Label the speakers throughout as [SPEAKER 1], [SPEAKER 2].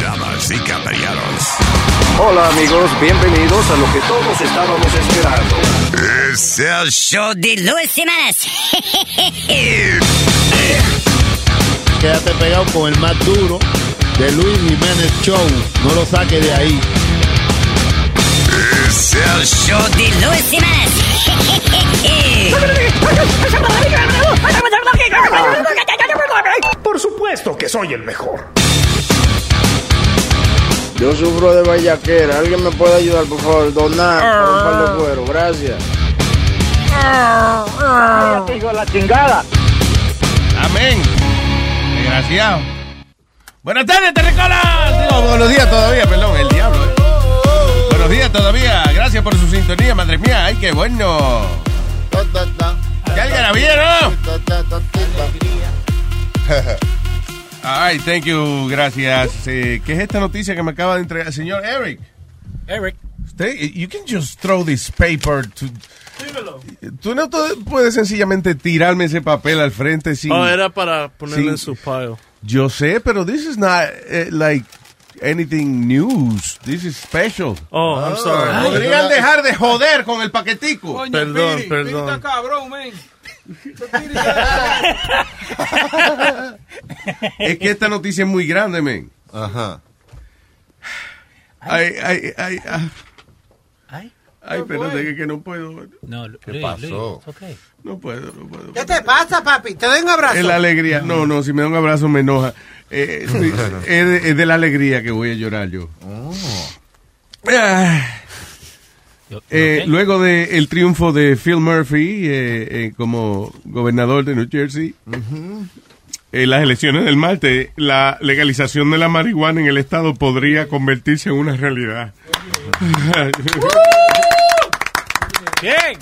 [SPEAKER 1] caballeros y caballeros.
[SPEAKER 2] Hola amigos, bienvenidos a lo que todos estábamos esperando.
[SPEAKER 1] Es el show de Luis Semanas.
[SPEAKER 3] Quédate pegado con el más duro de Luis Jiménez Show. No lo saques de ahí.
[SPEAKER 1] Es el show de Luis Semanas.
[SPEAKER 4] Por supuesto que soy el mejor.
[SPEAKER 5] Yo sufro de vallaquera. ¿Alguien me puede ayudar, por favor? Donar por un par
[SPEAKER 6] Ah.
[SPEAKER 5] de cuero. Gracias.
[SPEAKER 7] Digo la chingada.
[SPEAKER 8] Amén. Desgraciado. Buenas tardes, Terrícolas. Digo, buenos días todavía, perdón, el diablo. eh. Buenos días todavía. Gracias por su sintonía, madre mía. Ay, qué bueno. ¿Ya alguien la vieron? Ay, thank you, gracias. Eh, ¿Qué es esta noticia que me acaba de entregar? Señor Eric.
[SPEAKER 6] Eric.
[SPEAKER 8] Usted, you can just throw this paper to... Tú no te- puedes sencillamente tirarme ese papel al frente sin...
[SPEAKER 6] Oh, era para ponerle
[SPEAKER 8] Sí.
[SPEAKER 6] en su pile.
[SPEAKER 8] Yo sé, pero this is not eh, like anything news. This is special.
[SPEAKER 6] Oh, I'm sorry.
[SPEAKER 8] Podrían dejar de joder con el paquetico.
[SPEAKER 6] Perdón, perdón.
[SPEAKER 8] Es que esta noticia es muy grande, men.
[SPEAKER 3] Ajá.
[SPEAKER 8] Ay, ay, ay. ah.
[SPEAKER 9] Ay.
[SPEAKER 8] Ay, espérate, que, que no puedo.
[SPEAKER 9] No, Lu-
[SPEAKER 3] ¿Qué
[SPEAKER 9] Luis,
[SPEAKER 3] pasó?
[SPEAKER 9] Luis, it's okay.
[SPEAKER 8] No puedo, no puedo.
[SPEAKER 7] ¿Qué te pasa, papi? Te doy un abrazo.
[SPEAKER 8] Es la alegría. No, no, si me da un abrazo me enoja. Eh, sí, es, de, es de la alegría que voy a llorar yo. Ah.
[SPEAKER 9] Yo-
[SPEAKER 8] Eh,
[SPEAKER 9] ok.
[SPEAKER 8] Luego del el triunfo de Phil Murphy eh, eh, como gobernador de New Jersey, en las elecciones del martes, la legalización de la marihuana en el estado podría convertirse en una realidad.
[SPEAKER 6] Bien.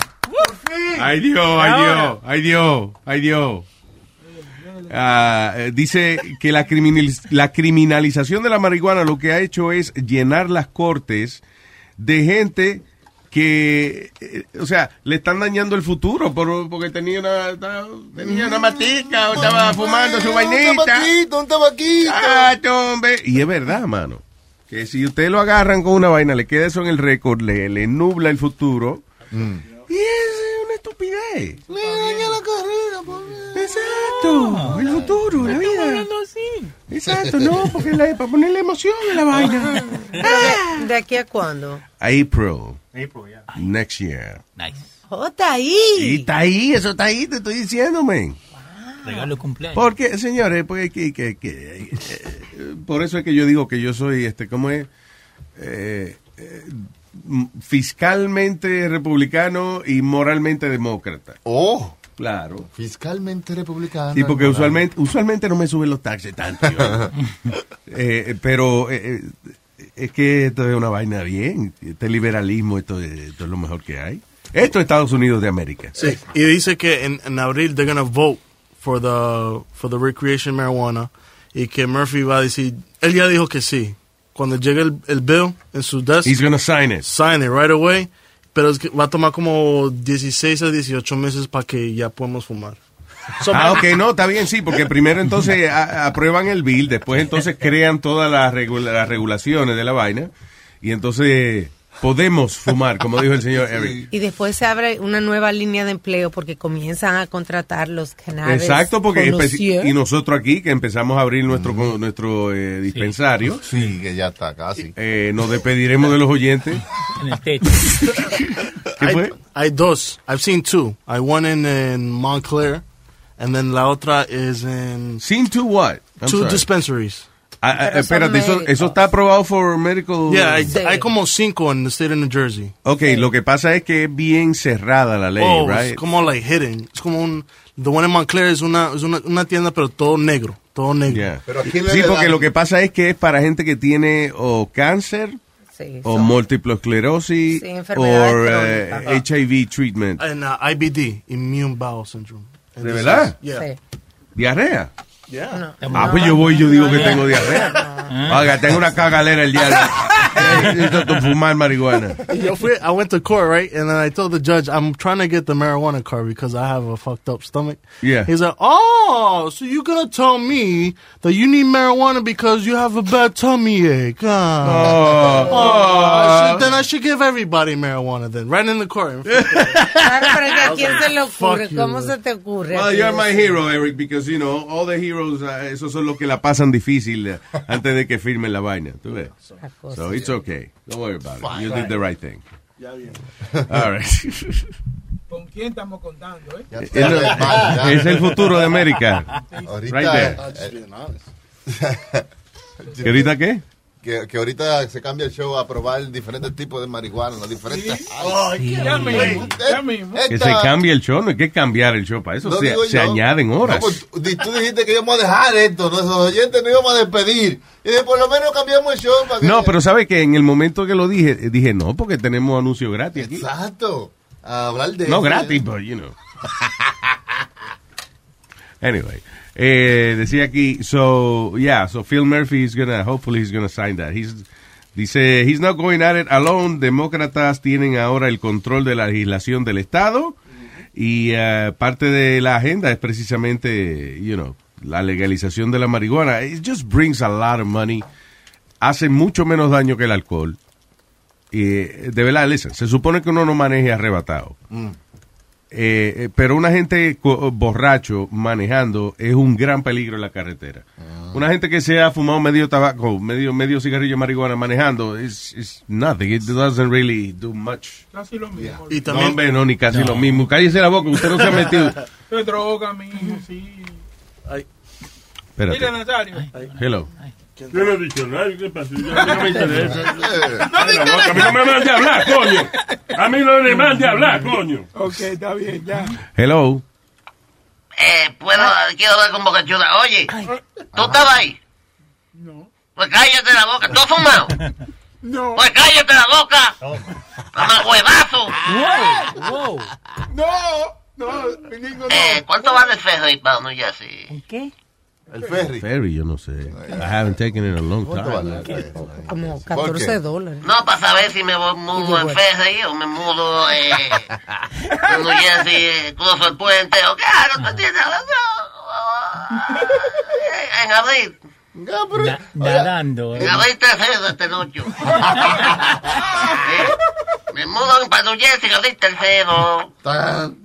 [SPEAKER 8] Ay Dios, ay Dios, ay Dios, ay Dios. Ah, eh, dice que la, criminaliz- la criminalización de la marihuana lo que ha hecho es llenar las cortes de gente que, eh, o sea, le están dañando el futuro por- porque tenía una, estaba- tenía una matica o estaba fumando su
[SPEAKER 3] Un
[SPEAKER 8] vainita.
[SPEAKER 3] tabaquito, un tabaquito.
[SPEAKER 8] Ah, hombre. Y es verdad, mano. Que si usted lo agarran con una vaina, le queda eso en el récord, le, le nubla el futuro. Y es una estupidez.
[SPEAKER 3] Le daña la carrera, Ah. pobre.
[SPEAKER 8] eh. Exacto, el futuro, la vida. Exacto, no, porque la, Eh, para ponerle emoción a la vaina.
[SPEAKER 7] ¿De, de aquí a cuándo?
[SPEAKER 8] April. Next year.
[SPEAKER 9] Nice.
[SPEAKER 7] ¡Oh, está
[SPEAKER 8] Y
[SPEAKER 7] ahí!
[SPEAKER 8] está ahí, eso está ahí, te estoy diciendo, men.
[SPEAKER 9] Regalo de cumpleaños.
[SPEAKER 8] Porque, señores, pues, que, que- que- eh, por eso es que yo digo que yo soy, este, ¿cómo es? Eh, eh, m- fiscalmente republicano y moralmente demócrata.
[SPEAKER 3] Oh,
[SPEAKER 8] Claro.
[SPEAKER 3] fiscalmente republicano.
[SPEAKER 8] Sí, porque usualmente, usualmente no me suben los taxes tanto. yo. Eh, pero eh, eh, es que esto es una vaina bien. Este liberalismo, esto, es- esto es lo mejor que hay. Esto es Estados Unidos de América.
[SPEAKER 6] Sí. Y dice que en, en abril they're gonna vote for the for the recreation marijuana y que Murphy va a decir, él ya dijo que sí. Cuando llegue el, el bill en su desk,
[SPEAKER 8] He's gonna sign it.
[SPEAKER 6] sign it right away. Pero es que va a tomar como 16 a 18 meses para que ya podamos fumar. So,
[SPEAKER 8] Ah, ok, no, está bien, sí, porque primero entonces a- aprueban el bill, después entonces crean todas las, regula- las regulaciones de la vaina y entonces podemos fumar, como dijo el señor Eric.
[SPEAKER 7] Y después se abre una nueva línea de empleo porque comienzan a contratar los cannabis.
[SPEAKER 8] Exacto, porque espe-
[SPEAKER 7] connoisseurs.
[SPEAKER 8] y nosotros aquí que empezamos a abrir nuestro con- nuestro eh, dispensario,
[SPEAKER 3] Mm. Sí, que ya está casi.
[SPEAKER 8] eh, nos despediremos de los oyentes.
[SPEAKER 9] En el techo.
[SPEAKER 8] ¿Qué fue?
[SPEAKER 6] Hay dos. I've seen two. Hay one in, in Montclair, and then la otra is in
[SPEAKER 8] Sin to what? I'm
[SPEAKER 6] two
[SPEAKER 8] sorry.
[SPEAKER 6] dispensaries.
[SPEAKER 8] Ah, ah,
[SPEAKER 7] Pero son
[SPEAKER 8] espérate, eso,
[SPEAKER 7] médicos.
[SPEAKER 8] eso está aprobado for medical.
[SPEAKER 6] Yeah, hay,
[SPEAKER 7] Sí.
[SPEAKER 6] hay como cinco en the state of New Jersey.
[SPEAKER 8] ok, lo que pasa es que es bien cerrada la ley,
[SPEAKER 6] oh,
[SPEAKER 8] right?
[SPEAKER 6] es como like hidden. Es como un the one in Montclair es una es una, una tienda pero todo negro, todo negro.
[SPEAKER 8] Yeah.
[SPEAKER 3] Pero aquí le
[SPEAKER 8] sí,
[SPEAKER 3] dan-
[SPEAKER 8] porque lo que pasa es que es para gente que tiene o cáncer
[SPEAKER 7] Sí,
[SPEAKER 8] o
[SPEAKER 7] son-
[SPEAKER 8] múltiple esclerosis
[SPEAKER 7] Sí,
[SPEAKER 8] o
[SPEAKER 7] enfermedades
[SPEAKER 8] eh,
[SPEAKER 7] crónicas.
[SPEAKER 8] HIV treatment.
[SPEAKER 6] And uh, IBD, immune bowel syndrome. And
[SPEAKER 8] ¿De
[SPEAKER 6] this
[SPEAKER 8] verdad?
[SPEAKER 6] is- Yeah.
[SPEAKER 7] sí.
[SPEAKER 8] Diarrea.
[SPEAKER 6] Yeah.
[SPEAKER 7] No.
[SPEAKER 8] Ah, pues yo voy y yo digo que tengo diarrea. Oiga, tengo una cagalera el diario. Necesito fumar marihuana.
[SPEAKER 6] Yo fui- I went to court, right? And then I told the judge, I'm trying to get the marijuana card because I have a fucked up stomach.
[SPEAKER 8] Yeah.
[SPEAKER 6] He's like, oh, so you're going to tell me that you need marijuana because you have a bad tummy ache. Ah.
[SPEAKER 8] Oh,
[SPEAKER 6] I should- then I should give everybody marijuana then, right in the court.
[SPEAKER 7] Claro, pero es que a quién se le ocurre,
[SPEAKER 6] fuck you,
[SPEAKER 7] ¿cómo
[SPEAKER 6] man.
[SPEAKER 7] se te ocurre?
[SPEAKER 8] well,
[SPEAKER 7] a ti
[SPEAKER 8] you're my
[SPEAKER 7] decir?
[SPEAKER 8] hero, Eric, because, you know, all the heroes, ah, esos son los que la pasan difícil eh, antes de que firmen la vaina. ¿Tú ves?
[SPEAKER 7] Esa cosa.
[SPEAKER 8] So it's okay. Don't worry about it. You did the right thing. All right.
[SPEAKER 10] ¿Con quién estamos contando, eh?
[SPEAKER 11] Ya
[SPEAKER 8] Es,
[SPEAKER 11] está, ya,
[SPEAKER 8] es el futuro de América.
[SPEAKER 11] Ahorita,
[SPEAKER 8] Right there.
[SPEAKER 11] eh,
[SPEAKER 8] ¿Que ahorita qué?
[SPEAKER 11] que, que ahorita se cambia el show a probar diferentes tipos de marihuana, los diferentes.
[SPEAKER 10] Ya mismo, ya mismo.
[SPEAKER 8] Que se cambie el show. No hay que cambiar el show para eso.
[SPEAKER 11] No
[SPEAKER 8] se
[SPEAKER 11] digo
[SPEAKER 8] se
[SPEAKER 11] yo.
[SPEAKER 8] añaden horas.
[SPEAKER 11] No, pues, tú, di- tú dijiste que íbamos a dejar esto, nuestros oyentes no íbamos a despedir. Y dije, por lo menos cambiamos el show. Para que-
[SPEAKER 8] No, pero sabe que en el momento que lo dije, eh, dije no, porque tenemos anuncio gratis aquí.
[SPEAKER 11] Exacto. A hablar de este.
[SPEAKER 8] No
[SPEAKER 11] eso,
[SPEAKER 8] gratis, but you know. Anyway, eh, decía aquí, so yeah, so Phil Murphy is gonna, hopefully he's gonna sign that. He's, dice, he's not going at it alone. Demócratas tienen ahora el control de la legislación del estado y eh, parte de la agenda es precisamente, you know, la legalización de la marihuana. It just brings a lot of money. Hace mucho menos daño que el alcohol. Y eh, de verdad, listen, se supone que uno no maneje arrebatado. Eh, eh, pero una gente co- borracho manejando es un gran peligro en la carretera.
[SPEAKER 6] Ah.
[SPEAKER 8] Una gente que se ha fumado medio tabaco, medio medio cigarrillo de marihuana manejando, es is nothing. It doesn't really do much.
[SPEAKER 10] Casi lo mismo.
[SPEAKER 6] Y
[SPEAKER 8] No,
[SPEAKER 6] también
[SPEAKER 8] hombre, no, ni casi lo mismo. Cállese la boca, usted no se ha metido.
[SPEAKER 10] Pero droga, mijo, sí. Mira,
[SPEAKER 8] Espérate.
[SPEAKER 10] Nazario.
[SPEAKER 8] Hello.
[SPEAKER 12] Yo no he dicho nada, ¿qué pasó? Yo- a mí no me interesa.
[SPEAKER 10] No te
[SPEAKER 12] La boca, A mí no me mande a hablar, coño. A mí no me mande a hablar, coño.
[SPEAKER 10] Ok, está bien, ya.
[SPEAKER 8] Hello.
[SPEAKER 1] Eh, puedo, quiero hablar con Bocachuda. Oye, ¿tú estabas ahí?
[SPEAKER 10] No.
[SPEAKER 1] Pues cállate la boca. ¿Tú has fumado?
[SPEAKER 10] No,
[SPEAKER 1] Pues cállate la boca. Mamá huevazo.
[SPEAKER 9] Oh. Wow.
[SPEAKER 10] no, no, Ñengo,
[SPEAKER 1] Eh, ¿cuánto vale el ferry para New Jersey?
[SPEAKER 7] ¿Qué?
[SPEAKER 11] El ferry.
[SPEAKER 8] Ferry, yo no sé. I haven't taken it in a long
[SPEAKER 11] ¿Cuánto vale?
[SPEAKER 8] time.
[SPEAKER 7] Como
[SPEAKER 11] ¿Por
[SPEAKER 7] 14
[SPEAKER 11] qué?
[SPEAKER 7] dólares.
[SPEAKER 1] No, para saber si me voy- mudo en ferry o me mudo eh, en New Jersey, eh, cruzo el puente o qué. Ah, No, te entiendes. Ah, no. Eh, En abril.
[SPEAKER 11] Ah, pero-
[SPEAKER 9] Na- nadando. eh.
[SPEAKER 1] En abril 13 de este noche. Eh, Me mudo para New Jersey en abril tercero.
[SPEAKER 11] Tan.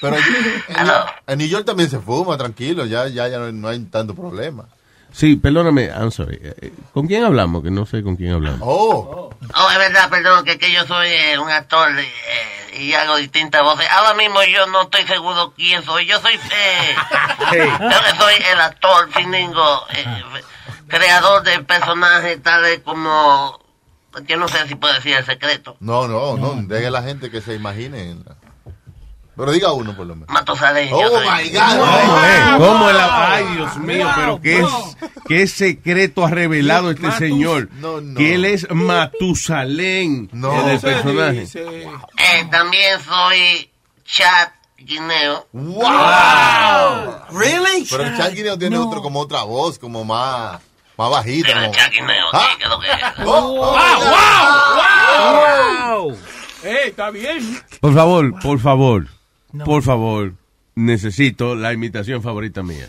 [SPEAKER 11] Pero allí, en,
[SPEAKER 1] Aló.
[SPEAKER 11] en New York también se fuma, tranquilo, ya, ya, ya no, no hay tanto problema.
[SPEAKER 8] Sí, perdóname, I'm sorry. Eh, eh, ¿Con quién hablamos? Que no sé con quién hablamos.
[SPEAKER 11] Oh,
[SPEAKER 1] Oh, es verdad, perdón, que, que yo soy eh, un actor eh, y hago distintas voces. Ahora mismo yo no estoy seguro quién soy. Yo soy, eh, yo que soy el actor finingo,
[SPEAKER 11] Ah.
[SPEAKER 1] eh, creador de personajes tales como, yo no sé si puedo decir el secreto,
[SPEAKER 11] no, no, no, deje a la gente que se imagine. Pero diga uno por lo menos.
[SPEAKER 1] Matusalén. yo
[SPEAKER 11] Oh
[SPEAKER 1] soy.
[SPEAKER 11] my God.
[SPEAKER 8] ¿Cómo es? ¿Cómo el- Ay, Dios mío, pero qué, es- qué secreto ha revelado este señor.
[SPEAKER 11] no, no.
[SPEAKER 8] Que él es Matusalén
[SPEAKER 11] No.
[SPEAKER 8] en el
[SPEAKER 11] Se
[SPEAKER 8] personaje.
[SPEAKER 10] dice,
[SPEAKER 1] Eh, también soy Chad Guineo.
[SPEAKER 11] ¡Wow!
[SPEAKER 9] Really?
[SPEAKER 11] Pero el Changuineo tiene otro, como otra voz, como más, más bajita.
[SPEAKER 1] Pero
[SPEAKER 11] Como...
[SPEAKER 1] Chad Guineo,
[SPEAKER 11] Ah.
[SPEAKER 1] sí, que es lo que es.
[SPEAKER 11] ¡Wow! ¡Wow!
[SPEAKER 9] Wow.
[SPEAKER 10] eh, está bien.
[SPEAKER 8] Por favor, por favor,
[SPEAKER 9] No.
[SPEAKER 8] por favor. Necesito la imitación favorita mía.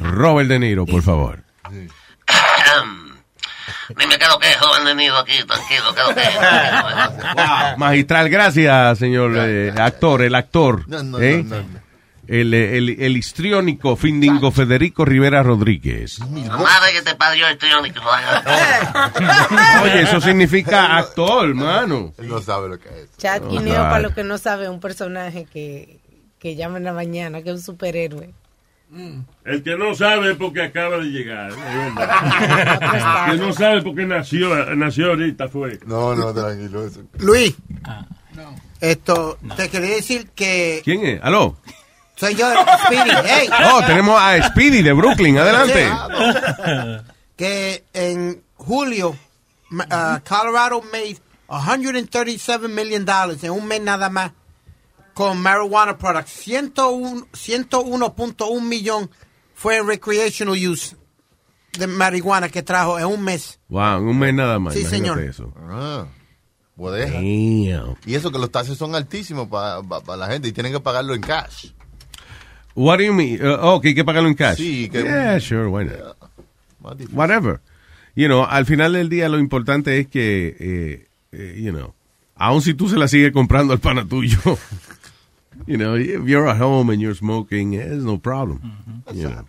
[SPEAKER 8] Robert De Niro, por favor.
[SPEAKER 1] Dime qué es lo que es, joven de nido aquí, tranquilo, qué es lo que es. tranquilo, eh.
[SPEAKER 8] Magistral, gracias, señor eh, actor, el actor.
[SPEAKER 11] No, no,
[SPEAKER 8] ¿eh?
[SPEAKER 11] no, no.
[SPEAKER 8] El, el, el histriónico findingo Federico Rivera Rodríguez.
[SPEAKER 1] La madre que te parió el tío Nicolás.
[SPEAKER 8] Oye, eso significa actor, mano.
[SPEAKER 11] Él no sabe lo que es.
[SPEAKER 7] Chad
[SPEAKER 8] Oh,
[SPEAKER 7] Guineo,
[SPEAKER 8] God.
[SPEAKER 7] para los que no saben, un personaje que, que llama en la mañana, que es un superhéroe.
[SPEAKER 12] El que no sabe es porque acaba de llegar. es verdad.
[SPEAKER 8] Ah,
[SPEAKER 7] Otro
[SPEAKER 12] El que
[SPEAKER 7] estado.
[SPEAKER 12] no sabe es porque nació, nació ahorita fue.
[SPEAKER 11] No, no, tranquilo. eso.
[SPEAKER 13] Luis, esto, te quería decir que
[SPEAKER 8] ¿Quién es? ¿Aló?
[SPEAKER 13] soy yo, Speedy, hey,
[SPEAKER 8] Oh, tenemos a Speedy de Brooklyn. Adelante.
[SPEAKER 13] que en julio, ma- ah, Colorado made 137 million dollars en un mes nada más con marijuana products. 101 101.1 millón fue recreational use. de marihuana que trajo en un mes.
[SPEAKER 8] Wow, en un mes nada más.
[SPEAKER 13] Sí,
[SPEAKER 8] imagínate
[SPEAKER 13] señor.
[SPEAKER 8] Eso.
[SPEAKER 11] Ah, bodeja.
[SPEAKER 8] Damn.
[SPEAKER 11] Y eso que los taxes son altísimos para la gente y tienen que pagarlo en cash.
[SPEAKER 8] What do you mean? Uh, oh, que hay que pagarlo en cash.
[SPEAKER 11] Sí, que-
[SPEAKER 8] Yeah, sure, why not? Whatever. You know, al final del día lo importante es que, eh, eh, you know, aun si tú se la sigues comprando al pana tuyo, you know, if you're at home and you're smoking, eh, it's no problem. you know.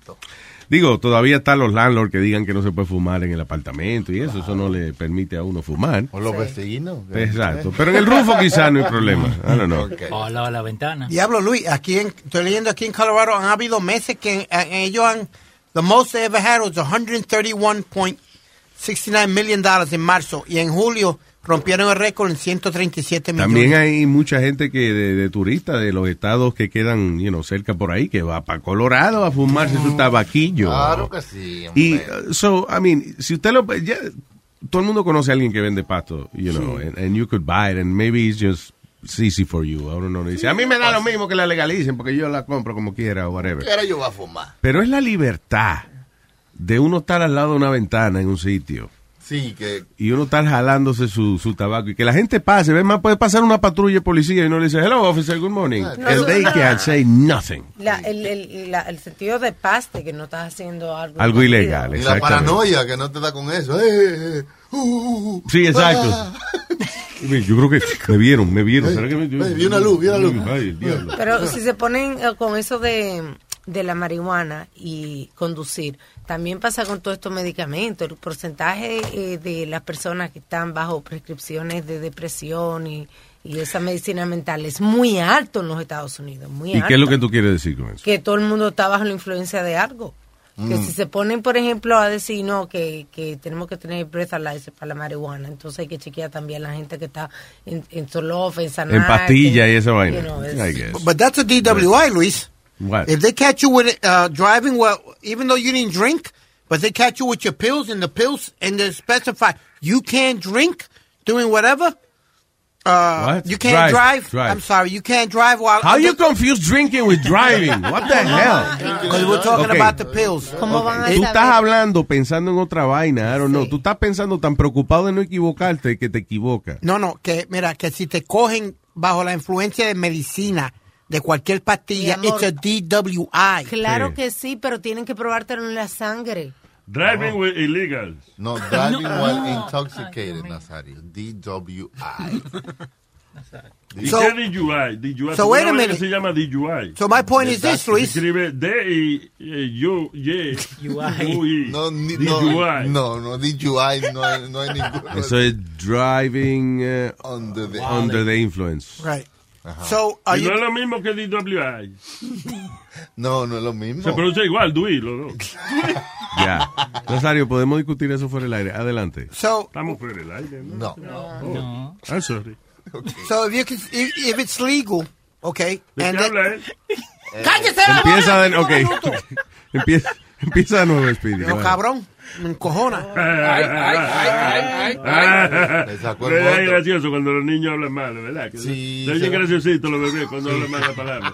[SPEAKER 8] Digo, todavía están los landlords que digan que no se puede fumar en el apartamento y eso, eso no le permite a uno fumar.
[SPEAKER 11] O los vecinos.
[SPEAKER 8] Exacto. Pero en el rufo quizás no hay problema. I don't know.
[SPEAKER 9] O al lado de la ventana.
[SPEAKER 13] Diablo Luis, aquí en, estoy leyendo aquí en Colorado han habido meses que eh, ellos han the most they ever had was 131.69 million dollars en marzo y en julio rompieron el récord en 137 millones.
[SPEAKER 8] También hay mucha gente que de, de turistas de los estados que quedan, you know, cerca por ahí, que va para Colorado a fumarse su tabaquillo.
[SPEAKER 11] Claro que sí.
[SPEAKER 8] Y, uh, so, I mean, si usted lo... ya- todo el mundo conoce a alguien que vende pasto, you know, and, and you could buy it, and maybe it's just easy for you. I don't know. Dice, a mí me da lo mismo que la legalicen, porque yo la compro como quiera o whatever.
[SPEAKER 11] Y ahora yo voy a fumar.
[SPEAKER 8] Pero es la libertad de uno estar al lado de una ventana en un sitio
[SPEAKER 11] Sí, que
[SPEAKER 8] y uno estar jalándose su, su tabaco y que la gente pase, ves más, puede pasar una patrulla de policía y no le dice, hello officer, good morning.
[SPEAKER 7] Ah,
[SPEAKER 8] And they can say nothing.
[SPEAKER 7] La- el, el- la- el sentido de paz de que no estás haciendo algo.
[SPEAKER 8] Algo ilegal,
[SPEAKER 11] y la
[SPEAKER 8] exactamente.
[SPEAKER 11] paranoia que no te da con eso. Eh, eh, uh, uh, uh.
[SPEAKER 8] Sí, exacto.
[SPEAKER 11] Ah,
[SPEAKER 8] Yo creo que me vieron, me vieron. ¿Será que me-
[SPEAKER 11] eh, vi una luz, vi una luz.
[SPEAKER 8] Ay, el diablo.
[SPEAKER 7] Pero si se ponen eh, con eso de, de la marihuana y conducir, también pasa con todos estos medicamentos. El porcentaje eh, de las personas que están bajo prescripciones de depresión y, y esa medicina mental es muy alto en los Estados Unidos, muy
[SPEAKER 8] ¿Y
[SPEAKER 7] alto.
[SPEAKER 8] qué es lo que tú quieres decir con eso?
[SPEAKER 7] que todo el mundo está bajo la influencia de algo. Que
[SPEAKER 8] Mm.
[SPEAKER 7] si se ponen, por ejemplo, a decir, no, que, que tenemos que tener breathalyzer para la marihuana, entonces hay que chequear también la gente que está en, en Solof, en Sanar,
[SPEAKER 8] En pastilla y esa
[SPEAKER 7] que-
[SPEAKER 8] vaina.
[SPEAKER 7] you know, es-
[SPEAKER 8] I guess.
[SPEAKER 13] But that's a DWI, Luis.
[SPEAKER 8] What?
[SPEAKER 13] If they catch you with uh, driving, well, even though you didn't drink, but they catch you with your pills and the pills and they specify you can't drink doing whatever. Uh,
[SPEAKER 8] What?
[SPEAKER 13] You can't
[SPEAKER 8] Drive,
[SPEAKER 13] drive.
[SPEAKER 8] drive.
[SPEAKER 13] I'm sorry, you can't drive while.
[SPEAKER 8] How you confuse drinking with driving? What the hell?
[SPEAKER 13] Because we're talking
[SPEAKER 8] Okay.
[SPEAKER 13] about the pills.
[SPEAKER 8] Tú estás hablando pensando en otra vaina, I don't know. Tú estás pensando tan preocupado de no equivocarte que te equivocas.
[SPEAKER 13] No, no, que mira, que si te cogen bajo la influencia de medicina, de cualquier pastilla,
[SPEAKER 7] Mi amor.
[SPEAKER 13] it's a DWI.
[SPEAKER 7] Claro que sí, pero tienen que probártelo en la sangre.
[SPEAKER 12] Driving with illegals.
[SPEAKER 11] No, driving while intoxicated, Nazario. DWI.
[SPEAKER 12] ¿Y
[SPEAKER 11] So-
[SPEAKER 12] qué es DUI? DUI.
[SPEAKER 11] So wait a
[SPEAKER 12] Una vaina
[SPEAKER 11] minute.
[SPEAKER 12] Se llama DUI.
[SPEAKER 13] So my point is this,
[SPEAKER 12] Exacto.
[SPEAKER 13] Luis.
[SPEAKER 12] Se Escribe D I eh, U Y UI.
[SPEAKER 11] No, ni- no,
[SPEAKER 12] DUI.
[SPEAKER 11] no, no, DUI no hay, no hay ninguno.
[SPEAKER 8] Eso es driving eh,
[SPEAKER 11] Under the-
[SPEAKER 8] under the influence.
[SPEAKER 13] Right.
[SPEAKER 11] Ajá.
[SPEAKER 13] So,
[SPEAKER 12] Y no es lo mismo que DWI.
[SPEAKER 11] No, no es lo mismo.
[SPEAKER 12] Se pronuncia igual, DUI, los dos.
[SPEAKER 8] Ya. Nazario, podemos discutir eso fuera del aire. Adelante.
[SPEAKER 13] So,
[SPEAKER 12] Estamos fuera del aire,
[SPEAKER 11] No.
[SPEAKER 12] ¿no?
[SPEAKER 13] No.
[SPEAKER 12] No.
[SPEAKER 13] Ah,
[SPEAKER 8] I'm sorry.
[SPEAKER 13] so if you can, if, if it's legal, okay. And Eh, then- Cállese la boca,
[SPEAKER 8] Empieza de,
[SPEAKER 13] cinco
[SPEAKER 8] ok.
[SPEAKER 13] minutos.
[SPEAKER 8] empieza, empieza de nuevo, Speedy.
[SPEAKER 13] Pero
[SPEAKER 8] Vale.
[SPEAKER 13] cabrón, me encojona.
[SPEAKER 12] Ay, ay,
[SPEAKER 13] ay,
[SPEAKER 12] Le
[SPEAKER 11] sacó el
[SPEAKER 12] Es
[SPEAKER 11] voto.
[SPEAKER 12] gracioso cuando los niños hablan mal, ¿verdad? Que
[SPEAKER 11] Sí,
[SPEAKER 12] Se oyen
[SPEAKER 11] sí.
[SPEAKER 12] graciosito los bebés cuando hablan mal la palabra.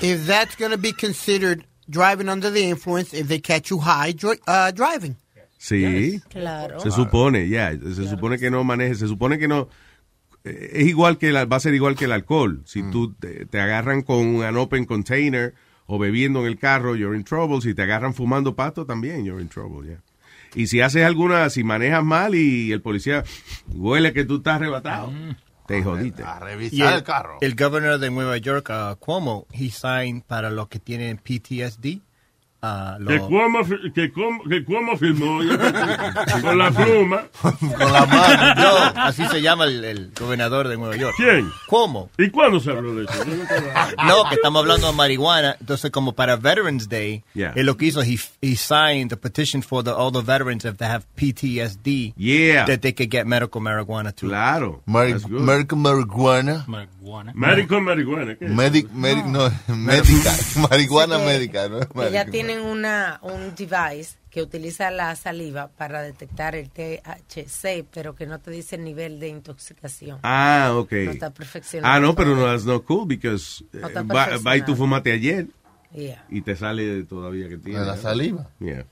[SPEAKER 13] If that's going to be considered driving under the influence, if they catch you high dri uh, driving.
[SPEAKER 8] Sí.
[SPEAKER 7] Claro.
[SPEAKER 8] Se supone, ya. Se supone que no manejes. Se supone que no. eh, Es igual que la- va a ser igual que el alcohol. Si tú te, te agarran con an open container o bebiendo en el carro, you're in trouble. Si te agarran fumando pasto, también you're in trouble, ya. Y si haces alguna, si manejas mal y el policía huele que tú estás arrebatado, te jodiste.
[SPEAKER 14] Y el, el gobernador de Nueva York, uh, Cuomo, he signed para los que tienen PTSD. uh,
[SPEAKER 12] Que
[SPEAKER 14] lo-
[SPEAKER 12] Cuomo, fi- que, Cuomo, que Cuomo firmó ya te- con la pluma.
[SPEAKER 14] con la mano, yo. Así se llama el, el gobernador de Nueva York.
[SPEAKER 12] ¿Quién?
[SPEAKER 14] Cuomo.
[SPEAKER 12] ¿Y cuándo se habló de eso?
[SPEAKER 14] No, que estamos hablando de marihuana. Entonces, como para Veterans Day,
[SPEAKER 8] Yeah.
[SPEAKER 14] él lo que hizo, he, he signed the petition for the, all the veterans if they have PTSD,
[SPEAKER 8] Yeah.
[SPEAKER 14] that they could get medical marijuana too.
[SPEAKER 8] Claro.
[SPEAKER 11] Mari- Medical marijuana.
[SPEAKER 12] Médico marihuana. ¿qué es?
[SPEAKER 11] Medic, medic, no, médica. Marihuana
[SPEAKER 7] Sí, que-
[SPEAKER 11] médica, ¿no?
[SPEAKER 7] Que ya
[SPEAKER 11] Medical.
[SPEAKER 7] tienen una, un device que utiliza la saliva para detectar el THC, pero que no te dice el nivel de intoxicación.
[SPEAKER 8] Ah, ok.
[SPEAKER 7] No está perfeccionado.
[SPEAKER 8] Ah, no, pero no, that's not cool because eh,
[SPEAKER 7] No está
[SPEAKER 8] va, va y tú
[SPEAKER 7] perfeccionado.
[SPEAKER 8] fumaste ayer
[SPEAKER 7] Yeah.
[SPEAKER 8] y te sale todavía que tiene.
[SPEAKER 11] la saliva.
[SPEAKER 8] Yeah.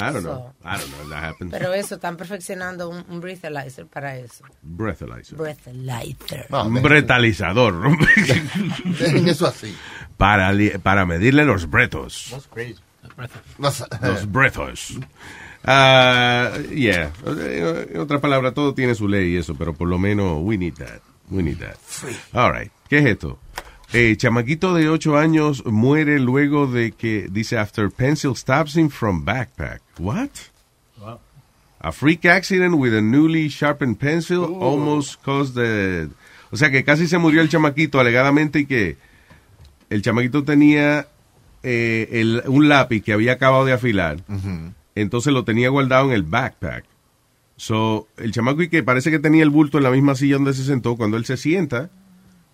[SPEAKER 8] I don't
[SPEAKER 7] So-
[SPEAKER 8] know. I don't know if that happens.
[SPEAKER 7] Pero eso, están perfeccionando un, un breathalyzer para eso.
[SPEAKER 8] Breathalyzer.
[SPEAKER 7] Breathalyzer.
[SPEAKER 8] Un bretalizador.
[SPEAKER 11] Dejen eso así.
[SPEAKER 8] Para, li- para medirle los bretos.
[SPEAKER 11] That's crazy.
[SPEAKER 8] Los bretos. Ah, yeah. Eh, En otra palabra, todo tiene su ley y eso, pero por lo menos we need that. We need that. All right. ¿Qué es esto? Eh, chamaquito de 8 años muere luego de que, dice, after pencil stabs him from backpack. What?
[SPEAKER 9] Wow.
[SPEAKER 8] A freak accident with a newly sharpened pencil almost caused the... O sea, que casi se murió el chamaquito, alegadamente, y que el chamaquito tenía eh, el- un lápiz que había acabado de afilar. Entonces lo tenía guardado en el backpack. So, el chamaco y que parece que tenía el bulto en la misma silla donde se sentó, cuando él se sienta,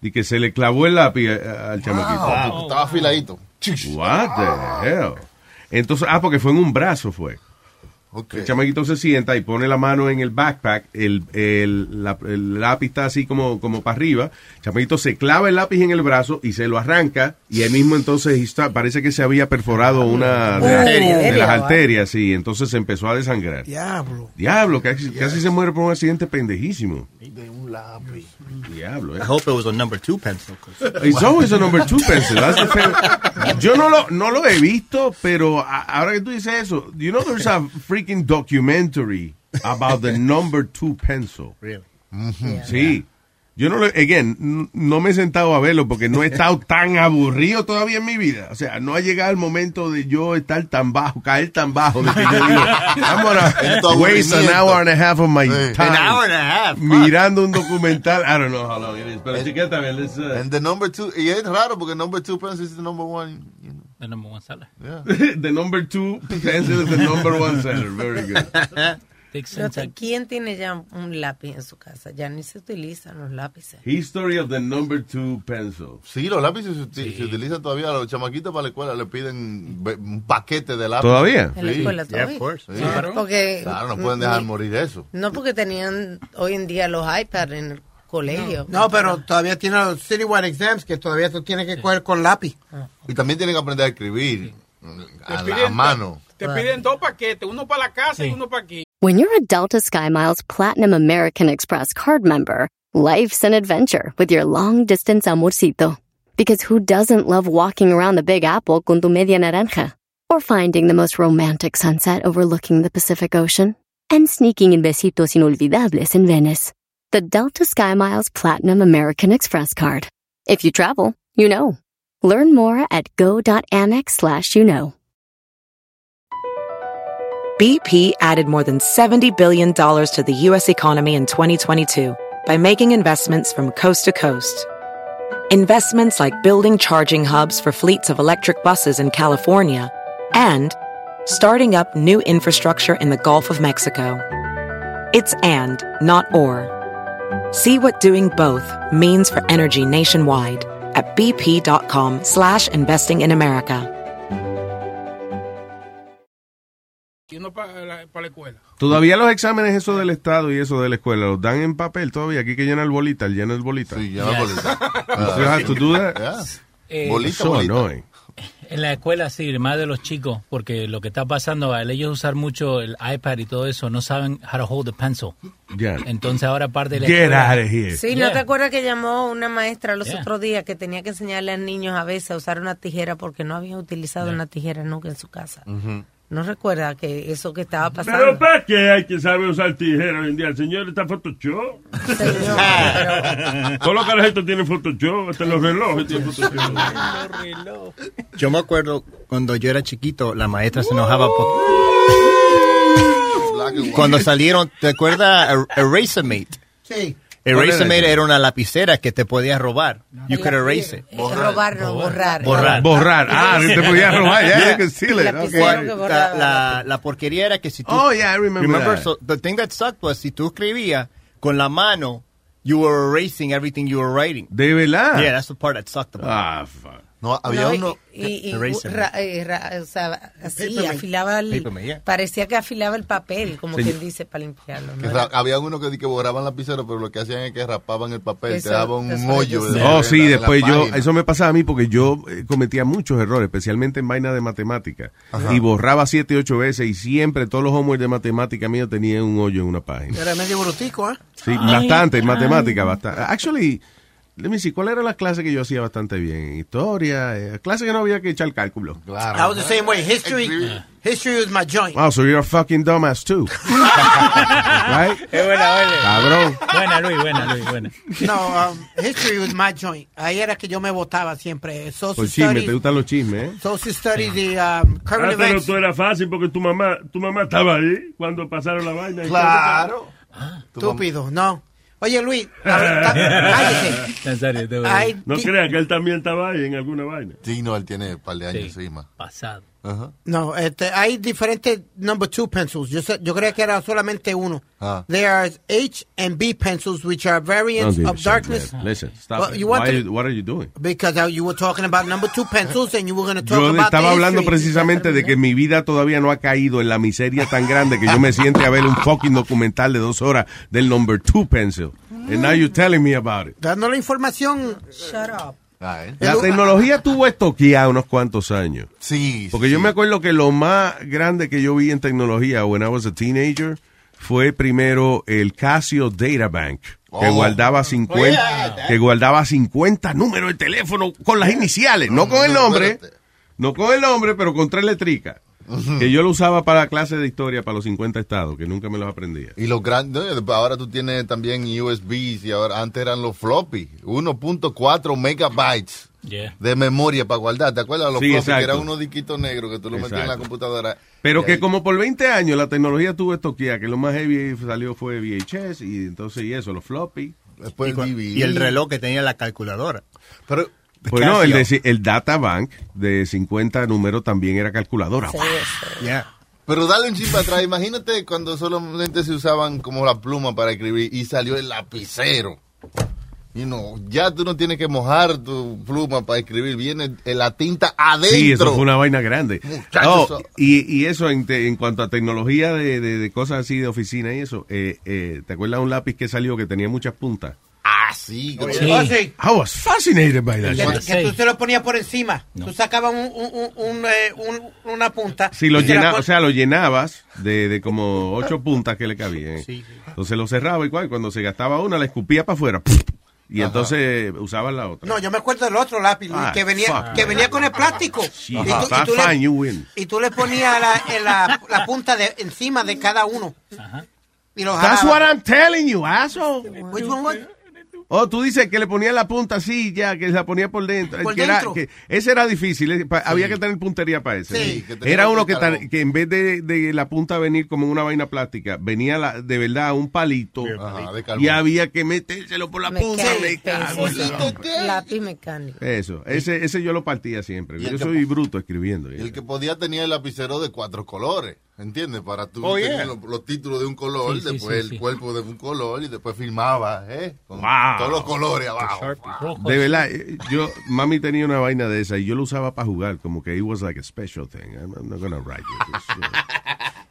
[SPEAKER 8] y que se le clavó el lápiz eh, al chamaquito.
[SPEAKER 11] Ah, porque Estaba afiladito.
[SPEAKER 8] What the hell? Entonces, ah, porque fue en un brazo, fue. El chamaquito se sienta y pone la mano en el backpack, el, el- la- el lápiz está así como, como para arriba, el chamaquito se clava el lápiz en el brazo y se lo arranca y ahí mismo entonces está- parece que se había perforado una de, las-
[SPEAKER 13] Arteria.
[SPEAKER 8] de las arterias, sí, entonces se empezó a desangrar.
[SPEAKER 13] Diablo.
[SPEAKER 8] Diablo, casi, casi se muere por un accidente pendejísimo.
[SPEAKER 11] De un lápiz.
[SPEAKER 8] Diablo, eh.
[SPEAKER 14] I hope it was a number two pencil. 'cause-
[SPEAKER 8] It's always a number two pencil. That's the fair- Yo no lo, no lo he visto, pero a- ahora que tú dices eso, you know there's a freaking documentary about the number two pencil.
[SPEAKER 14] Really?
[SPEAKER 8] Sí. Yo no lo, again, n- no me he sentado a verlo porque no he estado tan aburrido todavía en mi vida. O sea, no ha llegado el momento de yo estar tan bajo, caer tan bajo. De que yo digo, I'm
[SPEAKER 14] En tu
[SPEAKER 8] gonna waste an
[SPEAKER 14] aburrimiento.
[SPEAKER 8] hour and a half of my
[SPEAKER 14] Sí.
[SPEAKER 8] time.
[SPEAKER 14] An hour and a half, fuck.
[SPEAKER 8] Mirando un documental. I don't know how long it is, pero
[SPEAKER 11] And-
[SPEAKER 8] chiqueta, man, let's, uh,
[SPEAKER 11] And the number two, y es raro porque number two pencil is the number one. you know.
[SPEAKER 9] The number one seller.
[SPEAKER 8] the number two pencil is the number one seller. Very good.
[SPEAKER 7] No sé, ¿Quién tiene ya un lápiz en su casa? Ya ni se utilizan los lápices.
[SPEAKER 8] History of the number two pencil.
[SPEAKER 11] Sí, los lápices se, uti- se utilizan todavía. Los chamaquitos para la escuela le piden be- un paquete de lápices.
[SPEAKER 8] ¿Todavía?
[SPEAKER 7] En la escuela todavía.
[SPEAKER 11] Sí.
[SPEAKER 7] Claro. Porque-
[SPEAKER 11] Claro, no pueden dejar
[SPEAKER 7] ni-
[SPEAKER 11] morir eso.
[SPEAKER 7] No porque tenían hoy en día los iPads en el colegio.
[SPEAKER 13] No, pero todavía tiene los citywide exams que todavía tú tienes que coger con lápiz.
[SPEAKER 11] Y también tienen que aprender a escribir a, la- a
[SPEAKER 10] piden-
[SPEAKER 11] mano.
[SPEAKER 10] Te piden dos paquetes, uno para la casa y uno para aquí.
[SPEAKER 15] When you're a Delta SkyMiles Platinum American Express card member, life's an adventure with your long distance amorcito. Because who doesn't love walking around the Big Apple con tu media naranja? Or finding the most romantic sunset overlooking the Pacific Ocean? And sneaking in besitos inolvidables in Venice. The Delta SkyMiles Platinum American Express card. If you travel, you know. Learn more at go.amex slash you know.
[SPEAKER 16] BP added more than $70 billion to the U.S. economy in 2022 by making investments from coast to coast. Investments like building charging hubs for fleets of electric buses in California and starting up new infrastructure in the Gulf of Mexico. It's and, not or. See what doing both means for energy nationwide at bp.com slash investing in America.
[SPEAKER 10] Y uno para la, pa' la escuela.
[SPEAKER 8] Todavía los exámenes, eso del Estado y eso de la escuela, los dan en papel todavía. Aquí que llena el bolita, el lleno el bolita. Sí,
[SPEAKER 11] llena el bolita.
[SPEAKER 8] you have to do that?
[SPEAKER 9] Eh,
[SPEAKER 8] so annoying.
[SPEAKER 9] En la escuela sí, más de los chicos, porque lo que está pasando al ellos usar mucho el iPad y todo eso, no saben how to hold the pencil.
[SPEAKER 8] Yeah.
[SPEAKER 9] Entonces ahora parte de la
[SPEAKER 8] Get
[SPEAKER 9] escuela-
[SPEAKER 8] out of here.
[SPEAKER 7] Sí, ¿no te acuerdas que llamó una maestra los
[SPEAKER 9] Eh, Yeah.
[SPEAKER 7] otros días que tenía que enseñarle a niños a veces a usar una tijera porque no habían utilizado una tijera nunca en su casa?
[SPEAKER 12] Mm.
[SPEAKER 7] ¿No recuerda que eso que estaba
[SPEAKER 12] Pero
[SPEAKER 7] pasando?
[SPEAKER 12] ¿para qué hay que saber usar tijera hoy en día? El señor está Photoshop. Todos los carajitos tienen este Photoshop, hasta los relojes tienen Photoshop.
[SPEAKER 14] Yo me acuerdo cuando yo era chiquito, la maestra se enojaba porque cuando salieron, ¿te acuerdas? Er- Erasermate.
[SPEAKER 13] Sí.
[SPEAKER 14] Erasermate era una lapicera que te podías robar. You could erase it.
[SPEAKER 7] Eh, Robar, no, borrar.
[SPEAKER 14] Borrar.
[SPEAKER 8] Borrar. Ah, te podías robar, ya, you can steal it. Lapicero
[SPEAKER 14] Cual-
[SPEAKER 8] que
[SPEAKER 14] la,
[SPEAKER 8] borraba.
[SPEAKER 14] la- la porquería era que si tú...
[SPEAKER 8] Oh, yeah, I remember that.
[SPEAKER 14] So, the thing that sucked was si tú escribías con la mano, you were erasing everything you were writing.
[SPEAKER 8] ¿De verdad?
[SPEAKER 14] Yeah, that's the part that sucked about it.
[SPEAKER 8] Ah, fuck.
[SPEAKER 11] No, había
[SPEAKER 7] No, y-
[SPEAKER 11] uno.
[SPEAKER 7] Y, y
[SPEAKER 11] Eraser.
[SPEAKER 7] ra- eh, ra- o sea, así,
[SPEAKER 11] Paper mate.
[SPEAKER 7] afilaba el-
[SPEAKER 11] Paper mate, yeah.
[SPEAKER 7] Parecía que afilaba el papel, como
[SPEAKER 11] Sí.
[SPEAKER 7] quien dice, para limpiarlo.
[SPEAKER 11] que
[SPEAKER 7] ¿no?
[SPEAKER 11] ra- había uno que, di que borraban lapicero, pero lo que hacían es que rapaban el papel,
[SPEAKER 7] Eso-
[SPEAKER 11] te daban un hoyo. en la-
[SPEAKER 8] Oh, sí,
[SPEAKER 11] en la
[SPEAKER 8] después yo,
[SPEAKER 11] página.
[SPEAKER 8] eso me pasaba a mí porque yo eh, cometía muchos errores, especialmente en vaina de matemática.
[SPEAKER 11] Ajá.
[SPEAKER 8] Y borraba siete, ocho veces y siempre todos los homework de matemática mío tenían un hoyo en una página.
[SPEAKER 13] Era medio brutico, ¿eh?
[SPEAKER 8] Sí, bastante, en matemática, bastante. Actually, let me see, ¿cuál era la clase que yo hacía bastante bien? En Historia, eh, clase que no había que echar cálculo.
[SPEAKER 13] I was the same way. History, history was my joint.
[SPEAKER 8] Wow, so you're a fucking dumbass too. right?
[SPEAKER 9] Es buena, buena.
[SPEAKER 8] Cabrón.
[SPEAKER 9] Buena, Luis, buena, Luis, buena.
[SPEAKER 13] No, um, history was my joint. Ahí era que yo me votaba siempre. Social
[SPEAKER 8] Por chisme, te
[SPEAKER 13] studies,
[SPEAKER 8] gustan los chismes, ¿eh?
[SPEAKER 13] social studies, the um, current
[SPEAKER 12] Ah, pero
[SPEAKER 13] events.
[SPEAKER 12] tú era fácil porque tu mamá, tu mamá estaba ahí cuando pasaron la vaina.
[SPEAKER 13] Claro.
[SPEAKER 8] Ah,
[SPEAKER 13] Estúpido, no. Oye, Luis,
[SPEAKER 9] Nazario, te voy a decir.
[SPEAKER 12] No creas que él también estaba ahí en alguna vaina.
[SPEAKER 11] Sí, no, él tiene un par de años encima.
[SPEAKER 9] Pasado.
[SPEAKER 11] Ajá.
[SPEAKER 13] no, este, hay diferentes number two pencils. Yo, sé- yo creía que era solamente uno.
[SPEAKER 11] Ah.
[SPEAKER 13] There are H and B pencils, which are
[SPEAKER 8] Don't
[SPEAKER 13] variants
[SPEAKER 8] give a
[SPEAKER 13] of
[SPEAKER 8] shit,
[SPEAKER 13] darkness.
[SPEAKER 8] man. Listen, stop
[SPEAKER 13] Well,
[SPEAKER 8] it.
[SPEAKER 13] you want
[SPEAKER 8] Why-
[SPEAKER 13] to-
[SPEAKER 8] what are you doing?
[SPEAKER 13] Because uh, you were talking about number two pencils and you were going to talk
[SPEAKER 8] Yo
[SPEAKER 13] about
[SPEAKER 8] estaba
[SPEAKER 13] the
[SPEAKER 8] hablando
[SPEAKER 13] history.
[SPEAKER 8] precisamente de que mi vida todavía no ha caído en la miseria tan grande que yo me siente a ver un fucking documental de dos horas del number two pencil. And now you're telling me about it.
[SPEAKER 13] Dando la información.
[SPEAKER 7] Shut up.
[SPEAKER 8] La tecnología tuvo estoqueada unos cuantos años.
[SPEAKER 11] Sí.
[SPEAKER 8] Porque yo me acuerdo que lo más grande que yo vi en tecnología when I was a teenager fue primero el Casio Data Bank. Que
[SPEAKER 17] Oh.
[SPEAKER 8] guardaba 50
[SPEAKER 17] Oye,
[SPEAKER 8] que guardaba 50 números de teléfono con las iniciales, no, con el nombre, no con el nombre, pero con tres letricas. Que yo lo usaba para clases de historia para los 50 estados, que nunca me los aprendía.
[SPEAKER 11] Y los grandes, ahora tú tienes también USBs y ahora antes eran los floppy, 1.4 megabytes
[SPEAKER 9] Yeah.
[SPEAKER 11] de memoria para guardar. ¿Te acuerdas los
[SPEAKER 8] Sí,
[SPEAKER 11] floppy
[SPEAKER 8] exacto.
[SPEAKER 11] que eran unos disquitos negros que tú lo metías en la
[SPEAKER 8] Exacto.
[SPEAKER 11] computadora?
[SPEAKER 8] Pero
[SPEAKER 11] Y
[SPEAKER 8] que
[SPEAKER 11] ahí-
[SPEAKER 8] como por 20 años la tecnología tuvo estoquía, que lo más heavy salió fue VHS y entonces y eso, los floppy.
[SPEAKER 11] Después
[SPEAKER 14] Y, cua- Pues, y el reloj que tenía la calculadora.
[SPEAKER 11] Pero,
[SPEAKER 8] Bueno, Pues el, de- el data bank de 50 números también era calculadora.
[SPEAKER 11] Pero dale un chip para atrás. Imagínate cuando solamente se usaban como la pluma para escribir y salió el lapicero. Y no, ya tú no tienes que mojar tu pluma para escribir. Viene eh, la tinta adentro.
[SPEAKER 8] Sí, eso fue una vaina grande.
[SPEAKER 11] Muchachos,
[SPEAKER 8] Oh,
[SPEAKER 11] eso-
[SPEAKER 8] y, y eso en, te- en cuanto a tecnología de, de- de cosas así de oficina y eso, eh, eh, ¿te acuerdas un lápiz que salió que tenía muchas puntas?
[SPEAKER 11] Ah, sí.
[SPEAKER 13] Oye,
[SPEAKER 8] Sí.
[SPEAKER 13] oh, sí.
[SPEAKER 8] I was fascinated by that.
[SPEAKER 13] Que,
[SPEAKER 8] shit.
[SPEAKER 13] que tú se lo ponías por encima. Tú sacabas un, un- un- un, eh, un- una punta.
[SPEAKER 8] Sí, lo
[SPEAKER 13] y se la
[SPEAKER 8] llena-
[SPEAKER 13] pon-
[SPEAKER 8] o sea, lo llenabas de, de como ocho puntas que le cabían. Entonces lo cerraba igual, cuando se gastaba una la escupía para afuera. Y entonces usabas la otra.
[SPEAKER 13] No, yo me acuerdo del otro lápiz Luis,
[SPEAKER 8] Ah,
[SPEAKER 13] que venía
[SPEAKER 8] fuck,
[SPEAKER 13] que
[SPEAKER 8] man. Ah,
[SPEAKER 13] venía con el plástico.
[SPEAKER 8] Sí,
[SPEAKER 13] Y tú-
[SPEAKER 8] Ajá.
[SPEAKER 13] y tú
[SPEAKER 8] fine,
[SPEAKER 13] le-
[SPEAKER 8] you win.
[SPEAKER 13] Y tú le ponías la, en la, la punta de encima de cada uno. Y lo
[SPEAKER 8] That's
[SPEAKER 13] jalabas.
[SPEAKER 8] what I'm telling you, asshole.
[SPEAKER 13] Which one was-
[SPEAKER 8] Oh, tú dices que le ponía la punta así, ya, que la ponía por dentro.
[SPEAKER 13] Por
[SPEAKER 8] que era-
[SPEAKER 13] dentro.
[SPEAKER 8] que ese era difícil, eh, pa- había que tener puntería para ese.
[SPEAKER 13] Sí. que tenía
[SPEAKER 8] Era uno
[SPEAKER 13] que
[SPEAKER 8] que, tan-
[SPEAKER 13] cargar.
[SPEAKER 8] que en vez de, de la punta venir como una vaina plástica, venía la- de verdad un palito
[SPEAKER 11] Ajá, de
[SPEAKER 8] y
[SPEAKER 11] carbón.
[SPEAKER 8] había que metérselo por la punta.
[SPEAKER 7] Mecánico,
[SPEAKER 8] me cago en la-
[SPEAKER 7] sí. Lápiz mecánico.
[SPEAKER 8] Eso, ese, ese yo lo partía siempre.
[SPEAKER 11] Y el
[SPEAKER 8] Yo
[SPEAKER 11] que-
[SPEAKER 8] soy bruto escribiendo.
[SPEAKER 11] El que podía tenía el lapicero de cuatro colores, ¿entiendes? Para tú
[SPEAKER 14] Oh,
[SPEAKER 11] tener
[SPEAKER 14] yeah.
[SPEAKER 11] los, los títulos de un color,
[SPEAKER 14] Sí, sí,
[SPEAKER 11] después
[SPEAKER 14] sí,
[SPEAKER 11] el
[SPEAKER 14] sí.
[SPEAKER 11] cuerpo de un color y después filmaba, ¿eh? Con
[SPEAKER 8] Wow.
[SPEAKER 11] todos los colores abajo.
[SPEAKER 8] De verdad, eh, yo, mami tenía una vaina de esa y yo lo usaba para jugar, como que it was like a special thing. I'm I'm not gonna write it. It's, uh, you know.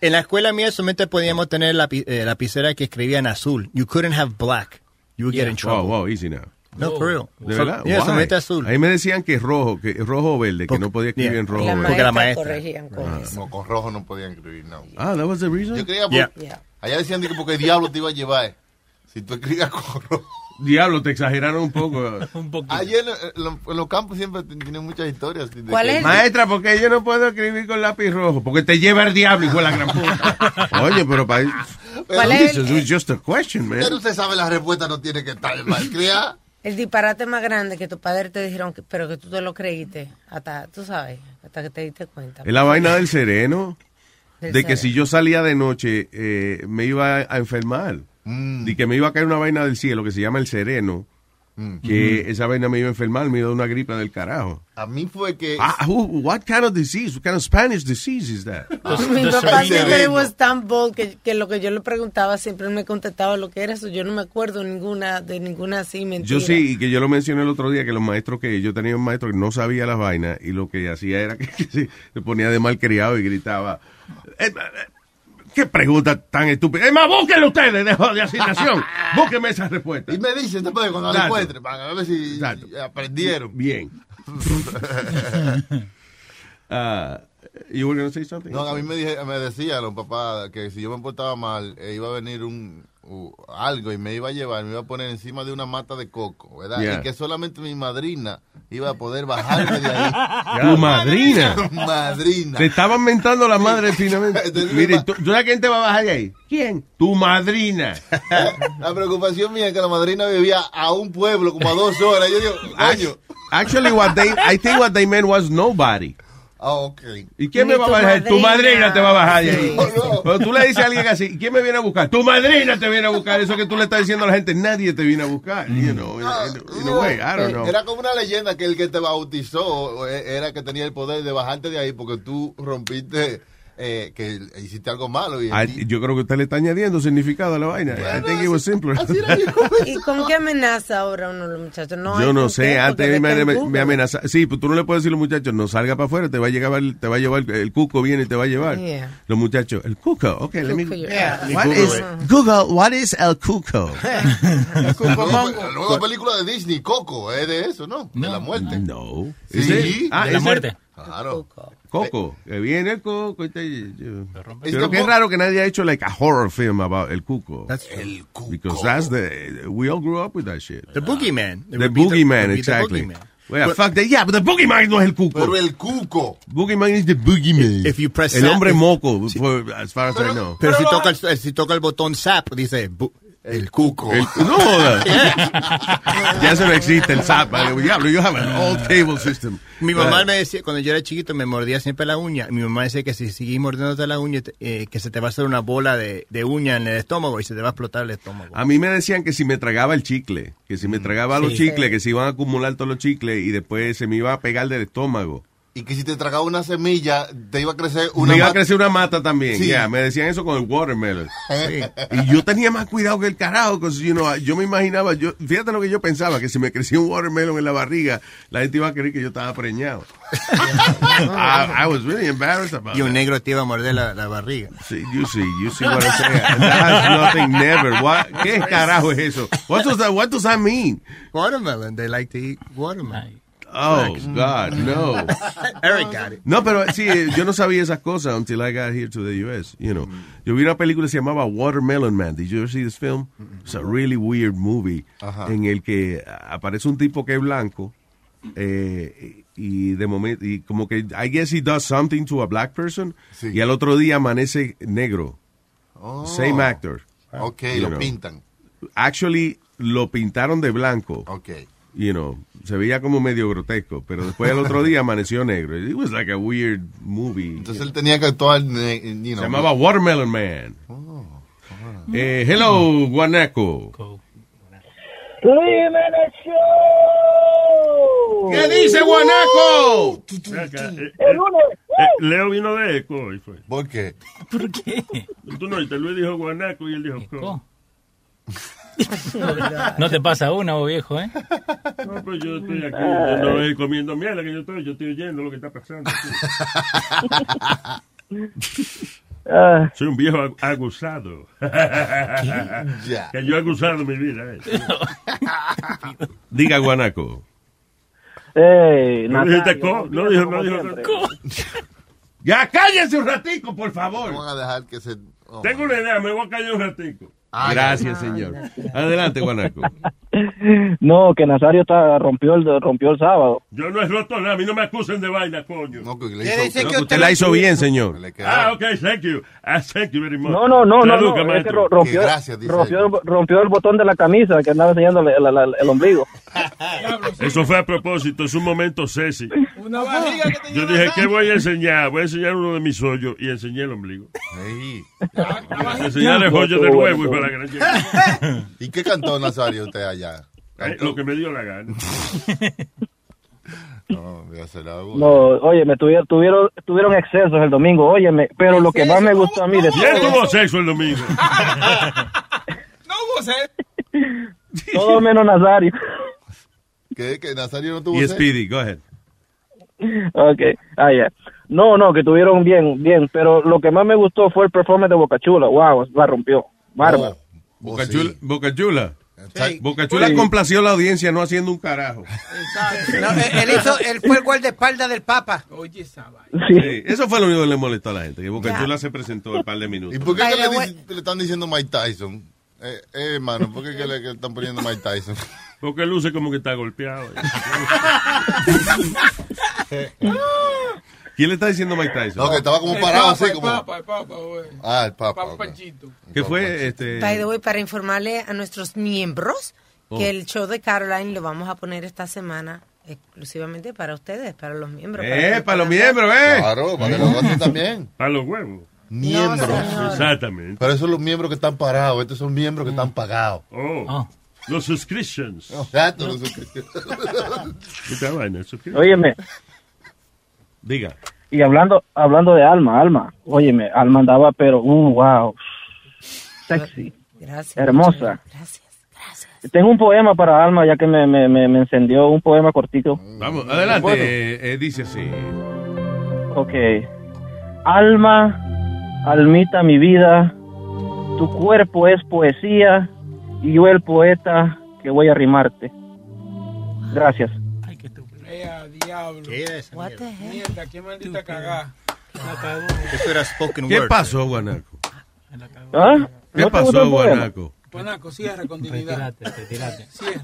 [SPEAKER 14] En la escuela mía solamente podíamos tener lapi- eh, lapicera que escribía en azul. You couldn't have black. You would get in trouble.
[SPEAKER 8] Wow, Oh, wow, easy now.
[SPEAKER 14] No, for real.
[SPEAKER 8] ¿De
[SPEAKER 14] So-
[SPEAKER 8] verdad?
[SPEAKER 14] yeah,
[SPEAKER 8] Why?
[SPEAKER 14] solamente azul.
[SPEAKER 8] Ahí me decían que rojo, que rojo o verde, que no podía escribir
[SPEAKER 14] yeah.
[SPEAKER 8] en rojo
[SPEAKER 14] La
[SPEAKER 8] o verde.
[SPEAKER 14] Porque la maestra maestra.
[SPEAKER 7] corregían con
[SPEAKER 8] Ah.
[SPEAKER 11] No, con rojo no podían escribir, no.
[SPEAKER 8] Ah, that was the reason?
[SPEAKER 11] Yo creía,
[SPEAKER 8] Yeah.
[SPEAKER 11] por- allá decían que porque el diablo te iba a llevar. eh. Si tú escribías con rojo.
[SPEAKER 8] Diablo, te exageraron un poco.
[SPEAKER 11] Allá en, eh, lo- en los campos siempre t- tienen muchas historias. de
[SPEAKER 8] ¿Cuál
[SPEAKER 11] que-
[SPEAKER 8] es? Maestra, ¿por qué yo no puedo escribir con lápiz rojo? Porque te lleva el diablo, hijo de la gran puta. Oye, pero para...
[SPEAKER 7] ¿Cuál es el- eh?
[SPEAKER 8] This is just a question, man.
[SPEAKER 11] Pero usted sabe, la respuesta no tiene que estar mal criada.
[SPEAKER 7] El disparate más grande que tus padres te dijeron, que- pero que tú te lo creíste, hasta, tú sabes, hasta que te diste cuenta.
[SPEAKER 8] Es la vaina del sereno.
[SPEAKER 7] Del
[SPEAKER 8] De que
[SPEAKER 7] sereno.
[SPEAKER 8] si yo salía de noche,
[SPEAKER 11] Mm.
[SPEAKER 8] eh, me iba a enfermar. De que me iba a caer una vaina del cielo que se llama el sereno.
[SPEAKER 11] Mm.
[SPEAKER 7] Mm.
[SPEAKER 8] que esa vaina me iba a enfermar, me iba a dar una gripa del carajo.
[SPEAKER 11] A mí fue que...
[SPEAKER 8] Ah, who- what kind of disease? What kind of Spanish disease is that?
[SPEAKER 7] Mi papá siempre was tan bold que, que lo que yo le preguntaba siempre él me contestaba lo que era eso. Yo no me acuerdo ninguna de ninguna así mentira.
[SPEAKER 8] Yo sí, y que yo lo mencioné el otro día, que los maestros que yo tenía un maestro que no sabía las vainas y lo que hacía era que, que se, se ponía de malcriado y gritaba, "Eh, eh, ¿qué pregunta tan estúpida? Es más, búsquenlo ustedes de, de asignación, búsquenme esa respuesta.
[SPEAKER 11] Y me dicen después cuando la
[SPEAKER 8] Exacto.
[SPEAKER 11] encuentre, para ver si aprendieron.
[SPEAKER 8] Bien. Ah, you were gonna say something?
[SPEAKER 11] No, a mí me, dije, me decía los papás que si yo me portaba mal, eh, iba a venir un u- algo y me iba a llevar, me iba a poner encima de una mata de coco, ¿verdad?
[SPEAKER 8] Yeah.
[SPEAKER 11] Y que solamente mi madrina iba a poder bajarme de ahí.
[SPEAKER 8] Tu madrina.
[SPEAKER 11] madrina.
[SPEAKER 8] Te estaban mentando la madre finalmente. Mire, ¿tú, tú sabes quién te va a bajar de ahí? ¿Quién? Tu madrina.
[SPEAKER 11] La preocupación mía es que la madrina vivía a un pueblo como a dos horas. Yo digo, coño.
[SPEAKER 8] Actually, what they, I think what they meant was nobody.
[SPEAKER 11] Ah, ok.
[SPEAKER 8] ¿Y quién me
[SPEAKER 11] Ni
[SPEAKER 8] va a
[SPEAKER 11] tu
[SPEAKER 8] bajar? Tu madrina
[SPEAKER 11] madrina
[SPEAKER 8] te va a bajar de
[SPEAKER 11] Sí.
[SPEAKER 8] ahí. Cuando tú le dices a alguien así, ¿quién me viene a buscar? Tu madrina te viene a buscar. Eso que tú le estás diciendo a la gente, nadie te viene a buscar. You know, in, in- in a way, I don't know.
[SPEAKER 11] Eh, Era como una leyenda que el que te bautizó eh, era que tenía el poder de bajarte de ahí porque tú rompiste, eh, que hiciste algo malo. Y
[SPEAKER 8] Ah, yo creo que usted le está añadiendo significado a la vaina. I think it was simpler.
[SPEAKER 7] ¿Y con qué amenaza ahora uno los muchachos? No hay
[SPEAKER 8] Yo no
[SPEAKER 7] con
[SPEAKER 8] sé,
[SPEAKER 7] qué,
[SPEAKER 8] antes
[SPEAKER 7] porque
[SPEAKER 8] me,
[SPEAKER 7] vete al
[SPEAKER 8] me,
[SPEAKER 7] Google.
[SPEAKER 8] me amenaza. Sí, pues tú no le puedes decir a los muchachos, no salga para afuera, te va a llegar, el- te va a llevar, el, el cuco viene y te va a llevar.
[SPEAKER 7] Yeah.
[SPEAKER 8] Los muchachos, el cuco, ok, let me,
[SPEAKER 7] Look for your
[SPEAKER 8] let me
[SPEAKER 7] ass.
[SPEAKER 8] Google
[SPEAKER 11] eh.
[SPEAKER 8] it. Google, what is el cuco?
[SPEAKER 11] La nueva película de Disney, Coco, es de eso, ¿no? De la muerte.
[SPEAKER 8] No.
[SPEAKER 11] Sí.
[SPEAKER 8] ¿Es él? Ah,
[SPEAKER 11] De
[SPEAKER 8] ¿es
[SPEAKER 11] la
[SPEAKER 8] él?
[SPEAKER 11] muerte. Claro.
[SPEAKER 8] Coco, que viene el coco. y te- yo-
[SPEAKER 11] Es
[SPEAKER 8] Pero
[SPEAKER 11] que
[SPEAKER 8] que es
[SPEAKER 11] Coco-
[SPEAKER 8] raro que nadie ha hecho like a horror film about el cuco.
[SPEAKER 11] El cuco.
[SPEAKER 8] Because that's the, we all grew up with that shit.
[SPEAKER 14] The boogeyman.
[SPEAKER 8] The
[SPEAKER 14] It would be
[SPEAKER 8] boogeyman,
[SPEAKER 14] it would be the
[SPEAKER 8] exactly.
[SPEAKER 14] boogeyman.
[SPEAKER 8] Well,
[SPEAKER 14] But-
[SPEAKER 8] fuck that. Yeah, but the boogeyman no es el cuco.
[SPEAKER 11] Pero el cuco.
[SPEAKER 8] boogeyman is the boogeyman.
[SPEAKER 14] If you press
[SPEAKER 8] el
[SPEAKER 14] that-
[SPEAKER 8] hombre
[SPEAKER 14] if-
[SPEAKER 8] moco, for- as far as I know.
[SPEAKER 14] Pero, si, toca el, eh, si toca el botón SAP, dice bu- el cuco.
[SPEAKER 8] El- no jodas. ya eso no existe, el zap. man. Diablo, you have an old cable system.
[SPEAKER 14] Mi mamá
[SPEAKER 8] Right.
[SPEAKER 14] me decía, cuando yo era chiquito, me mordía siempre la uña. Mi mamá decía que si seguís mordiéndote la uña, te- eh, que se te va a hacer una bola de, de uña en el estómago y se te va a explotar el estómago.
[SPEAKER 8] A mí me decían que si me tragaba el chicle, que si me tragaba los
[SPEAKER 14] Mm. Sí.
[SPEAKER 8] chicles, que se iban a acumular todos los chicles y después se me iba a pegar del estómago.
[SPEAKER 11] Y que si te tragaba una semilla, te iba a crecer una
[SPEAKER 8] me iba a
[SPEAKER 11] mata-
[SPEAKER 8] crecer una mata también.
[SPEAKER 11] Sí.
[SPEAKER 8] Yeah, me decían eso con el watermelon.
[SPEAKER 11] Sí.
[SPEAKER 8] Y yo tenía más cuidado que el carajo, because, you know, yo me imaginaba, yo, fíjate lo que yo pensaba, que si me crecía un watermelon en la barriga, la gente iba a creer que yo estaba preñado. I, I was really embarrassed about
[SPEAKER 14] Y un
[SPEAKER 8] that.
[SPEAKER 14] negro te iba a morder la, la barriga.
[SPEAKER 8] Sí, you see, you see what I'm saying. That has nothing, never. What- ¿Qué carajo es eso? What does that, what does that mean?
[SPEAKER 14] Watermelon, they like to eat watermelon.
[SPEAKER 8] Oh, God, no.
[SPEAKER 14] Eric got it.
[SPEAKER 8] No, pero sí, eh, yo no sabía esas cosas until I got here to the US, you know. Yo vi una película que se llamaba Watermelon Man. Did you ever see this film? It's a really weird movie
[SPEAKER 11] Ajá.
[SPEAKER 8] en el que aparece un tipo que es blanco eh, y de momento y como que I guess he does something to a black person
[SPEAKER 11] Sí.
[SPEAKER 8] y al otro día amanece negro.
[SPEAKER 11] Oh.
[SPEAKER 8] Same actor.
[SPEAKER 11] Ok,
[SPEAKER 8] You
[SPEAKER 11] lo
[SPEAKER 8] know.
[SPEAKER 11] pintan.
[SPEAKER 8] Actually lo pintaron de blanco.
[SPEAKER 11] Ok.
[SPEAKER 8] You know, se veía como medio grotesco, pero después al otro día amaneció negro. It was like a weird movie.
[SPEAKER 11] Entonces él tenía que actuar, eh, you know.
[SPEAKER 8] Se llamaba Watermelon Man.
[SPEAKER 11] Oh,
[SPEAKER 8] Eh, hello, Guanaco.
[SPEAKER 17] ¡Crímenes Show!
[SPEAKER 8] ¿Qué dice Guanaco?
[SPEAKER 17] El lunes.
[SPEAKER 12] Eh, Leo vino de eco hoy fue.
[SPEAKER 11] ¿Por qué?
[SPEAKER 12] ¿Por qué? Tú no, y te Luis dijo guanaco y él dijo co.
[SPEAKER 9] No te pasa una, vos, viejo, ¿eh?
[SPEAKER 12] No, pues yo estoy aquí, yo
[SPEAKER 8] Ah.
[SPEAKER 12] no estoy comiendo miel, que yo estoy, yo estoy oyendo lo que está pasando. aquí.
[SPEAKER 17] Ah.
[SPEAKER 12] Soy un viejo ag- aguzado.
[SPEAKER 11] Ya.
[SPEAKER 12] Que yo he aguzado mi vida. eh.
[SPEAKER 8] Diga Guanaco.
[SPEAKER 17] Ey,
[SPEAKER 12] No
[SPEAKER 17] Natalio,
[SPEAKER 12] dijiste co,
[SPEAKER 17] buenos
[SPEAKER 12] no
[SPEAKER 17] días,
[SPEAKER 12] dijo,
[SPEAKER 17] como
[SPEAKER 12] no dijo
[SPEAKER 17] siempre.
[SPEAKER 12] co.
[SPEAKER 8] Ya cállense un ratico, por favor.
[SPEAKER 11] Van a dejar que se... oh.
[SPEAKER 12] Tengo una idea, me voy a callar un ratico. Ah,
[SPEAKER 8] Gracias, señor. Adelante, Guanaco.
[SPEAKER 17] No, que Nazario está, rompió, el, rompió el sábado.
[SPEAKER 12] Yo no he roto nada, a mí no me acusen de vaina, coño. No, que
[SPEAKER 17] Quiere hizo- decir que
[SPEAKER 8] Usted la hizo bien, señor.
[SPEAKER 12] Ah, ok, thank you. Ah, thank you very much.
[SPEAKER 17] No, no, no, no, no, es que
[SPEAKER 12] Traduzca, maestro.
[SPEAKER 17] ro- rompió, rompió, rompió el botón de la camisa que andaba enseñándole el, el- el ombligo.
[SPEAKER 12] Eso fue a propósito, es un momento Ceci.
[SPEAKER 10] Una barriga que te
[SPEAKER 12] Yo dije, ¿qué voy a enseñar? Voy a enseñar uno de mis hoyos y enseñé el ombligo. Enseñar el hoyo de nuevo y fue la gran llegada.
[SPEAKER 11] ¿Y qué cantó Nazario usted allá?
[SPEAKER 12] Eh, Lo que me dio la gana.
[SPEAKER 11] No, voy a hacer algo.
[SPEAKER 18] No, oye, me tuvieron, tuvieron, tuvieron excesos el domingo, óyeme, pero lo que más me gustó a mí de
[SPEAKER 12] ¿Quién
[SPEAKER 18] todo-
[SPEAKER 12] tuvo sexo el domingo?
[SPEAKER 10] No hubo sexo.
[SPEAKER 18] todo menos Nazario.
[SPEAKER 11] ¿Qué? ¿Que Nazario no tuvo
[SPEAKER 8] Y
[SPEAKER 11] sexo?
[SPEAKER 8] Speedy, go ahead.
[SPEAKER 18] Ok, ah, ya. No, no, que tuvieron bien, bien, pero lo que más me gustó fue el performance de Bocachula, wow, la rompió, bárbaro.
[SPEAKER 11] Oh,
[SPEAKER 8] Boca Chula. Boca Chula. Boca
[SPEAKER 18] Sí.
[SPEAKER 8] Chula complació a la audiencia no haciendo un carajo.
[SPEAKER 13] No, él, él hizo, él fue el guardaespaldas del Papa.
[SPEAKER 10] Oye, esa
[SPEAKER 8] Sí, Eso fue lo único que le molestó a la gente, que Boca
[SPEAKER 13] Ya.
[SPEAKER 8] Chula se presentó el par de minutos.
[SPEAKER 11] ¿Y por qué que le, dicen- le están diciendo Mike Tyson? Eh, eh, hermano, ¿por qué que le que le están poniendo Mike Tyson?
[SPEAKER 12] Porque luce como que está golpeado.
[SPEAKER 8] ¿Quién le está diciendo Mike Tyson?
[SPEAKER 11] No, que estaba como
[SPEAKER 10] El
[SPEAKER 11] parado
[SPEAKER 10] papa,
[SPEAKER 11] así,
[SPEAKER 10] el
[SPEAKER 11] como...
[SPEAKER 10] papa, el papa, güey.
[SPEAKER 11] Ah, el papa.
[SPEAKER 10] Papa
[SPEAKER 11] ok.
[SPEAKER 10] Chito.
[SPEAKER 8] ¿Qué fue? Este,
[SPEAKER 7] By the way, para informarle a nuestros miembros
[SPEAKER 8] Oh.
[SPEAKER 7] que el show de Caroline lo vamos a poner esta semana exclusivamente para ustedes, para los miembros.
[SPEAKER 8] Eh,
[SPEAKER 7] para
[SPEAKER 8] para los miembros, eh.
[SPEAKER 11] Claro, para que lo gocen también.
[SPEAKER 12] Para los huevos.
[SPEAKER 11] Miembros.
[SPEAKER 12] señor. Exactamente.
[SPEAKER 11] Pero esos son los miembros que están parados. Estos son miembros que están pagados.
[SPEAKER 12] Oh. Los subscriptions.
[SPEAKER 11] Exacto, los suscriptores.
[SPEAKER 12] Esta vaina, subscriptions.
[SPEAKER 18] Óyeme,
[SPEAKER 8] Diga.
[SPEAKER 18] y hablando, hablando de Alma, Alma, óyeme, Alma andaba, pero, uh, wow, sexy,
[SPEAKER 7] Gracias.
[SPEAKER 18] hermosa.
[SPEAKER 7] Gracias.
[SPEAKER 18] Tengo un poema para Alma, ya que me, me, me, me encendió un poema cortito.
[SPEAKER 8] Vamos, adelante.
[SPEAKER 18] Bueno.
[SPEAKER 8] eh, eh, dice así.
[SPEAKER 18] Ok. Alma, almita mi vida, tu cuerpo es poesía y yo el poeta que voy a rimarte. Gracias.
[SPEAKER 10] Ea, diablo. ¿Qué
[SPEAKER 14] es?
[SPEAKER 10] Mierda, qué maldita cagada. La cagó.
[SPEAKER 14] Eso era spoken
[SPEAKER 8] ¿Qué
[SPEAKER 14] word.
[SPEAKER 8] pasó, Guanaco?
[SPEAKER 18] ¿Ah?
[SPEAKER 8] ¿Qué
[SPEAKER 18] ¿No te gustó
[SPEAKER 8] pasó,
[SPEAKER 18] el poema?
[SPEAKER 8] Guanaco?
[SPEAKER 10] Guanaco, cierra con dignidad.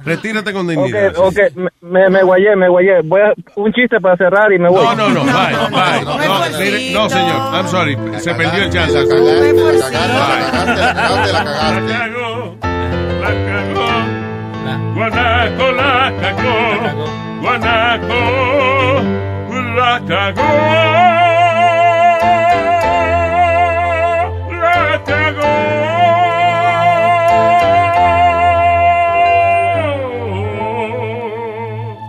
[SPEAKER 8] Retírate con
[SPEAKER 18] Ok,
[SPEAKER 8] dignidad.
[SPEAKER 18] ok, me, me, me guayé, me guayé. Voy a- un chiste para cerrar y me voy.
[SPEAKER 8] No, no, no, bye, bye. No, mire, no, señor, I'm sorry, se perdió el chance.
[SPEAKER 12] cagó, la cagó. Guanaco la cagó. Guanaco la cagó. La cagó.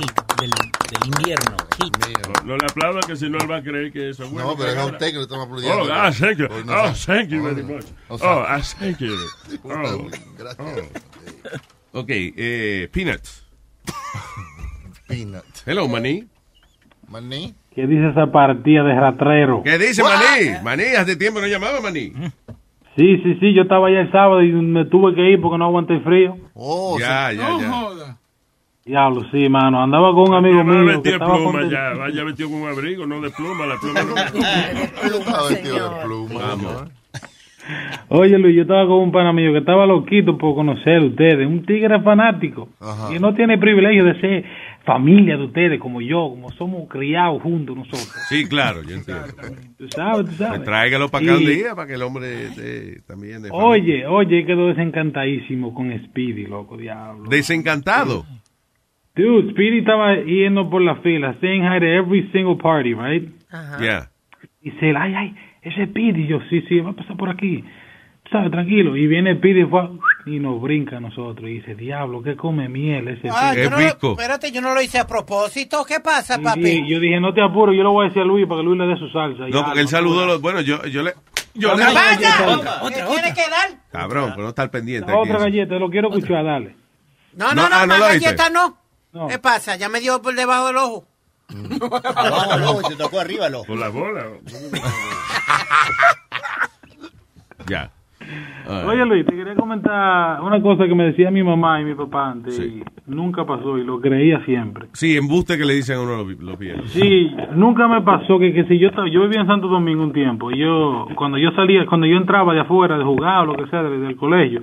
[SPEAKER 19] Hit del, del invierno. Hit.
[SPEAKER 12] No, no le aplaudan que si no él va a creer que eso es bueno.
[SPEAKER 11] No, pero es a usted que lo estamos aplaudiendo.
[SPEAKER 12] Oh, ah, thank you.
[SPEAKER 11] Por no
[SPEAKER 12] Oh,
[SPEAKER 11] saber.
[SPEAKER 12] thank you very
[SPEAKER 11] Oh,
[SPEAKER 12] much.
[SPEAKER 11] no
[SPEAKER 12] Oh,
[SPEAKER 11] sabe.
[SPEAKER 12] ah, thank you. Oh.
[SPEAKER 11] Gracias.
[SPEAKER 8] Ok, eh, Peanut.
[SPEAKER 11] Peanut.
[SPEAKER 8] Hello, Maní.
[SPEAKER 11] Maní.
[SPEAKER 20] ¿Qué dice esa partida de ratrero?
[SPEAKER 8] ¿Qué dice Maní? Maní, hace tiempo no llamaba Maní.
[SPEAKER 20] Sí, sí, sí, yo estaba allá el sábado y me tuve que ir porque no aguanté el frío.
[SPEAKER 11] Oh,
[SPEAKER 8] ya, ya, ya.
[SPEAKER 20] Diablo, sí, mano. Andaba con un
[SPEAKER 12] No
[SPEAKER 20] amigo mío que
[SPEAKER 12] vestido de
[SPEAKER 20] estaba
[SPEAKER 12] pluma
[SPEAKER 20] con...
[SPEAKER 12] ya, vaya vestido con un abrigo, no de pluma, la pluma no.
[SPEAKER 11] Estaba vestido de pluma. Vamos.
[SPEAKER 20] Oye, Luis, yo estaba con un pana mío que estaba loquito por conocer a ustedes. Un tigre fanático.
[SPEAKER 11] Ajá.
[SPEAKER 20] Que no tiene privilegio de ser familia de ustedes, como yo, como somos criados juntos nosotros.
[SPEAKER 8] Sí, claro, yo entiendo.
[SPEAKER 20] Tú sabes, tú sabes.
[SPEAKER 8] Pues tráigalo para acá un
[SPEAKER 20] Y-
[SPEAKER 8] día para que el hombre eh, también. de
[SPEAKER 20] Oye, oye, quedó desencantadísimo con Speedy, loco, diablo.
[SPEAKER 8] familia. Desencantado.
[SPEAKER 20] Dude, Speedy estaba yendo por las filas, saying hi to every single party, right?
[SPEAKER 8] Ya.
[SPEAKER 20] Y se ay, ay, ese es Speedy. Yo, sí, sí, va a pasar por aquí. Tú ¿Sabes? Tranquilo. Y viene Speedy y fue- y nos brinca a nosotros. Y dice, diablo, que come miel ese
[SPEAKER 13] Ah,
[SPEAKER 20] Speedy.
[SPEAKER 13] yo no lo- espérate, yo no lo hice a propósito. ¿Qué pasa,
[SPEAKER 20] Y di-
[SPEAKER 13] papi?
[SPEAKER 20] yo dije, no te apures, yo lo voy a decir a Luis para que Luis le dé su salsa.
[SPEAKER 8] No, porque él saludó. Los, bueno, yo, yo le. Yo le.
[SPEAKER 20] ¡Vaya!
[SPEAKER 13] ¿Qué tiene que dar?
[SPEAKER 8] Cabrón, pero no estar pendiente. aquí.
[SPEAKER 20] Otra galleta, lo quiero escuchar, dale.
[SPEAKER 13] No,
[SPEAKER 8] No,
[SPEAKER 13] no, no,
[SPEAKER 8] ah, no
[SPEAKER 13] más
[SPEAKER 8] lo hice.
[SPEAKER 13] galletas no. ¿Qué pasa? Ya me dio por debajo del ojo.
[SPEAKER 14] Abajo el ojo, te tocó arriba el ojo.
[SPEAKER 12] Con la bola.
[SPEAKER 8] Ya.
[SPEAKER 20] Oye Luis, te quería comentar una cosa que me decía mi mamá y mi papá antes. y nunca pasó y lo creía siempre.
[SPEAKER 8] Sí, embuste que le dicen a uno los, los viejos.
[SPEAKER 20] Sí, nunca me pasó que, que si yo estaba- yo vivía en Santo Domingo un tiempo, y yo cuando yo salía, cuando yo entraba de afuera de jugar o lo que sea de- del colegio,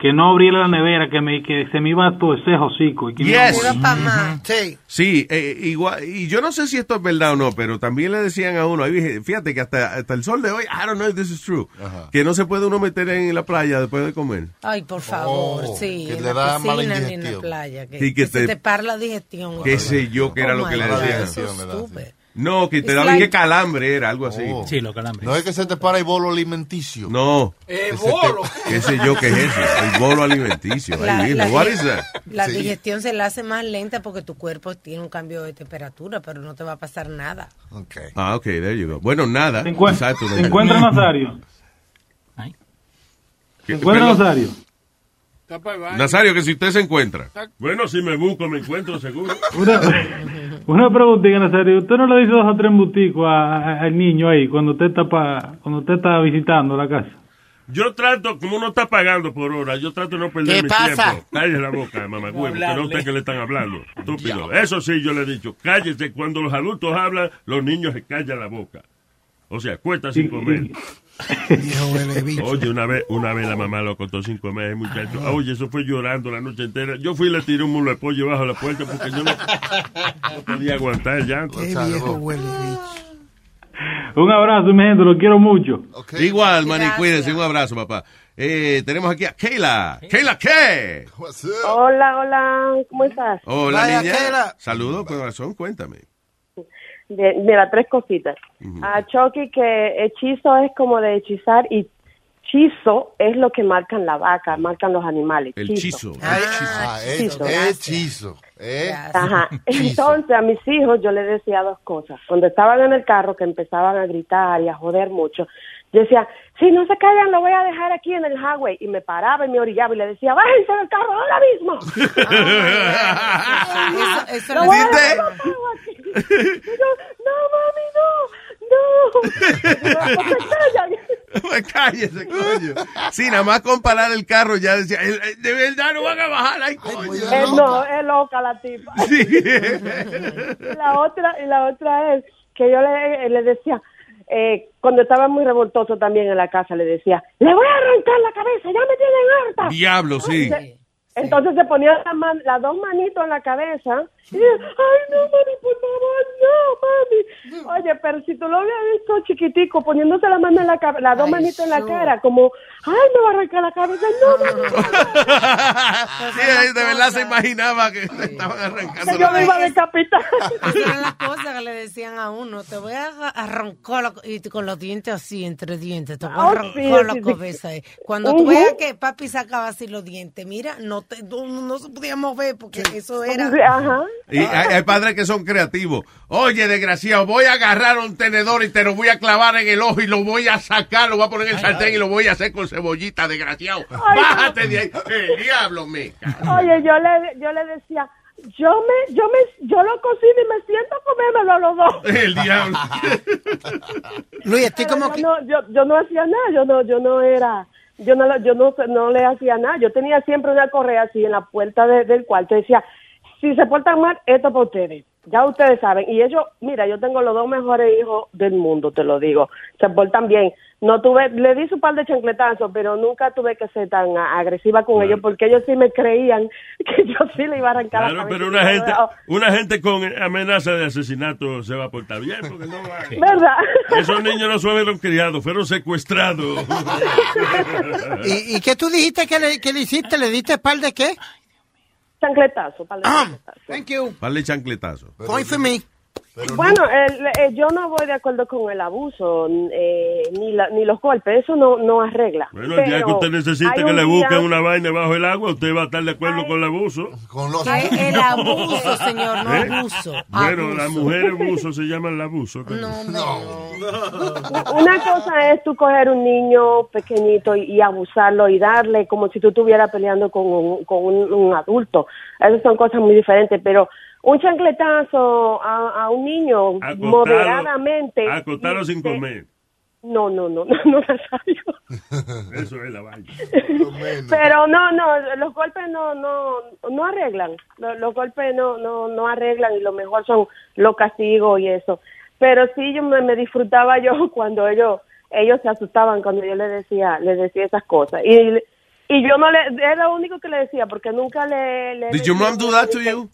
[SPEAKER 20] que no abría la nevera, que me que se me iba todo ese hocico y que me iba a
[SPEAKER 8] Yes.
[SPEAKER 20] morir.
[SPEAKER 13] Sí.
[SPEAKER 8] Sí, eh, igual, y yo no sé si esto es verdad o no, pero también le decían a uno, ahí dije, fíjate que hasta, hasta el sol de hoy, I don't know if this is true, que no se puede uno meter en la playa después de comer.
[SPEAKER 7] Ay, por favor,
[SPEAKER 8] Oh,
[SPEAKER 7] sí.
[SPEAKER 8] que
[SPEAKER 7] en
[SPEAKER 8] le
[SPEAKER 7] la
[SPEAKER 8] da
[SPEAKER 7] piscina
[SPEAKER 8] mala
[SPEAKER 7] ni en la
[SPEAKER 8] ingestión.
[SPEAKER 7] playa. Que,
[SPEAKER 8] Sí, que
[SPEAKER 7] que se
[SPEAKER 8] te-
[SPEAKER 7] te para la digestión.
[SPEAKER 8] Qué sé yo que era
[SPEAKER 7] Oh
[SPEAKER 8] lo que
[SPEAKER 7] my
[SPEAKER 8] le
[SPEAKER 7] God,
[SPEAKER 8] decían.
[SPEAKER 7] eso es estúpido.
[SPEAKER 8] No, que te
[SPEAKER 11] It's
[SPEAKER 8] daba
[SPEAKER 11] like-
[SPEAKER 8] que calambre era, algo así.
[SPEAKER 11] Oh.
[SPEAKER 9] Sí, los calambres.
[SPEAKER 11] No es que se te para el bolo alimenticio.
[SPEAKER 8] No.
[SPEAKER 11] Eh,
[SPEAKER 7] bolo.
[SPEAKER 8] ¿Qué sé yo qué es eso? El bolo alimenticio. Ahí
[SPEAKER 7] La-
[SPEAKER 8] mismo.
[SPEAKER 7] la-
[SPEAKER 8] What is that?
[SPEAKER 7] La
[SPEAKER 8] Sí.
[SPEAKER 7] digestión se la hace más lenta porque tu cuerpo tiene un cambio de temperatura, pero no te va a pasar nada.
[SPEAKER 8] Ah, ok, there you go. Bueno, nada.
[SPEAKER 20] ¿Te encuent-
[SPEAKER 8] Exacto, no
[SPEAKER 20] te encuentra
[SPEAKER 8] entendí.
[SPEAKER 20] Nazario?
[SPEAKER 8] ¿Qué-
[SPEAKER 20] ¿Te encuentra
[SPEAKER 8] perdón?
[SPEAKER 20] Nazario?
[SPEAKER 8] Nazario, que si usted se encuentra.
[SPEAKER 12] Bueno, si me busco, me encuentro seguro.
[SPEAKER 20] Una, una preguntita, Nazario. ¿Usted no le dice dos o tres buticos al niño ahí cuando usted está pa- cuando usted está visitando la casa?
[SPEAKER 12] Yo trato, como uno está pagando por hora, yo trato de no perder
[SPEAKER 20] ¿Qué
[SPEAKER 12] mi
[SPEAKER 20] pasa?
[SPEAKER 12] tiempo. Cállese la boca, mamá
[SPEAKER 20] No
[SPEAKER 12] que no
[SPEAKER 20] hablarle.
[SPEAKER 12] usted que le están hablando. Estúpido. Eso sí, yo le he dicho, cállese. Cuando los adultos hablan, los niños se callan la boca. O sea, cuesta sin comer. Oye, una vez, una vez la mamá lo contó sin comer, el muchacho. Ah, Oye, eso fue llorando la noche entera. Yo fui y le tiré un mulo de pollo bajo la puerta porque yo no, no podía aguantar el llanto.
[SPEAKER 20] Un abrazo, mi gente. Lo quiero mucho.
[SPEAKER 8] Igual, Manny, cuídense. Un abrazo, papá. Eh, tenemos aquí a Keila. ¿Keila qué?
[SPEAKER 21] Hola, hola, ¿cómo estás?
[SPEAKER 8] Hola, niña. Saludos, corazón, cuéntame.
[SPEAKER 21] De- mira, tres cositas. A Chucky que hechizo es como de hechizar y hechizo es lo que marcan la vaca, marcan los animales.
[SPEAKER 11] El chizo.
[SPEAKER 21] chizo.
[SPEAKER 11] Ah, hechizo.
[SPEAKER 21] Hechizo.
[SPEAKER 11] Hechizo. ¿eh?
[SPEAKER 21] Ajá. Entonces a mis hijos yo les decía dos cosas. Cuando estaban en el carro que empezaban a gritar y a joder mucho, yo decía, si no se callan lo voy a dejar aquí en el highway. Y me paraba y me orillaba y le decía, bájense del carro ahora mismo.
[SPEAKER 7] Eso, eso
[SPEAKER 21] Lo
[SPEAKER 7] no
[SPEAKER 21] voy a
[SPEAKER 7] es-
[SPEAKER 21] dejar botado aquí. Y yo, no, mami, no, no. No, se callan.
[SPEAKER 8] Cállese, coño. Sí, nada más con parar el carro ya decía, "Eh, eh, de verdad no van a bajar. Ay, coño.
[SPEAKER 21] Eh, no, es loca la tipa. Y la otra, y la otra es que yo le, le decía, eh, cuando estaba muy revoltoso también en la casa, le decía, le voy a arrancar la cabeza, ya me tienen harta.
[SPEAKER 8] Diablo, sí.
[SPEAKER 21] Se- Entonces se ponía la man- las dos manitos en la cabeza y decía, ay no, mami, por favor, no, mami. Oye, pero si tú lo hubieras visto chiquitico, poniéndose la mano en la cabeza, las dos manitos en la cara, como, ay, me va a arrancar la cabeza, no, mami, no, mami".
[SPEAKER 8] Sí, de verdad se imaginaba que le estaban arrancando.
[SPEAKER 21] Que yo me iba a decapitar.
[SPEAKER 7] Esas eran las cosas que le decían a uno. Te voy a arran- arrancar la- y con los dientes así, entre dientes. Te voy a
[SPEAKER 21] Ah,
[SPEAKER 7] arrancar
[SPEAKER 21] sí,
[SPEAKER 7] la
[SPEAKER 21] sí, sí.
[SPEAKER 7] cabeza. eh. Cuando tú
[SPEAKER 21] Ujú.
[SPEAKER 7] veas que papi sacaba así los dientes, mira, no, te, no, no se podía mover porque eso era... Ah,
[SPEAKER 21] Ajá.
[SPEAKER 8] Y ah, hay, hay padres que son creativos. Oye, desgraciado, voy a agarrar un tenedor y te lo voy a clavar en el ojo y lo voy a sacar, lo voy a poner en el sartén y lo voy a hacer con cebollita, desgraciado.
[SPEAKER 21] Ay,
[SPEAKER 8] Bájate de ahí. El diablo, me cago.
[SPEAKER 21] Oye, yo le, yo le decía, yo me, yo me, yo lo cocino y me siento a comérmelo a los dos.
[SPEAKER 8] El diablo.
[SPEAKER 21] Luis, estoy como yo, no, yo, yo no hacía nada, yo no, yo no era, yo no, lo- yo no, no le hacía nada. Yo tenía siempre una correa así en la puerta de- del cuarto y decía, si se portan mal, esto para ustedes. Ya ustedes saben. Y ellos, mira, yo tengo los dos mejores hijos del mundo, te lo digo. Se portan bien. No tuve, le di su par de chancletazos, pero nunca tuve que ser tan a- agresiva con ellos porque ellos sí me creían que yo sí le iba a arrancar la
[SPEAKER 12] Claro,
[SPEAKER 21] cabeza.
[SPEAKER 12] pero una gente,
[SPEAKER 21] Oh.
[SPEAKER 12] una gente con amenaza de asesinato se va a portar bien. Porque no va.
[SPEAKER 21] ¿Verdad?
[SPEAKER 12] Esos niños no fueron criados, fueron secuestrados.
[SPEAKER 13] ¿Y, y qué tú dijiste que le, que le hiciste? ¿Le diste par de qué?
[SPEAKER 21] Chancletazo, par de
[SPEAKER 13] chancletazo. Thank you.
[SPEAKER 8] Vale chancletazo.
[SPEAKER 13] Point Ah, for me.
[SPEAKER 21] Bueno, el- eh, yo no voy de acuerdo con el abuso eh, ni, la- ni los golpes, eso no, no arregla.
[SPEAKER 12] Bueno, el día
[SPEAKER 21] Pero
[SPEAKER 12] que usted necesite
[SPEAKER 21] hay
[SPEAKER 12] que
[SPEAKER 21] un
[SPEAKER 12] le
[SPEAKER 21] día-
[SPEAKER 12] busquen una vaina bajo el agua, usted va a estar de acuerdo con el abuso.
[SPEAKER 7] Que el abuso, señor, no
[SPEAKER 12] ¿Eh?
[SPEAKER 7] abuso.
[SPEAKER 12] Bueno,
[SPEAKER 7] abuso.
[SPEAKER 12] las mujeres abuso se llaman el abuso. coño.
[SPEAKER 21] Una cosa es tú coger un niño pequeñito y, y abusarlo y darle como si tú estuvieras peleando con, un, con un, un adulto. Esas son cosas muy diferentes, pero un chancletazo a, a un niño
[SPEAKER 12] Acostado-
[SPEAKER 21] moderadamente...
[SPEAKER 12] Acostado sin comer.
[SPEAKER 21] No, no, no, no, no, Nazario.
[SPEAKER 12] Eso es la vaina.
[SPEAKER 21] Pero no, no, los golpes no, no, no arreglan. Lo- Los, golpes no, no, no arreglan y lo mejor son los castigos y eso. Pero sí, yo me, me disfrutaba yo cuando ellos, ellos se asustaban cuando yo les decía, les decía esas cosas. Y, y yo no le, es lo único que le decía porque nunca le. le
[SPEAKER 8] Did your mom do that to you?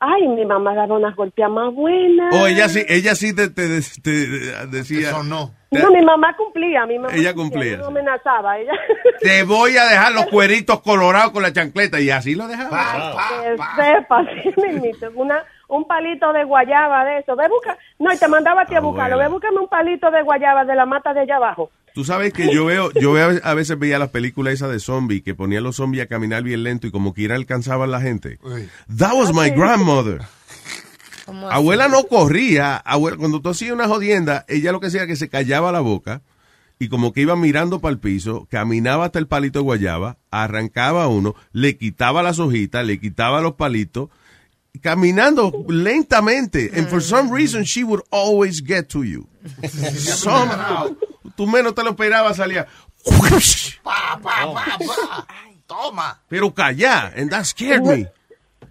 [SPEAKER 21] Ay, mi mamá daba unas golpeas más buenas.
[SPEAKER 8] O ella sí, ella sí te, te- te decía. no.
[SPEAKER 21] No, mi mamá cumplía, mi mamá.
[SPEAKER 8] Ella cumplía,
[SPEAKER 21] No
[SPEAKER 8] sí.
[SPEAKER 21] amenazaba, ella.
[SPEAKER 8] Te voy a dejar los cueritos colorados con la chancleta y así lo dejaba.
[SPEAKER 21] Que sepa, sí, me imito. Una, un palito de guayaba de eso. Ve busca, no, y te mandaba a ti a buscarlo. Ve búscame un palito de guayaba de la mata de allá abajo.
[SPEAKER 8] Tú sabes que yo veo, yo veo- a veces veía las películas esas de zombies que ponían los zombies a caminar bien lento y como quiera alcanzaban la gente. That was my grandmother.
[SPEAKER 11] Ah,
[SPEAKER 8] Abuela no corría. Abuela, cuando tú hacías una jodienda, ella lo que hacía era que se callaba la boca y como que iba mirando para el piso, caminaba hasta el palito de guayaba, arrancaba uno, le quitaba las hojitas, le quitaba los palitos, caminando lentamente. And for some reason, she would always get to you. Somehow. Tú menos te lo esperabas, salía.
[SPEAKER 11] Pa, pa, pa, pa. Toma.
[SPEAKER 8] Pero callá. And that scared me.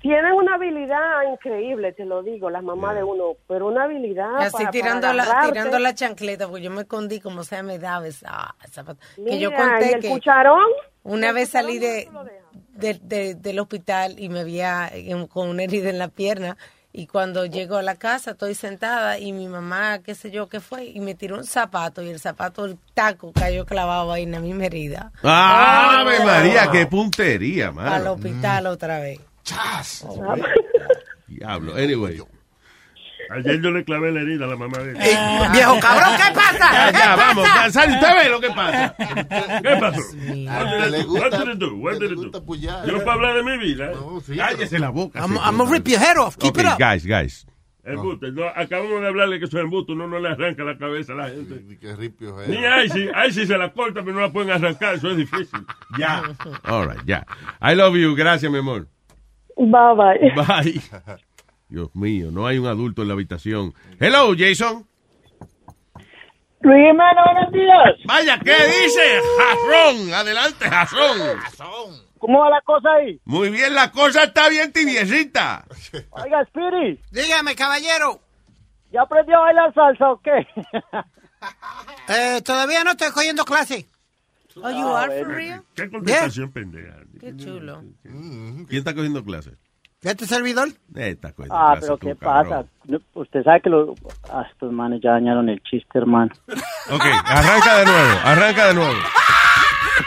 [SPEAKER 21] Tienen una habilidad increíble, te lo digo, las mamás de uno, pero una habilidad.
[SPEAKER 7] Así
[SPEAKER 21] Ah, para- para
[SPEAKER 7] tirando, la,
[SPEAKER 21] agarrarte.
[SPEAKER 7] tirando la chancleta, porque yo me escondí como sea me daba esa, esa pat- que yo
[SPEAKER 21] Mira, ¿y
[SPEAKER 7] conté
[SPEAKER 21] el
[SPEAKER 7] que
[SPEAKER 21] cucharón?
[SPEAKER 7] una
[SPEAKER 21] ¿El
[SPEAKER 7] vez
[SPEAKER 21] cucharón
[SPEAKER 7] salí
[SPEAKER 21] dónde
[SPEAKER 7] de, del- de- del hospital y me había en- con una herida en la pierna y cuando llego a la casa estoy sentada y mi mamá, qué sé yo qué fue, y me tiró un zapato y el zapato, el taco cayó clavado ahí en la misma herida.
[SPEAKER 8] ¡Ave
[SPEAKER 7] Ah.
[SPEAKER 8] María! ¡Qué puntería,
[SPEAKER 7] Al
[SPEAKER 8] mano!
[SPEAKER 7] hospital otra vez.
[SPEAKER 8] Diablo. Anyway.
[SPEAKER 12] Ayer yo le clavé la herida a la mamá de
[SPEAKER 13] viejo cabrón, ¿qué pasa?
[SPEAKER 8] Ya,
[SPEAKER 13] ¿Qué pasa?
[SPEAKER 8] ya, vamos. ya, Sal, usted ve lo que pasa.
[SPEAKER 12] ¿Qué pasó?
[SPEAKER 11] Al que le
[SPEAKER 12] What
[SPEAKER 11] gusta- pues,
[SPEAKER 12] did it do? What did it do? Yo no puedo hablar de mi vida.
[SPEAKER 8] Cállese la boca.
[SPEAKER 13] I'm, I'm gonna rip your head off. Keep
[SPEAKER 8] Okay,
[SPEAKER 13] it up.
[SPEAKER 8] guys, Mm. guys.
[SPEAKER 12] Embuste, no, acabamos de hablarle que su embuste uno no le arranca la cabeza a la gente.
[SPEAKER 11] Qué ripio es.
[SPEAKER 12] Ni ahí sí, ahí sí se la corta, pero no la pueden arrancar, eso es difícil.
[SPEAKER 8] Ya. All right, ya. I love you. Gracias, mi amor.
[SPEAKER 21] Bye bye.
[SPEAKER 8] Bye. Dios mío, no hay un adulto en la habitación. Hello, Jason.
[SPEAKER 22] Luis Mano, buenos días.
[SPEAKER 8] Vaya, ¿qué dice? Jarrón, adelante, jarrón.
[SPEAKER 22] ¿Cómo va la cosa ahí?
[SPEAKER 8] Muy bien, la cosa está bien tibiecita.
[SPEAKER 22] Oiga, Spiri,
[SPEAKER 13] Dígame, caballero.
[SPEAKER 22] ¿ya aprendió a bailar salsa o qué?
[SPEAKER 13] Eh, todavía no estoy cogiendo clase.
[SPEAKER 7] Oh, you
[SPEAKER 22] Ah,
[SPEAKER 7] are for real?
[SPEAKER 12] Qué contestación pendeja.
[SPEAKER 7] Qué chulo.
[SPEAKER 8] ¿Quién está cogiendo clases?
[SPEAKER 13] ¿Este servidor?
[SPEAKER 8] Eh, está cogiendo
[SPEAKER 22] Ah,
[SPEAKER 8] clases
[SPEAKER 22] pero
[SPEAKER 8] tú,
[SPEAKER 22] ¿qué
[SPEAKER 8] cabrón.
[SPEAKER 22] pasa? No, Usted sabe que los... Ah, estos manes ya dañaron el chiste, hermano.
[SPEAKER 8] Ok, arranca de nuevo, arranca de nuevo.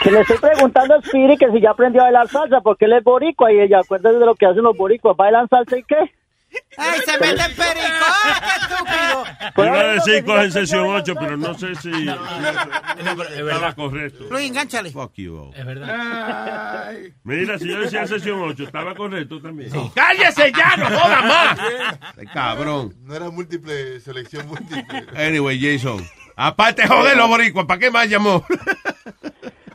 [SPEAKER 22] Que le estoy preguntando a Spiri que si ya aprendió a bailar salsa, porque él es boricua y ella, acuérdese de lo que hacen los boricuas, bailan salsa y qué.
[SPEAKER 13] ¡Ey, se mete en perico! ¡Ah, qué estúpido!
[SPEAKER 12] Iba a decir cogen sesión 8, pero no sé si estaba correcto.
[SPEAKER 13] Luis, engánchale.
[SPEAKER 8] Fuck you all.
[SPEAKER 9] Es verdad.
[SPEAKER 12] Mira, si yo decía sesión 8, estaba correcto también.
[SPEAKER 8] ¡Cállese ya, no joda más! Ay, Eh, Cabrón.
[SPEAKER 11] No era múltiple, selección múltiple.
[SPEAKER 8] Anyway, Jason. Aparte, joder, los boricuas, ¿para qué más llamó?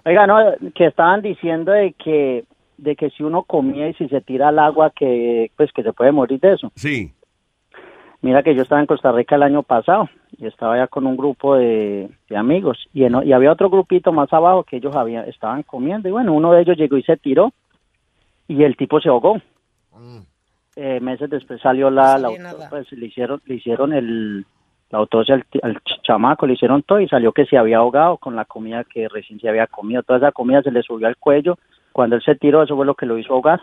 [SPEAKER 22] Oiga, no, que estaban diciendo de que de que si uno comía y si se tira al agua que pues que se puede morir de eso.
[SPEAKER 8] Sí.
[SPEAKER 22] Mira que yo estaba en Costa Rica el año pasado y estaba allá con un grupo de, de amigos y, en- y había otro grupito más abajo que ellos habían estaban comiendo y bueno, uno de ellos llegó y se tiró y el tipo se ahogó. Eh, meses después salió la, la auto- pues, le hicieron le hicieron el la autopsia al, ti- al ch- chamaco, le hicieron todo y salió que se había ahogado con la comida que recién se había comido. Toda esa comida se le subió al cuello. Cuando él se tiró, eso fue lo que lo hizo ahogar.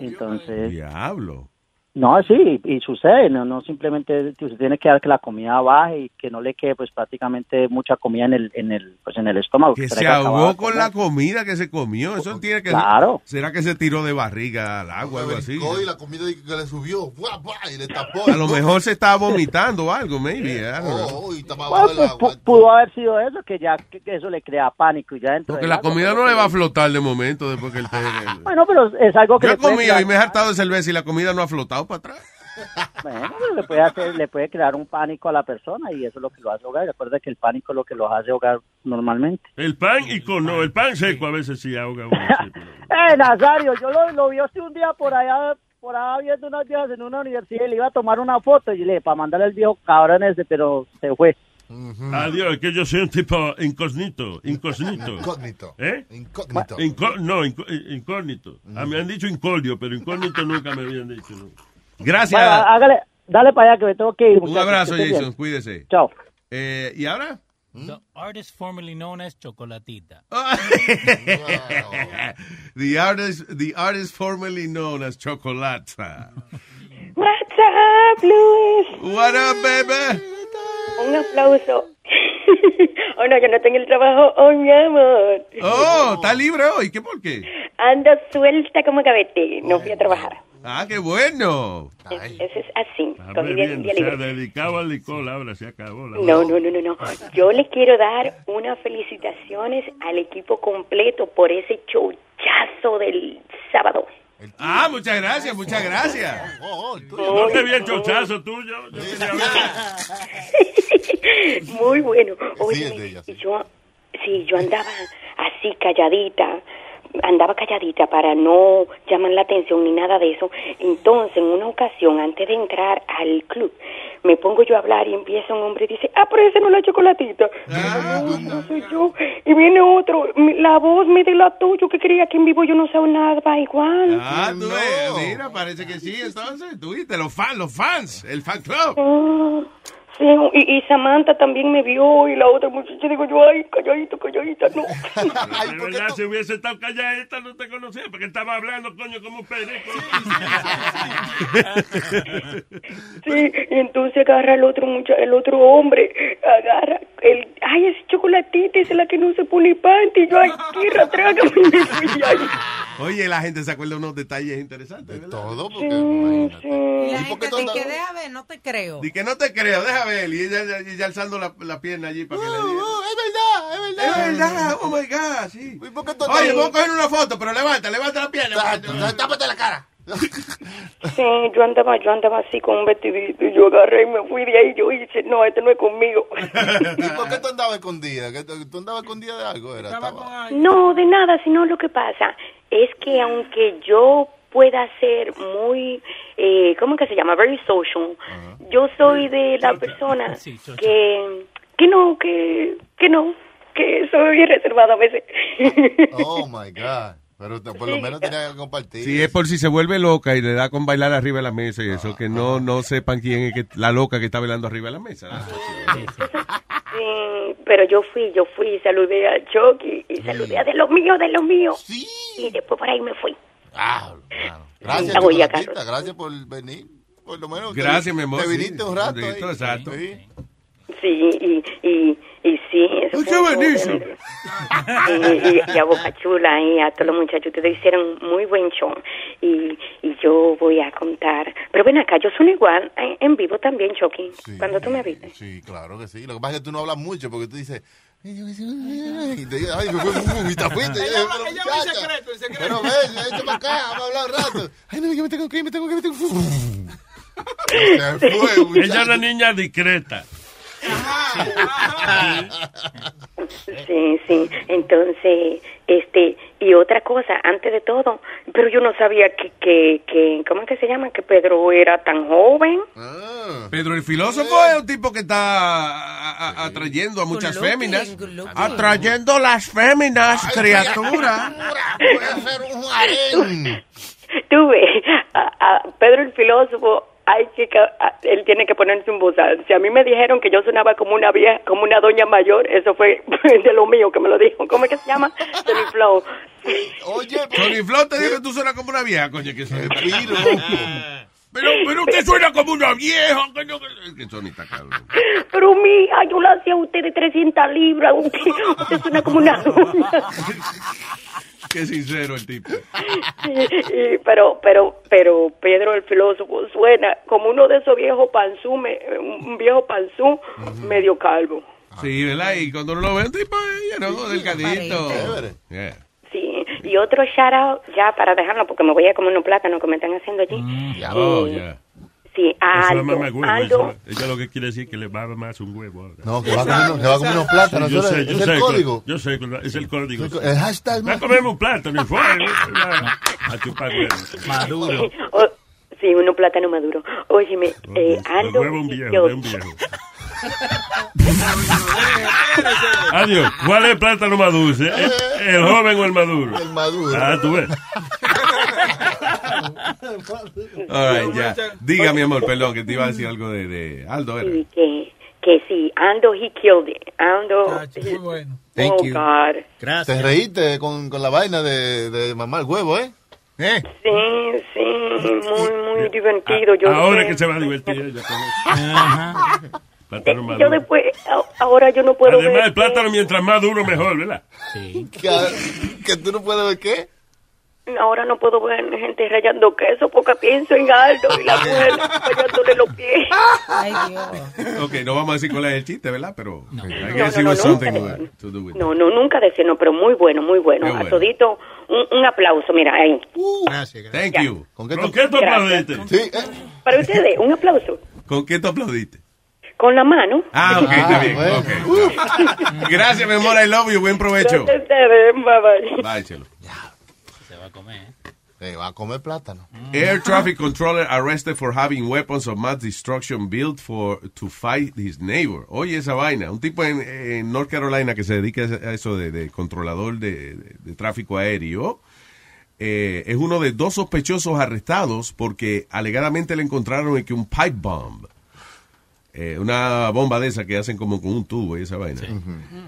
[SPEAKER 22] Entonces,
[SPEAKER 8] Diablo.
[SPEAKER 22] no, sí, y sucede, no, no simplemente usted tiene que dar que la comida baje y que no le quede pues prácticamente mucha comida en el en el pues en el estómago.
[SPEAKER 8] Que
[SPEAKER 22] Será
[SPEAKER 8] se
[SPEAKER 22] acababa
[SPEAKER 8] ahogó con
[SPEAKER 22] de comer.
[SPEAKER 8] la comida que se comió. Eso tiene que
[SPEAKER 22] Claro.
[SPEAKER 8] ¿Será que se tiró de barriga al agua o algo así?
[SPEAKER 11] Brincó y la comida que le subió, ¡buah, buah! y le tapó.
[SPEAKER 8] A lo mejor se estaba vomitando o algo, maybe. I don't know.
[SPEAKER 11] Oh, y tapaba
[SPEAKER 22] Bueno,
[SPEAKER 11] el
[SPEAKER 22] pues,
[SPEAKER 11] agua.
[SPEAKER 22] pu- pudo haber sido eso que ya que que eso le crea pánico y ya dentro.
[SPEAKER 8] Porque
[SPEAKER 22] del
[SPEAKER 8] la
[SPEAKER 22] agua,
[SPEAKER 8] comida
[SPEAKER 22] pero-
[SPEAKER 8] no le va a flotar de momento después que el té.
[SPEAKER 22] Bueno, pero es algo que
[SPEAKER 8] Yo
[SPEAKER 22] le
[SPEAKER 8] he
[SPEAKER 22] puede
[SPEAKER 8] comido
[SPEAKER 22] crear-
[SPEAKER 8] y me he hartado de cerveza y la comida no ha flotado para atrás.
[SPEAKER 22] Bueno, pero le puede, hacer, le puede crear un pánico a la persona y eso es lo que lo hace ahogar. Recuerda que el pánico es lo que los hace ahogar normalmente.
[SPEAKER 12] El pan y con no, el pan seco a veces sí ahoga uno. sí, pero-
[SPEAKER 22] Eh, Nazario, yo lo, lo vi usted un día por allá por allá viendo unas viejas en una universidad y le iba a tomar una foto y le para mandarle al viejo cabrón ese, pero se fue.
[SPEAKER 12] Adiós, es que yo soy un tipo incógnito, incógnito.
[SPEAKER 11] Incógnito.
[SPEAKER 12] ¿Eh?
[SPEAKER 11] Incógnito.
[SPEAKER 12] Incó- no, incó- incógnito. Ah, me han dicho incordio, pero incógnito nunca me habían dicho. ¿no?
[SPEAKER 8] Gracias.
[SPEAKER 22] Bueno, hágale, dale para allá que me tengo que ir.
[SPEAKER 8] Un
[SPEAKER 22] muchachos,
[SPEAKER 8] abrazo,
[SPEAKER 22] que esté bien.
[SPEAKER 8] Jason. Cuídese.
[SPEAKER 22] Chao.
[SPEAKER 8] Eh, ¿Y ahora?
[SPEAKER 11] ¿Mm?
[SPEAKER 9] The artist formerly known as Chocolatita.
[SPEAKER 8] the artist, the artist formerly known as Chocolata.
[SPEAKER 23] What's up, Luis?
[SPEAKER 8] What up, baby?
[SPEAKER 23] Un aplauso. oh, no, yo no tengo el trabajo hoy, mi amor.
[SPEAKER 8] Oh, está libre Oh, hoy. ¿Qué por qué?
[SPEAKER 23] Ando suelta como cabete. No fui a trabajar.
[SPEAKER 8] Ah, qué bueno.
[SPEAKER 23] Es- Eso es así,
[SPEAKER 8] Ah,
[SPEAKER 12] Está
[SPEAKER 23] comida en
[SPEAKER 12] bebiendo,
[SPEAKER 23] día
[SPEAKER 12] se ha
[SPEAKER 23] libre.
[SPEAKER 12] dedicado al licor, ahora se acabó la
[SPEAKER 23] No, no, no, no, no. Yo le quiero dar unas felicitaciones al equipo completo por ese showchazo del sábado.
[SPEAKER 8] Ah, muchas gracias, muchas gracias.
[SPEAKER 12] No te vi el chochazo tuyo. Yo quería ver.
[SPEAKER 23] Muy bueno.
[SPEAKER 12] Sí, es de
[SPEAKER 23] Oye,
[SPEAKER 12] ella,
[SPEAKER 23] yo, sí, yo andaba así calladita, andaba calladita para no llamar la atención ni nada de eso. Entonces, en una ocasión, antes de entrar al club, me pongo yo a hablar y empieza un hombre y dice, ah, pero ese no es la chocolatita.
[SPEAKER 12] Ah,
[SPEAKER 23] No, no soy yo. Y viene otro, mi- la voz me delató, yo que creía que en vivo yo no sabía igual.
[SPEAKER 8] Ah, tú ves, mira, parece que sí, entonces, tú viste, los fans, los fans, el fan club.
[SPEAKER 23] Ah, Sí, y, y Samantha también me vio y la otra muchacha digo yo, ay, calladito, calladita, no.
[SPEAKER 12] De verdad, si hubiese estado calladita, no te conocía, porque estaba hablando, coño, como un perico.
[SPEAKER 23] Sí, y entonces agarra el otro mucha, el otro hombre, agarra el, ay, es chocolatita, es la que no se pone panty, y yo aquí trágame. Y ahí,
[SPEAKER 8] Oye, la gente se acuerda de unos detalles interesantes. De todo,
[SPEAKER 7] Y la
[SPEAKER 8] ¿Y por qué
[SPEAKER 7] gente
[SPEAKER 8] tú
[SPEAKER 7] te
[SPEAKER 8] andas-
[SPEAKER 7] que deja ver, no te creo.
[SPEAKER 8] Y que no te creo, déjame ver. Y ella, ella- ella alzando la, la pierna allí para que le diga.
[SPEAKER 11] es verdad,
[SPEAKER 8] es verdad. Oh my God, sí. Oye,
[SPEAKER 11] Oye,
[SPEAKER 8] vamos a coger una foto, pero levanta, levanta la pierna. Tápate la cara.
[SPEAKER 23] Sí, yo andaba, yo andaba así con un vestidito, y yo agarré y me fui de ahí, yo hice, no, este no es conmigo.
[SPEAKER 11] ¿Y por qué tú andabas escondida? ¿Qué- ¿Tú andabas escondida de algo? Era, estaba...
[SPEAKER 23] No, de nada, sino lo que pasa es que aunque yo pueda ser muy, eh, ¿cómo que se llama? Very social. Yo soy de la persona que, que no, que, que no, que soy reservada a veces.
[SPEAKER 11] Oh, my God. Pero te- por lo menos tenía que compartir.
[SPEAKER 8] Sí, es por si se vuelve loca y le da con bailar arriba de la mesa y eso, que no, no sepan quién es que, la loca que está bailando arriba de la mesa.
[SPEAKER 23] Sí, pero yo fui, yo fui, saludé a Chucky y saludé a de lo mío, de lo mío. Y después por ahí me fui.
[SPEAKER 11] Ah, Gracias,
[SPEAKER 23] La voy a
[SPEAKER 11] chocolatita, Gracias por venir. Por lo menos te-
[SPEAKER 8] Gracias, mi amor,
[SPEAKER 11] Te
[SPEAKER 8] sí.
[SPEAKER 11] viniste un rato.
[SPEAKER 8] Sí,
[SPEAKER 11] ahí.
[SPEAKER 8] exacto.
[SPEAKER 11] Sí.
[SPEAKER 23] Sí, y, y, y sí. eso fue un- y, y- y a Boca Chula y a todos los muchachos, ustedes hicieron muy buen show. Y, y yo voy a contar. Pero ven acá, yo sueno igual en, en vivo también, Chucky, cuando tú me viste.
[SPEAKER 11] Sí, claro que sí. Lo que pasa es que tú no hablas mucho porque tú dices. Y te digo, ay, me fue muy te fuiste.
[SPEAKER 4] Ella habla- ella habla en secreto, en secreto.
[SPEAKER 11] Pero ven, échame para acá, vamos a hablar un rato. Ay, no, yo me tengo que ir, me tengo que ir, me tengo que ir. Se fue, muchacho.
[SPEAKER 12] Ella es una niña discreta.
[SPEAKER 23] Sí, sí. Entonces, este, y otra cosa, antes de todo, pero yo no sabía que, que, que ¿cómo es que se llama? Que Pedro era tan joven.
[SPEAKER 8] Pedro el filósofo es un tipo que está a- a- a- atrayendo a muchas
[SPEAKER 23] Good looking,
[SPEAKER 8] féminas.
[SPEAKER 23] good looking.
[SPEAKER 8] Atrayendo las féminas, criatura.
[SPEAKER 23] Tú ves, a, a Pedro el filósofo, hay que, ca- a- él tiene que ponerse un bozal. Si a mí me dijeron que yo sonaba como una vieja, como una doña mayor, eso fue de lo mío que me lo dijo. ¿Cómo es que se llama? De mi flow.
[SPEAKER 11] Oye,
[SPEAKER 8] Tony Flow te dijo que tú suenas como una vieja, coño, que eso es- Pero, pero usted suena como una vieja, coño. que- Que Tony está cabrón.
[SPEAKER 23] Pero mija, yo la hacía a usted de 300 libras. Usted, usted suena como una doña.
[SPEAKER 8] Qué sincero el tipo.
[SPEAKER 23] Y- y- pero, pero, pero Pedro el filósofo suena como uno de esos viejos panzú, me- un un viejo panzú medio calvo.
[SPEAKER 8] Sí, ¿verdad? Y cuando uno lo ve, un tipo, eh, ¿no? delgadito. Yeah.
[SPEAKER 23] Sí, y otro shout out, ya para dejarlo, porque me voy a comer unos plátanos que me están haciendo allí.
[SPEAKER 12] Oh,
[SPEAKER 23] Eh,
[SPEAKER 12] ya.
[SPEAKER 23] Sí, a
[SPEAKER 12] Eso es
[SPEAKER 23] Aldo,
[SPEAKER 12] mamá huevo.
[SPEAKER 23] Aldo,
[SPEAKER 12] eso- Ella lo que quiere decir es que le va más un huevo ahora.
[SPEAKER 11] No, que va a comer unos- que va a comer unos plátanos,
[SPEAKER 12] Yo
[SPEAKER 11] eso
[SPEAKER 12] sé,
[SPEAKER 11] es-
[SPEAKER 12] yo
[SPEAKER 11] es el
[SPEAKER 12] sé,
[SPEAKER 11] código.
[SPEAKER 12] Yo sé, es el código.
[SPEAKER 11] el hashtag
[SPEAKER 12] Va a comer un plátano y fue. va A chupar huevo.
[SPEAKER 23] Maduro. o- Oh, sí, unos plátanos maduros. Óyeme, eh,
[SPEAKER 12] El
[SPEAKER 23] Aldo,
[SPEAKER 12] huevo un viejo,
[SPEAKER 23] yo-
[SPEAKER 12] de un viejo. Adiós. ¿Cuál es el plátano más dulce? ¿El, el joven o el maduro?
[SPEAKER 11] El maduro.
[SPEAKER 12] Ah, tú ves.
[SPEAKER 8] All right, ya. Diga, mi amor, perdón, que te iba a decir algo de, de Aldo. Era.
[SPEAKER 23] sí, que, que sí, Aldo, he killed it. Aldo, he- oh, God.
[SPEAKER 11] Te reíste con, con la vaina de, de mamá el huevo, ¿eh? ¿Eh?
[SPEAKER 23] Sí, sí, muy, muy divertido. Yo
[SPEAKER 12] Ahora
[SPEAKER 23] sé.
[SPEAKER 12] que se va a divertir ella con eso. Plátano
[SPEAKER 23] Yo
[SPEAKER 12] maduro.
[SPEAKER 23] después, a- ahora yo no puedo ver.
[SPEAKER 12] Además, el plátano mientras más duro, mejor, ¿verdad?
[SPEAKER 11] ¿Que, que tú no puedes ver qué?
[SPEAKER 23] ahora no puedo ver gente rayando queso porque pienso en Aldo y la mujer rayándole los pies. Ay, Dios.
[SPEAKER 8] Ok, no vamos a decir cuál es el chiste, ¿verdad? Pero I
[SPEAKER 23] No,
[SPEAKER 8] guess
[SPEAKER 23] no,
[SPEAKER 8] it
[SPEAKER 23] no,
[SPEAKER 8] was something
[SPEAKER 23] nunca.
[SPEAKER 8] with- to do with
[SPEAKER 23] No, no, nunca decía no, pero muy bueno, muy bueno.
[SPEAKER 8] Qué bueno.
[SPEAKER 23] A todito, un, un aplauso, mira, ahí.
[SPEAKER 10] Uh.
[SPEAKER 8] Gracias, gracias. Thank you. ¿Con qué, este?
[SPEAKER 23] ¿Con qué tú Gracias.
[SPEAKER 8] aplaudiste?
[SPEAKER 23] Para ustedes, un aplauso.
[SPEAKER 8] ¿Con qué tú aplaudiste?
[SPEAKER 23] Con la mano.
[SPEAKER 8] Ah, Uh. ok, Pues está bien. ok. Gracias, mi amor. I love you. Buen provecho.
[SPEAKER 23] Gracias a ustedes, bye, bye.
[SPEAKER 8] Bye, Chelo.
[SPEAKER 11] Se va a comer plátano.
[SPEAKER 8] Air traffic controller arrested for having weapons of mass destruction built for to fight his neighbor. Oye, esa vaina. Un tipo en, en North Carolina que se dedica a eso de, de controlador de, de- de tráfico aéreo eh, es uno de dos sospechosos arrestados porque alegadamente le encontraron que un pipe bomb, eh, una bomba de esa que hacen como con un tubo y esa vaina.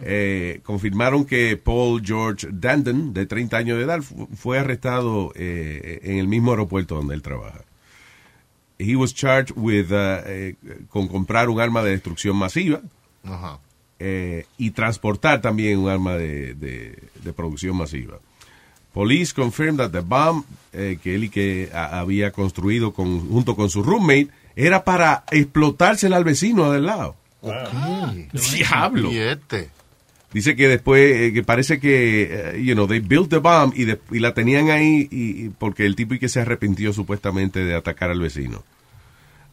[SPEAKER 8] Eh, confirmaron que Paul George Danden, de 30 años de edad, fu- fue arrestado eh, en el mismo aeropuerto donde él trabaja. He was charged with, uh, eh, con comprar un arma de destrucción masiva
[SPEAKER 11] Ajá.
[SPEAKER 8] eh, y transportar también un arma de, de- de producción masiva. Police confirmed that the bomb eh, que él y que a- había construido con- junto con su roommate era para explotársela al vecino del lado. Diablo.
[SPEAKER 11] este,
[SPEAKER 8] Dice que después, eh, que parece que, eh, you know, they built the bomb y, de- y la tenían ahí y, y porque el tipo y que se arrepintió supuestamente de atacar al vecino.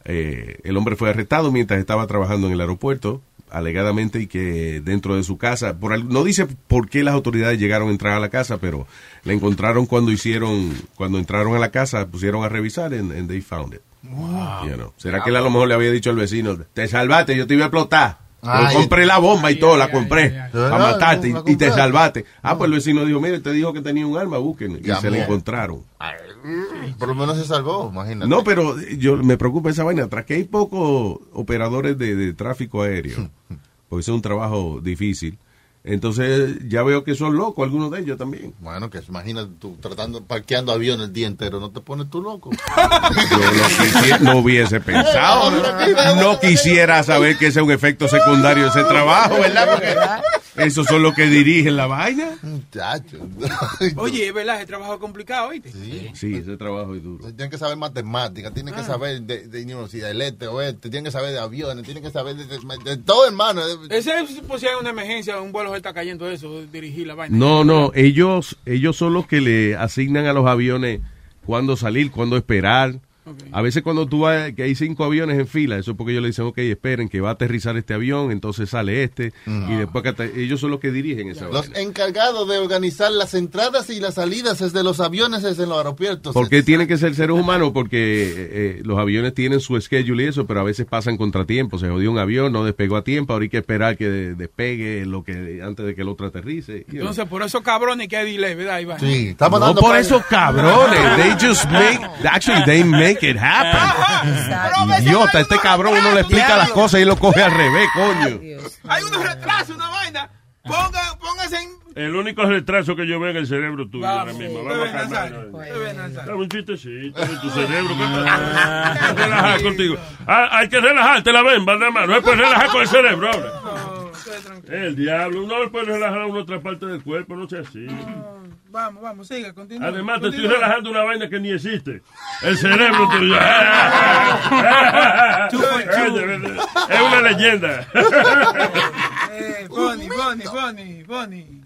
[SPEAKER 8] Eh, el hombre fue arrestado mientras estaba trabajando en el aeropuerto, alegadamente, y que dentro de su casa, por al- no dice por qué las autoridades llegaron a entrar a la casa, pero la encontraron cuando hicieron, cuando entraron a la casa, pusieron a revisar and, and they found it.
[SPEAKER 11] Ah.
[SPEAKER 8] You know. ¿Será que él a lo mejor le había dicho al vecino, te salvaste, yo te iba a explotar? Yo
[SPEAKER 11] Ay.
[SPEAKER 8] compré la bomba y todo, la compré para
[SPEAKER 11] Ah,
[SPEAKER 8] matarte
[SPEAKER 11] la
[SPEAKER 8] y, y te
[SPEAKER 11] compraste.
[SPEAKER 8] salvaste. Ah, pues el vecino dijo, mire, te dijo que tenía un arma, busquen. Y
[SPEAKER 11] Ya,
[SPEAKER 8] se la
[SPEAKER 11] mira.
[SPEAKER 8] encontraron.
[SPEAKER 11] Por lo menos se salvó, imagínate.
[SPEAKER 8] No, pero yo me preocupa esa vaina. Tras que hay pocos operadores de, de tráfico aéreo, porque eso es un trabajo difícil. Entonces ya veo que son locos algunos de ellos también.
[SPEAKER 11] Bueno, que imagínate tú tratando, parqueando aviones el día entero, no te pones tú loco.
[SPEAKER 8] Yo lo quisi- no hubiese pensado. ¿no? No quisiera saber que ese es un efecto secundario de ese trabajo, ¿verdad? Porque esos son los que dirigen la vaina.
[SPEAKER 11] Muchacho.
[SPEAKER 4] Oye, es verdad, es trabajo complicado, ¿oíste?
[SPEAKER 8] Sí, ese trabajo es duro.
[SPEAKER 11] Tienen que saber matemáticas, tienen
[SPEAKER 4] Ah.
[SPEAKER 11] que saber de, de universidad, del este, oeste, tienen que saber de aviones, tienen que saber de, de- de todo, hermano.
[SPEAKER 4] Ese es por si hay una emergencia, un vuelo se está cayendo eso, dirigir la vaina.
[SPEAKER 8] No, no, ellos, ellos son los que le asignan a los aviones cuándo salir, cuándo esperar. A veces cuando tú vas, que hay cinco aviones en fila, eso es porque ellos le dicen, ok, esperen, que va a aterrizar este avión, entonces sale este, y después que ate- ellos son los que dirigen esa
[SPEAKER 11] Los
[SPEAKER 8] vaina.
[SPEAKER 11] encargados de organizar las entradas y las salidas desde los aviones, desde los aeropuertos.
[SPEAKER 8] ¿Por qué tienen que ser seres humanos? Porque eh, eh, los aviones tienen su schedule y eso, pero a veces pasan contratiempos. Se jodió un avión, no despegó a tiempo, ahora hay que esperar que de- despegue lo que antes de que el otro aterrice. you know.
[SPEAKER 4] Entonces, por esos cabrones que hay delay, ¿verdad, Iván?
[SPEAKER 8] no por esos cabrones. They just make, actually, they make it happen. Idiota, este cabrón uno le explica las cosas y lo coge al revés, coño.
[SPEAKER 4] Hay unos retrasos, una vaina. Ponga, póngase en...
[SPEAKER 12] El único retraso que yo veo en el cerebro tuyo ahora mismo. Vamos a calmarnos. Dame un chistecito de tu cerebro. ¿qué pasa? Hay que relajar contigo. Ah, Hay que relajarte la bemba, nada más. No se puede relajar con el cerebro ahora. El diablo. Uno le puede relajar a una otra parte del cuerpo, no sea así.
[SPEAKER 4] Vamos, vamos, siga, continúa.
[SPEAKER 12] Además, te estoy
[SPEAKER 4] continúa.
[SPEAKER 12] relajando una vaina que ni existe. El cerebro tuyo. ¿eh? Ay, de verdad. Es una leyenda.
[SPEAKER 4] Eh, Bonnie,
[SPEAKER 8] Uh.
[SPEAKER 4] Bonnie, Bonnie, Bonnie.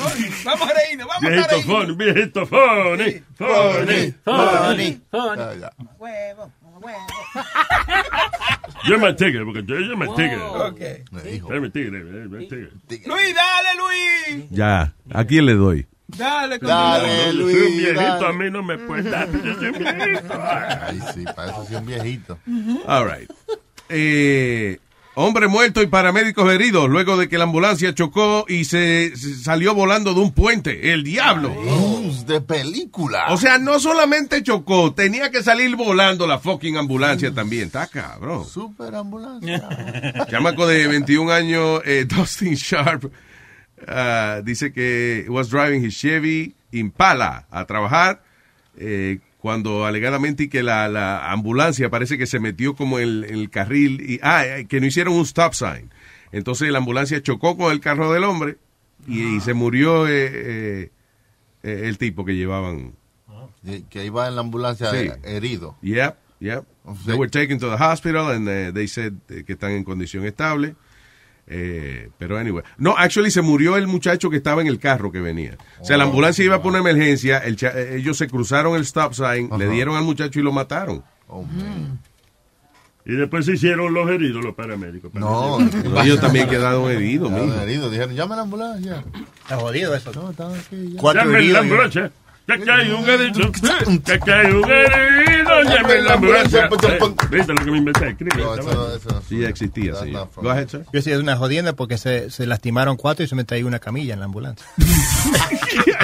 [SPEAKER 4] Bonnie, Vamos a reírnos, vamos a
[SPEAKER 12] Viejito
[SPEAKER 4] reírnos.
[SPEAKER 12] Foni, viejito Foni, Foni, Foni. Yo me tigre, porque yo, yo me tigre.
[SPEAKER 4] Oh, Ok.
[SPEAKER 12] Yo me tigre, yo me tigre.
[SPEAKER 4] Luis, dale, Luis.
[SPEAKER 8] Ya, ¿a quién le doy?
[SPEAKER 4] Dale,
[SPEAKER 11] Dale,
[SPEAKER 12] Yo soy un
[SPEAKER 11] Luis,
[SPEAKER 12] viejito,
[SPEAKER 11] dale.
[SPEAKER 12] a mí no me puede dar, yo soy un viejito.
[SPEAKER 11] Ay, sí, para eso sí un viejito.
[SPEAKER 8] All right. Eh, hombre muerto y paramédicos heridos luego de que la ambulancia chocó y se, se salió volando de un puente. El diablo.
[SPEAKER 11] de película.
[SPEAKER 8] O sea, no solamente chocó, tenía que salir volando la fucking
[SPEAKER 11] Mm.
[SPEAKER 8] ambulancia también. Está cabrón.
[SPEAKER 11] Super ambulancia.
[SPEAKER 8] Chamaco de 21 años, eh, Dustin Sharp, ah, dice que was driving his Chevy Impala a trabajar eh, cuando alegadamente y que la, la ambulancia parece que se metió como en, en el carril y ah, eh, que no hicieron un stop sign. Entonces la ambulancia chocó con el carro del hombre y, y se murió eh, eh, eh, el tipo que llevaban.
[SPEAKER 11] Y- Que iba en la ambulancia
[SPEAKER 8] Sí.
[SPEAKER 11] eh, herido.
[SPEAKER 8] Yep, yep. They were taken to the hospital and eh, they said eh, que están en condición estable. Eh, pero anyway. No, actually se murió el muchacho que estaba en el carro que venía. O sea, la
[SPEAKER 12] Oh,
[SPEAKER 8] ambulancia iba por una emergencia, el cha- eh, ellos se cruzaron el stop sign, le dieron al muchacho y lo mataron.
[SPEAKER 12] Y después se hicieron los heridos, los paramédicos.
[SPEAKER 8] No, ellos también quedaron heridos,
[SPEAKER 11] Quedaron
[SPEAKER 8] mijo.
[SPEAKER 11] heridos. Dijeron, llame a la ambulancia.
[SPEAKER 14] Está jodido eso.
[SPEAKER 11] No, estaba aquí. ya.
[SPEAKER 14] Cuatro
[SPEAKER 12] Llame la
[SPEAKER 14] heridos,
[SPEAKER 12] ambulancia. Ya que hay un herido. Ya que hay un herido. Llame la ambulancia. Eh, ¿Viste lo que me inventé? Escribe.
[SPEAKER 8] Sí, ya existía, sí. Go ahead, sir.
[SPEAKER 14] Yo sí, es una jodienda porque se, se lastimaron cuatro y se me traía una camilla en la ambulancia.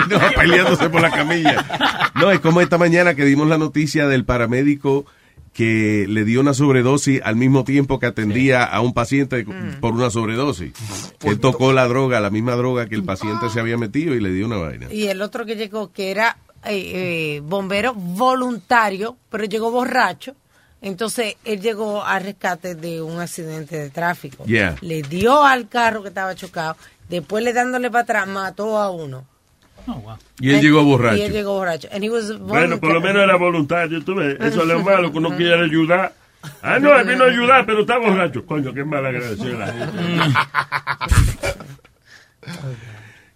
[SPEAKER 8] No, peleándose por la camilla. No, es como esta mañana que dimos la noticia del paramédico que le dio una sobredosis al mismo tiempo que atendía a un paciente por una sobredosis. Él tocó la droga, la misma droga que el paciente se había metido y le dio una vaina.
[SPEAKER 7] Y el otro que llegó, que era eh, eh, bombero voluntario, pero llegó borracho. Entonces él llegó al rescate de un accidente de tráfico.
[SPEAKER 8] Yeah.
[SPEAKER 7] Le dio al carro que estaba chocado. Después le dándole para atrás, mató a uno.
[SPEAKER 8] Y él llegó
[SPEAKER 7] Y él
[SPEAKER 8] borracho.
[SPEAKER 7] llegó borracho. And he was
[SPEAKER 12] Bueno, por lo menos era voluntario, tú ves. Eso es lo malo, que uno quiere ayudar. Ah, no, él vino a ayudar, pero está borracho. Coño, qué mal agradecido la gente.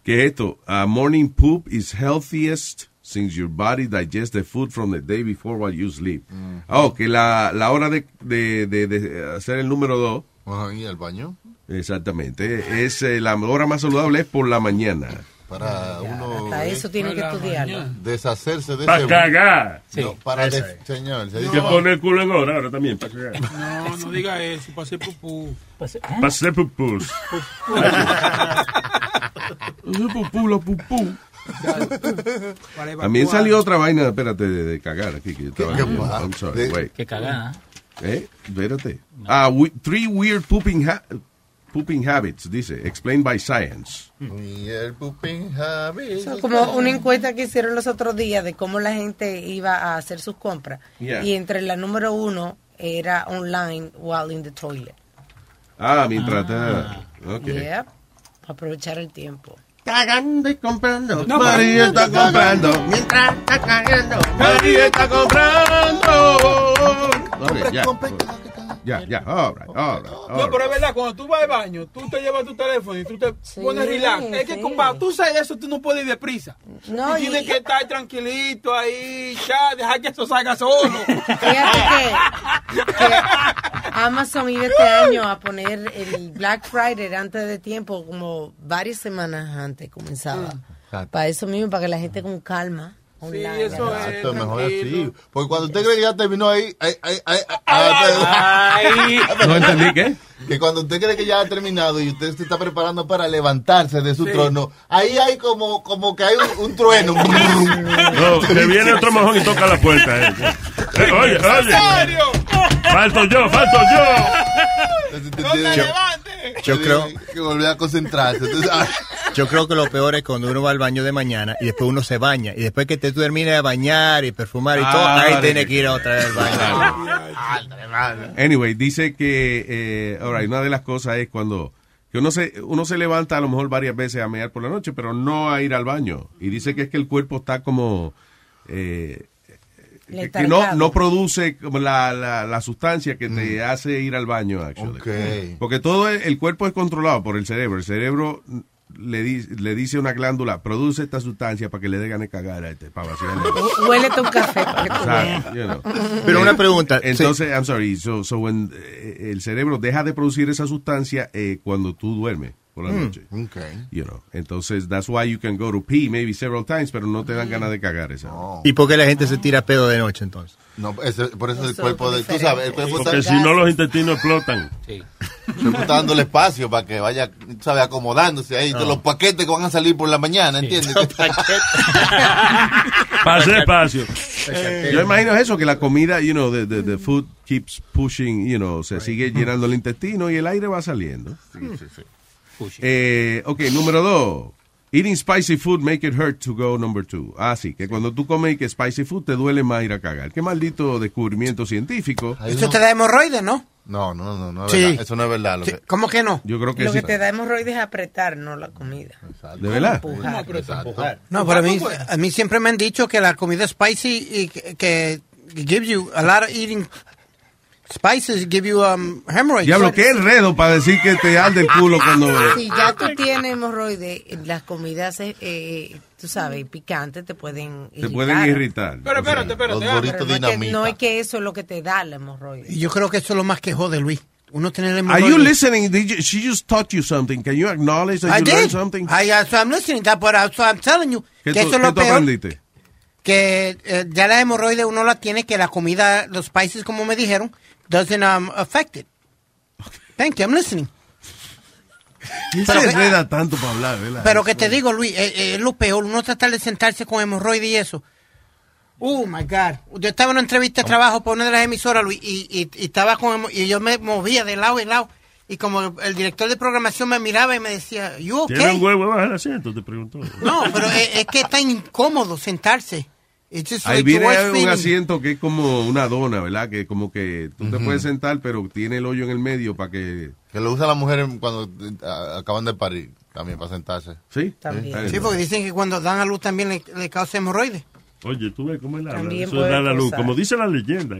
[SPEAKER 8] ¿Qué es esto? Uh, morning poop is healthiest since your body digests the food from the day before while you sleep. Oh, que la, la hora de, de- de- de hacer el número dos
[SPEAKER 11] Ajá, ¿Y al baño?
[SPEAKER 8] Exactamente. Es eh, la hora más saludable es por la mañana.
[SPEAKER 11] Para uno...
[SPEAKER 7] Hasta eso tiene que estudiarlo.
[SPEAKER 11] Deshacerse de
[SPEAKER 12] Para
[SPEAKER 11] ese-
[SPEAKER 12] cagar.
[SPEAKER 11] No, para des- Señor, se
[SPEAKER 12] Y
[SPEAKER 11] dice-
[SPEAKER 12] se pone el culo en hora ahora también, para cagar.
[SPEAKER 10] No, no diga eso, pasé pupú. Pasé,
[SPEAKER 12] Pasé pupús.
[SPEAKER 8] pupú, lo pupú. También salió otra vaina, espérate, de, de cagar aquí. Que yo estaba
[SPEAKER 12] qué
[SPEAKER 8] leyendo.
[SPEAKER 12] va?
[SPEAKER 8] I'm sorry,
[SPEAKER 12] De-
[SPEAKER 8] wait.
[SPEAKER 9] Qué cagada.
[SPEAKER 8] Eh, espérate. Ah, we- three weird pooping, ha- pooping habits, dice. Explained by science.
[SPEAKER 11] Y el pupín Javi.
[SPEAKER 7] Eso es como una encuesta que hicieron los otros días de cómo la gente iba a hacer sus compras.
[SPEAKER 8] Yeah.
[SPEAKER 7] Y entre la número uno era online while in the toilet.
[SPEAKER 8] Ah, mientras está. Ok.
[SPEAKER 7] Yep. Aprovechar el tiempo.
[SPEAKER 3] Cagando y comprando.
[SPEAKER 7] No,
[SPEAKER 3] María
[SPEAKER 7] pero-
[SPEAKER 3] está comprando. Mientras está cagando. María está comprando.
[SPEAKER 8] Ok, ya. Ya, ya. All right, all right, all
[SPEAKER 4] No,
[SPEAKER 8] right.
[SPEAKER 4] pero es verdad, cuando tú vas al baño, tú te llevas tu teléfono y tú te pones relax. Es que
[SPEAKER 7] sí.
[SPEAKER 4] cuando tú sabes eso, tú no puedes ir deprisa.
[SPEAKER 7] No,
[SPEAKER 4] tú
[SPEAKER 7] y-
[SPEAKER 4] tienes que estar tranquilito ahí, ya, dejar que eso salga solo.
[SPEAKER 7] Fíjate que, que Amazon iba este año a poner el Black Friday antes de tiempo, como varias semanas antes comenzaba.
[SPEAKER 14] Mm.
[SPEAKER 7] Para eso mismo, para que la gente con calma. online.
[SPEAKER 11] Exacto, mejor así. Porque cuando usted cree que ya terminó ahí, ay, ay, ay, ay,
[SPEAKER 8] No entendí qué.
[SPEAKER 11] Que cuando usted cree que ya ha terminado y usted se está preparando para levantarse de su
[SPEAKER 3] Sí.
[SPEAKER 11] trono, ahí hay como, como que hay un, un trueno.
[SPEAKER 12] No, que viene otro mojón y toca la puerta. eh. Eh, oye, oye. Falto yo, falto yo.
[SPEAKER 14] Yo creo,
[SPEAKER 11] que volver a concentrarse. Entonces, ah,
[SPEAKER 14] yo creo que lo peor es cuando uno va al baño de mañana y después uno se baña. Y después que te, tú termines de bañar y perfumar y
[SPEAKER 8] Ah,
[SPEAKER 14] todo, ahí
[SPEAKER 8] vale.
[SPEAKER 14] tienes que ir otra vez al baño.
[SPEAKER 8] Anyway, dice que eh, all right, una de las cosas es cuando que uno se, uno se levanta a lo mejor varias veces a mear por la noche, pero no a ir al baño. Y dice que es que el cuerpo está como... eh, que, que no,
[SPEAKER 3] Letargado.
[SPEAKER 8] no produce como la, la, la sustancia que te hace ir al baño, actually.
[SPEAKER 11] Ok.
[SPEAKER 8] Porque todo el, el cuerpo es controlado por el cerebro. El cerebro le, di- le dice a una glándula, produce esta sustancia para que le dé ganas de cagar a este, para vaciarle.
[SPEAKER 7] Huele tu café. para que tú veas.
[SPEAKER 8] Exacto, you know.
[SPEAKER 14] Pero una
[SPEAKER 8] Eh,
[SPEAKER 14] pregunta,
[SPEAKER 8] Entonces, I'm sorry, so, so when, eh, el cerebro deja de producir esa sustancia eh, cuando tú duermes por la
[SPEAKER 14] Hmm.
[SPEAKER 11] Mm,
[SPEAKER 8] noche. You know. Entonces, that's why you can go to pee maybe several times, pero no te dan ganas de cagar esa.
[SPEAKER 14] ¿Y por qué la gente se tira pedo de noche entonces?
[SPEAKER 11] no,
[SPEAKER 8] eh,
[SPEAKER 11] ese- por eso el
[SPEAKER 8] Eso
[SPEAKER 11] cuerpo de. Tú sabes, el cuerpo
[SPEAKER 12] Porque si no, los intestinos explotan.
[SPEAKER 11] El cuerpo está dándole espacio para que vaya, sabe, acomodándose ahí. Entonces, Los paquetes que van a salir por la mañana, ¿entiendes? Eh.
[SPEAKER 12] Pase espacio.
[SPEAKER 8] Yo imagino eso, que la comida, you know, the, the- the food keeps pushing, you know, se sigue llenando el intestino y el aire va saliendo. Eh, ok, número dos. Eating spicy food make it hurt to go number two. Ah, sí, que cuando tú comes que spicy food te duele más ir a cagar. Qué maldito descubrimiento científico.
[SPEAKER 13] Esto te da hemorroides, ¿no?
[SPEAKER 11] No, no, no, no es
[SPEAKER 13] Sí.
[SPEAKER 11] verdad. Eso no es verdad. Lo
[SPEAKER 13] Sí,
[SPEAKER 11] que-
[SPEAKER 13] ¿Cómo que no?
[SPEAKER 8] Yo creo
[SPEAKER 7] Lo que te da hemorroides es apretar, no la comida.
[SPEAKER 8] ¿De verdad?
[SPEAKER 7] Empujar.
[SPEAKER 8] No, pero es empujar.
[SPEAKER 13] No,
[SPEAKER 7] Pues
[SPEAKER 13] pero a mí, a mí siempre me han dicho que la comida spicy y que, que gives you a lot of eating spices give you um, hemorrhoids.
[SPEAKER 8] Diablo, qué enredo para decir que te arde el
[SPEAKER 13] Ah,
[SPEAKER 8] culo cuando...
[SPEAKER 7] Ah, Si ya tú tienes hemorroides, las comidas, eh, eh, tú sabes, picantes te pueden irritar.
[SPEAKER 8] Te pueden irritar.
[SPEAKER 7] Pero
[SPEAKER 13] espérate, espérate, Los Doritos
[SPEAKER 7] no, es que,
[SPEAKER 13] Dinamita.
[SPEAKER 7] no es que eso es lo que te da la hemorroide.
[SPEAKER 13] Y yo creo que eso es lo más que jode, Luis. Uno tiene el
[SPEAKER 8] Are
[SPEAKER 13] hemorroides.
[SPEAKER 8] you listening? Did you- she just taught you something. Can you acknowledge that
[SPEAKER 13] I
[SPEAKER 8] you
[SPEAKER 13] did.
[SPEAKER 8] learned something?
[SPEAKER 13] I, uh, so I'm listening. That's what I, so I'm telling you.
[SPEAKER 8] ¿Qué
[SPEAKER 13] que
[SPEAKER 8] tú,
[SPEAKER 13] eso es
[SPEAKER 8] qué
[SPEAKER 13] lo
[SPEAKER 8] tú
[SPEAKER 13] peor.
[SPEAKER 8] aprendiste?
[SPEAKER 13] que eh, ya la hemorroide uno la tiene, que la comida, los países, como me dijeron, doesn't um, affect it. Thank you, I'm listening.
[SPEAKER 8] ¿Quién se
[SPEAKER 13] Pero que-
[SPEAKER 8] enreda tanto para hablar, verdad?
[SPEAKER 13] Pero que te digo, Luis, eh, eh, es lo peor, uno tratar de sentarse con hemorroide y eso. Oh my God. Yo estaba en una entrevista de trabajo por una de las emisoras, Luis, y, y- y estaba con hemo- y yo me movía de lado en lado. Y como el director de programación me miraba y me decía, ¿You okay?
[SPEAKER 12] ¿Tiene un huevo abajo del asiento? Te preguntó.
[SPEAKER 13] No, pero e, es, es que es tan incómodo sentarse. It's just like
[SPEAKER 8] Ahí
[SPEAKER 13] the
[SPEAKER 8] viene
[SPEAKER 13] worst
[SPEAKER 8] un
[SPEAKER 13] feeling.
[SPEAKER 8] asiento que es como una dona, ¿verdad? Que como que tú te
[SPEAKER 11] Ujú.
[SPEAKER 8] puedes sentar, pero tiene el hoyo en el medio para que...
[SPEAKER 11] Que lo usan las mujeres cuando eh, a- acaban de parir, también para sentarse.
[SPEAKER 8] ¿Sí?
[SPEAKER 13] Sí, porque dicen que cuando dan a luz también le, le causa hemorroides.
[SPEAKER 12] Oye, tú ves cómo él habla.
[SPEAKER 13] También
[SPEAKER 12] Eso
[SPEAKER 13] puede
[SPEAKER 12] da la luz.
[SPEAKER 13] causar.
[SPEAKER 12] Como dice la leyenda.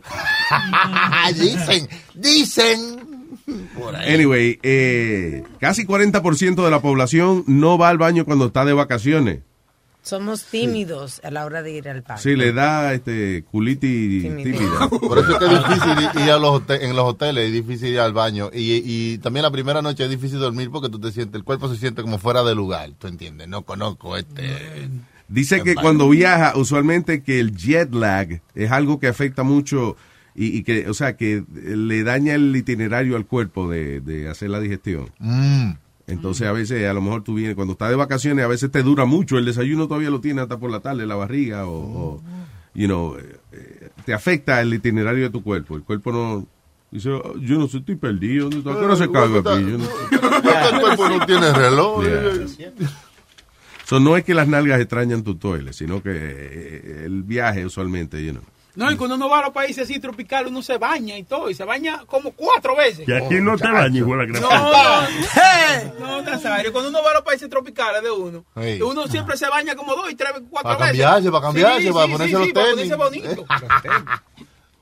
[SPEAKER 11] dicen, dicen.
[SPEAKER 8] Anyway, eh, casi 40% de la población no va al baño cuando está de vacaciones.
[SPEAKER 7] Somos tímidos a la hora de ir al parque.
[SPEAKER 8] Sí, le da este culitis tímida.
[SPEAKER 11] Por eso es que es difícil ir- ir a los hote- en los hoteles, es difícil ir al baño. Y, y también la primera noche es difícil dormir porque tú te sientes, el cuerpo se siente como fuera de lugar, ¿tú entiendes? No conozco este...
[SPEAKER 8] Dice que cuando viaja, usualmente que el jet lag es algo que afecta mucho y, y que, o sea, que le daña el itinerario al cuerpo de, de hacer la digestión. Entonces
[SPEAKER 11] Mm.
[SPEAKER 8] a veces, a lo mejor tú vienes, cuando estás de vacaciones, a veces te dura mucho, el desayuno todavía lo tienes hasta por la tarde, la barriga o,
[SPEAKER 11] Mm.
[SPEAKER 8] o, you know, eh, eh, te afecta el itinerario de tu cuerpo. El cuerpo no... Dice, "Oh, yo no sé, estoy perdido. ¿dónde está? ¿A qué hora se caga, pi? Yo no sé".
[SPEAKER 11] El cuerpo no tiene reloj.
[SPEAKER 8] Yeah. So, no es que las nalgas extrañan tu toile, sino que eh, el viaje usualmente, you know.
[SPEAKER 10] No, y cuando uno va a los países así tropicales, uno se baña y todo, y se baña como cuatro veces.
[SPEAKER 12] Y aquí no te bañes, hijo de la gran
[SPEAKER 10] No,
[SPEAKER 12] puta.
[SPEAKER 10] no, no, Nazario, cuando uno va a los países tropicales de uno,
[SPEAKER 11] Sí.
[SPEAKER 10] uno siempre se baña como dos y tres, cuatro
[SPEAKER 11] Para
[SPEAKER 10] veces.
[SPEAKER 11] cambiarse, para cambiarse, para ponerse los
[SPEAKER 10] para
[SPEAKER 11] tenis.
[SPEAKER 10] ponerse bonito.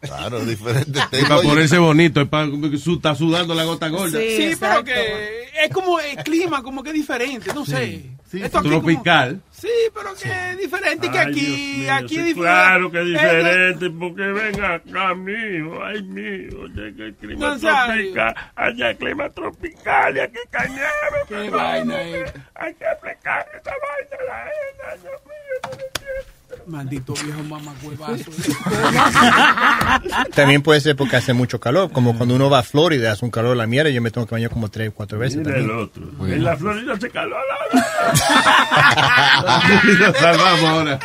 [SPEAKER 11] Claro, diferente
[SPEAKER 8] Y
[SPEAKER 11] tema.
[SPEAKER 8] para ponerse bonito, es para su- está sudando la gota gorda.
[SPEAKER 10] Sí, pero que es como el clima, como que es diferente, no sé. Esto aquí como-
[SPEAKER 8] Tropical.
[SPEAKER 10] sí, pero que es diferente que
[SPEAKER 12] Ay,
[SPEAKER 10] aquí,
[SPEAKER 12] Dios mío,
[SPEAKER 10] aquí
[SPEAKER 12] sí,
[SPEAKER 10] es diferente.
[SPEAKER 12] Claro que es
[SPEAKER 10] Es que-
[SPEAKER 12] diferente, porque ven acá, mijo, ay, mijo, llega el clima
[SPEAKER 10] Nazario.
[SPEAKER 12] tropical, allá el clima tropical, y aquí cae nieve,
[SPEAKER 10] Qué
[SPEAKER 12] papá,
[SPEAKER 10] vaina es.
[SPEAKER 12] hay que aplicar esa vaina, la vaina, Dios mío.
[SPEAKER 10] Maldito viejo mamacuevazo.
[SPEAKER 14] También puede ser porque hace mucho calor,
[SPEAKER 8] Mm.
[SPEAKER 14] como cuando uno va a Florida, hace un calor de la mierda, yo me tengo que bañar como tres o cuatro veces.
[SPEAKER 12] Mira
[SPEAKER 14] también.
[SPEAKER 12] el otro. En la Florida se caló la...
[SPEAKER 8] Lo salvamos ahora.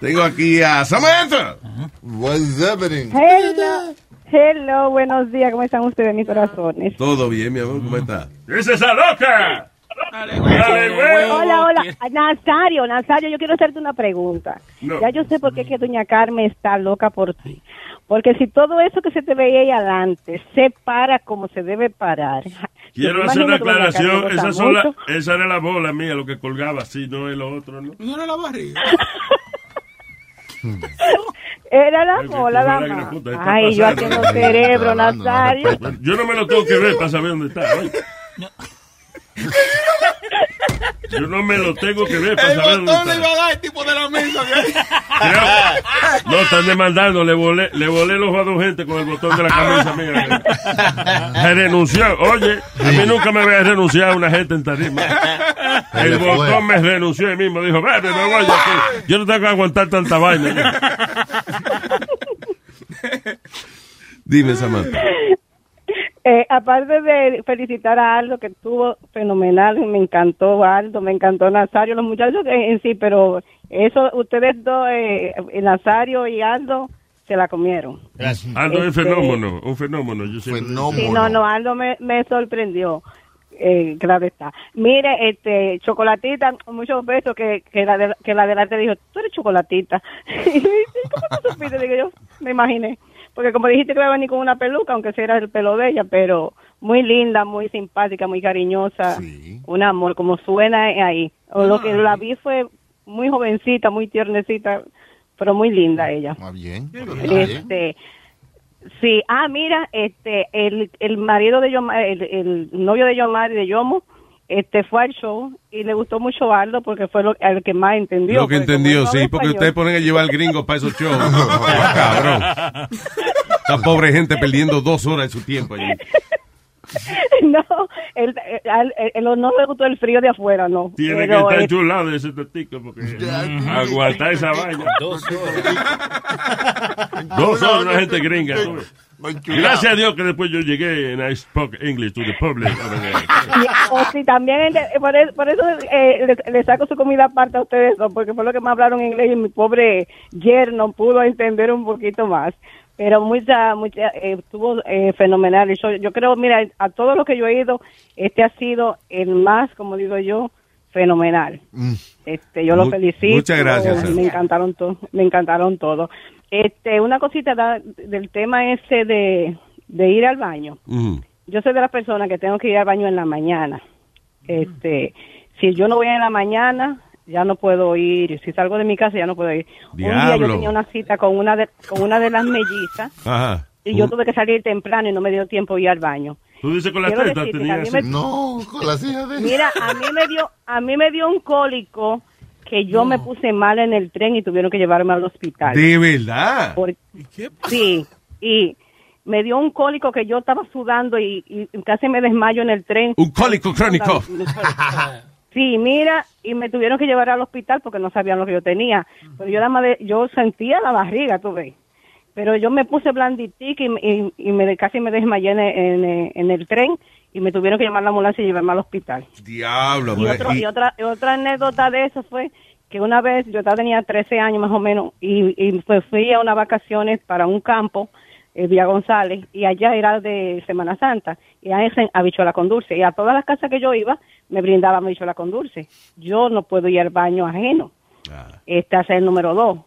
[SPEAKER 8] Tengo aquí a Samantha.
[SPEAKER 11] What's happening?
[SPEAKER 2] Hello, hello, buenos días, ¿cómo están ustedes, mis corazones?
[SPEAKER 8] Todo bien, mi amor, ¿cómo estás?
[SPEAKER 12] ¡Es esa loca! ¡Dale, huevo!
[SPEAKER 2] Hola, hola, Ah, Nazario, Nazario, yo quiero hacerte una pregunta.
[SPEAKER 12] No.
[SPEAKER 2] Ya yo sé por qué es que doña Carmen está loca por ti. Porque si todo eso que se te veía ahí adelante se para como se debe parar. yo
[SPEAKER 12] Quiero
[SPEAKER 2] me
[SPEAKER 12] hacer una
[SPEAKER 2] imagino que doña Carmen
[SPEAKER 12] aclaración.
[SPEAKER 2] goza
[SPEAKER 12] Esa, sola,
[SPEAKER 2] mucho.
[SPEAKER 12] esa era la bola mía, lo que colgaba así, no el otro, ¿no?
[SPEAKER 10] No era la barriga.
[SPEAKER 2] Era la
[SPEAKER 12] Ay, que
[SPEAKER 2] bola,
[SPEAKER 12] tú
[SPEAKER 2] la
[SPEAKER 12] eres gran puta, está
[SPEAKER 2] Ay, yo
[SPEAKER 12] pasando.
[SPEAKER 2] haciendo cerebro, Nazario.
[SPEAKER 12] Yo no me lo tengo que ver para saber dónde está. oye. Yo no me lo tengo que ver para
[SPEAKER 10] El
[SPEAKER 12] saber
[SPEAKER 10] botón
[SPEAKER 12] dónde
[SPEAKER 10] le
[SPEAKER 12] está.
[SPEAKER 10] iba a dar el tipo de la mesa.
[SPEAKER 12] No, están demandando. Le volé, le volé el ojo a dos gente con el botón de la camisa mía. Se renunció. Oye, a mí nunca me había renunciado una gente en tarima. El
[SPEAKER 11] le fue.
[SPEAKER 12] botón me renunció y mismo. Dijo, vete, me voy de aquí. Yo no tengo que aguantar tanta vaina.
[SPEAKER 8] Dime, Samantha.
[SPEAKER 2] Eh, aparte de felicitar a Aldo, que estuvo fenomenal, me encantó Aldo, me encantó Nazario, los muchachos en, en sí, pero eso, ustedes dos, eh, Nazario y Aldo, se la comieron.
[SPEAKER 12] Gracias. Aldo es
[SPEAKER 2] Este-
[SPEAKER 12] fenómeno, un fenómeno. Yo siempre-
[SPEAKER 2] Sí, no, no, Aldo me, me sorprendió. Eh, claro está. Mire, este, chocolatita, muchos besos que, que la de, que la delante dijo, tú eres chocolatita. Y yo, "¿Y ¿Cómo tú supiste? Digo yo, me imaginé. porque como dijiste que iba a venir con una peluca, aunque sea el pelo de ella, pero muy linda, muy simpática, muy cariñosa, un amor, como suena ahí. O lo que la vi fue muy jovencita, muy tiernecita, pero muy linda ella.
[SPEAKER 11] bien.
[SPEAKER 2] Este, sí, ah, mira, este, el, el marido de Yomar, el, el novio de Yomar y de Yomo, este, fue al show y le gustó mucho Aldo porque fue lo, el que más entendió. pues.
[SPEAKER 8] Lo que
[SPEAKER 2] porque como
[SPEAKER 8] entendió,
[SPEAKER 2] no
[SPEAKER 8] sí,
[SPEAKER 2] habla
[SPEAKER 8] porque
[SPEAKER 2] español.
[SPEAKER 8] ustedes ponen a llevar al gringo para esos shows. Ah, Cabrón. Esta pobre gente perdiendo dos horas de su tiempo allí.
[SPEAKER 2] no, eh, el, el, el- el- no le gustó el frío de afuera, no.
[SPEAKER 12] Tiene
[SPEAKER 2] Pero,
[SPEAKER 12] que estar
[SPEAKER 2] eh,
[SPEAKER 12] chulado ese testico porque aguantar esa vaina. Dos horas. Dos horas una gente gringa. tú ves. Gracias a Dios que después yo llegué and I spoke English to the public.
[SPEAKER 2] y- o si Oh, también, el de- eh, por, eso- por eso eh, le, le saco su comida aparte a ustedes dos, porque fue lo que me hablaron en inglés y mi pobre yerno pudo entender un poquito más. Pero mucha, mucha, eh, estuvo eh, fenomenal. Y yo, yo creo, mira, a todo lo que yo he ido, este ha sido el más, como digo yo, fenomenal.
[SPEAKER 8] Mm.
[SPEAKER 2] Este, yo lo
[SPEAKER 8] Mu-
[SPEAKER 2] felicito.
[SPEAKER 8] muchas gracias, Sara.
[SPEAKER 2] Me encantaron todos, me encantaron todos. Este, una cosita da- del tema ese de, de ir al baño.
[SPEAKER 8] Mm.
[SPEAKER 2] Yo soy de las personas que tengo que ir al baño en la mañana. Este, si yo no voy en la mañana, ya no puedo ir. Si salgo de mi casa, ya no puedo ir. Un día
[SPEAKER 8] Diablo.
[SPEAKER 2] yo tenía una cita con una de, con una de las mellizas
[SPEAKER 8] Ajá.
[SPEAKER 2] y yo tuve que salir temprano y no me dio tiempo ir al baño.
[SPEAKER 12] Tú dices con la
[SPEAKER 2] Quiero
[SPEAKER 12] teta
[SPEAKER 2] decirte que a
[SPEAKER 12] tenía
[SPEAKER 2] mí
[SPEAKER 12] así.
[SPEAKER 2] me- Mira, a mí me dio, a mí me dio un cólico que yo me puse mal en el tren y tuvieron que llevarme al hospital.
[SPEAKER 8] De verdad.
[SPEAKER 2] Por- Sí, y me dio un cólico que yo estaba sudando y, y casi me desmayo en el tren.
[SPEAKER 8] Un cólico crónico.
[SPEAKER 2] Sí, mira, y me tuvieron que llevar al hospital porque no sabían lo que yo tenía. Pero yo nada más de- yo sentía la barriga, tú ves. Pero yo me puse blanditica y, y, y me, casi me desmayé en, en- en el tren y me tuvieron que llamar la ambulancia y llevarme al hospital.
[SPEAKER 8] Diablo, pues.
[SPEAKER 2] Y,
[SPEAKER 8] güey.
[SPEAKER 2] otro-
[SPEAKER 8] Y-
[SPEAKER 2] y otra, y otra anécdota de eso fue que una vez yo estaba- tenía 13 años más o menos y, y pues fui a unas vacaciones para un campo, eh, Villa González, y allá era de Semana Santa, y a ese habichuela con dulce. Y a todas las casas que yo iba, me brindaban habichuela con dulce. Yo no puedo ir al baño ajeno. Este es el número dos.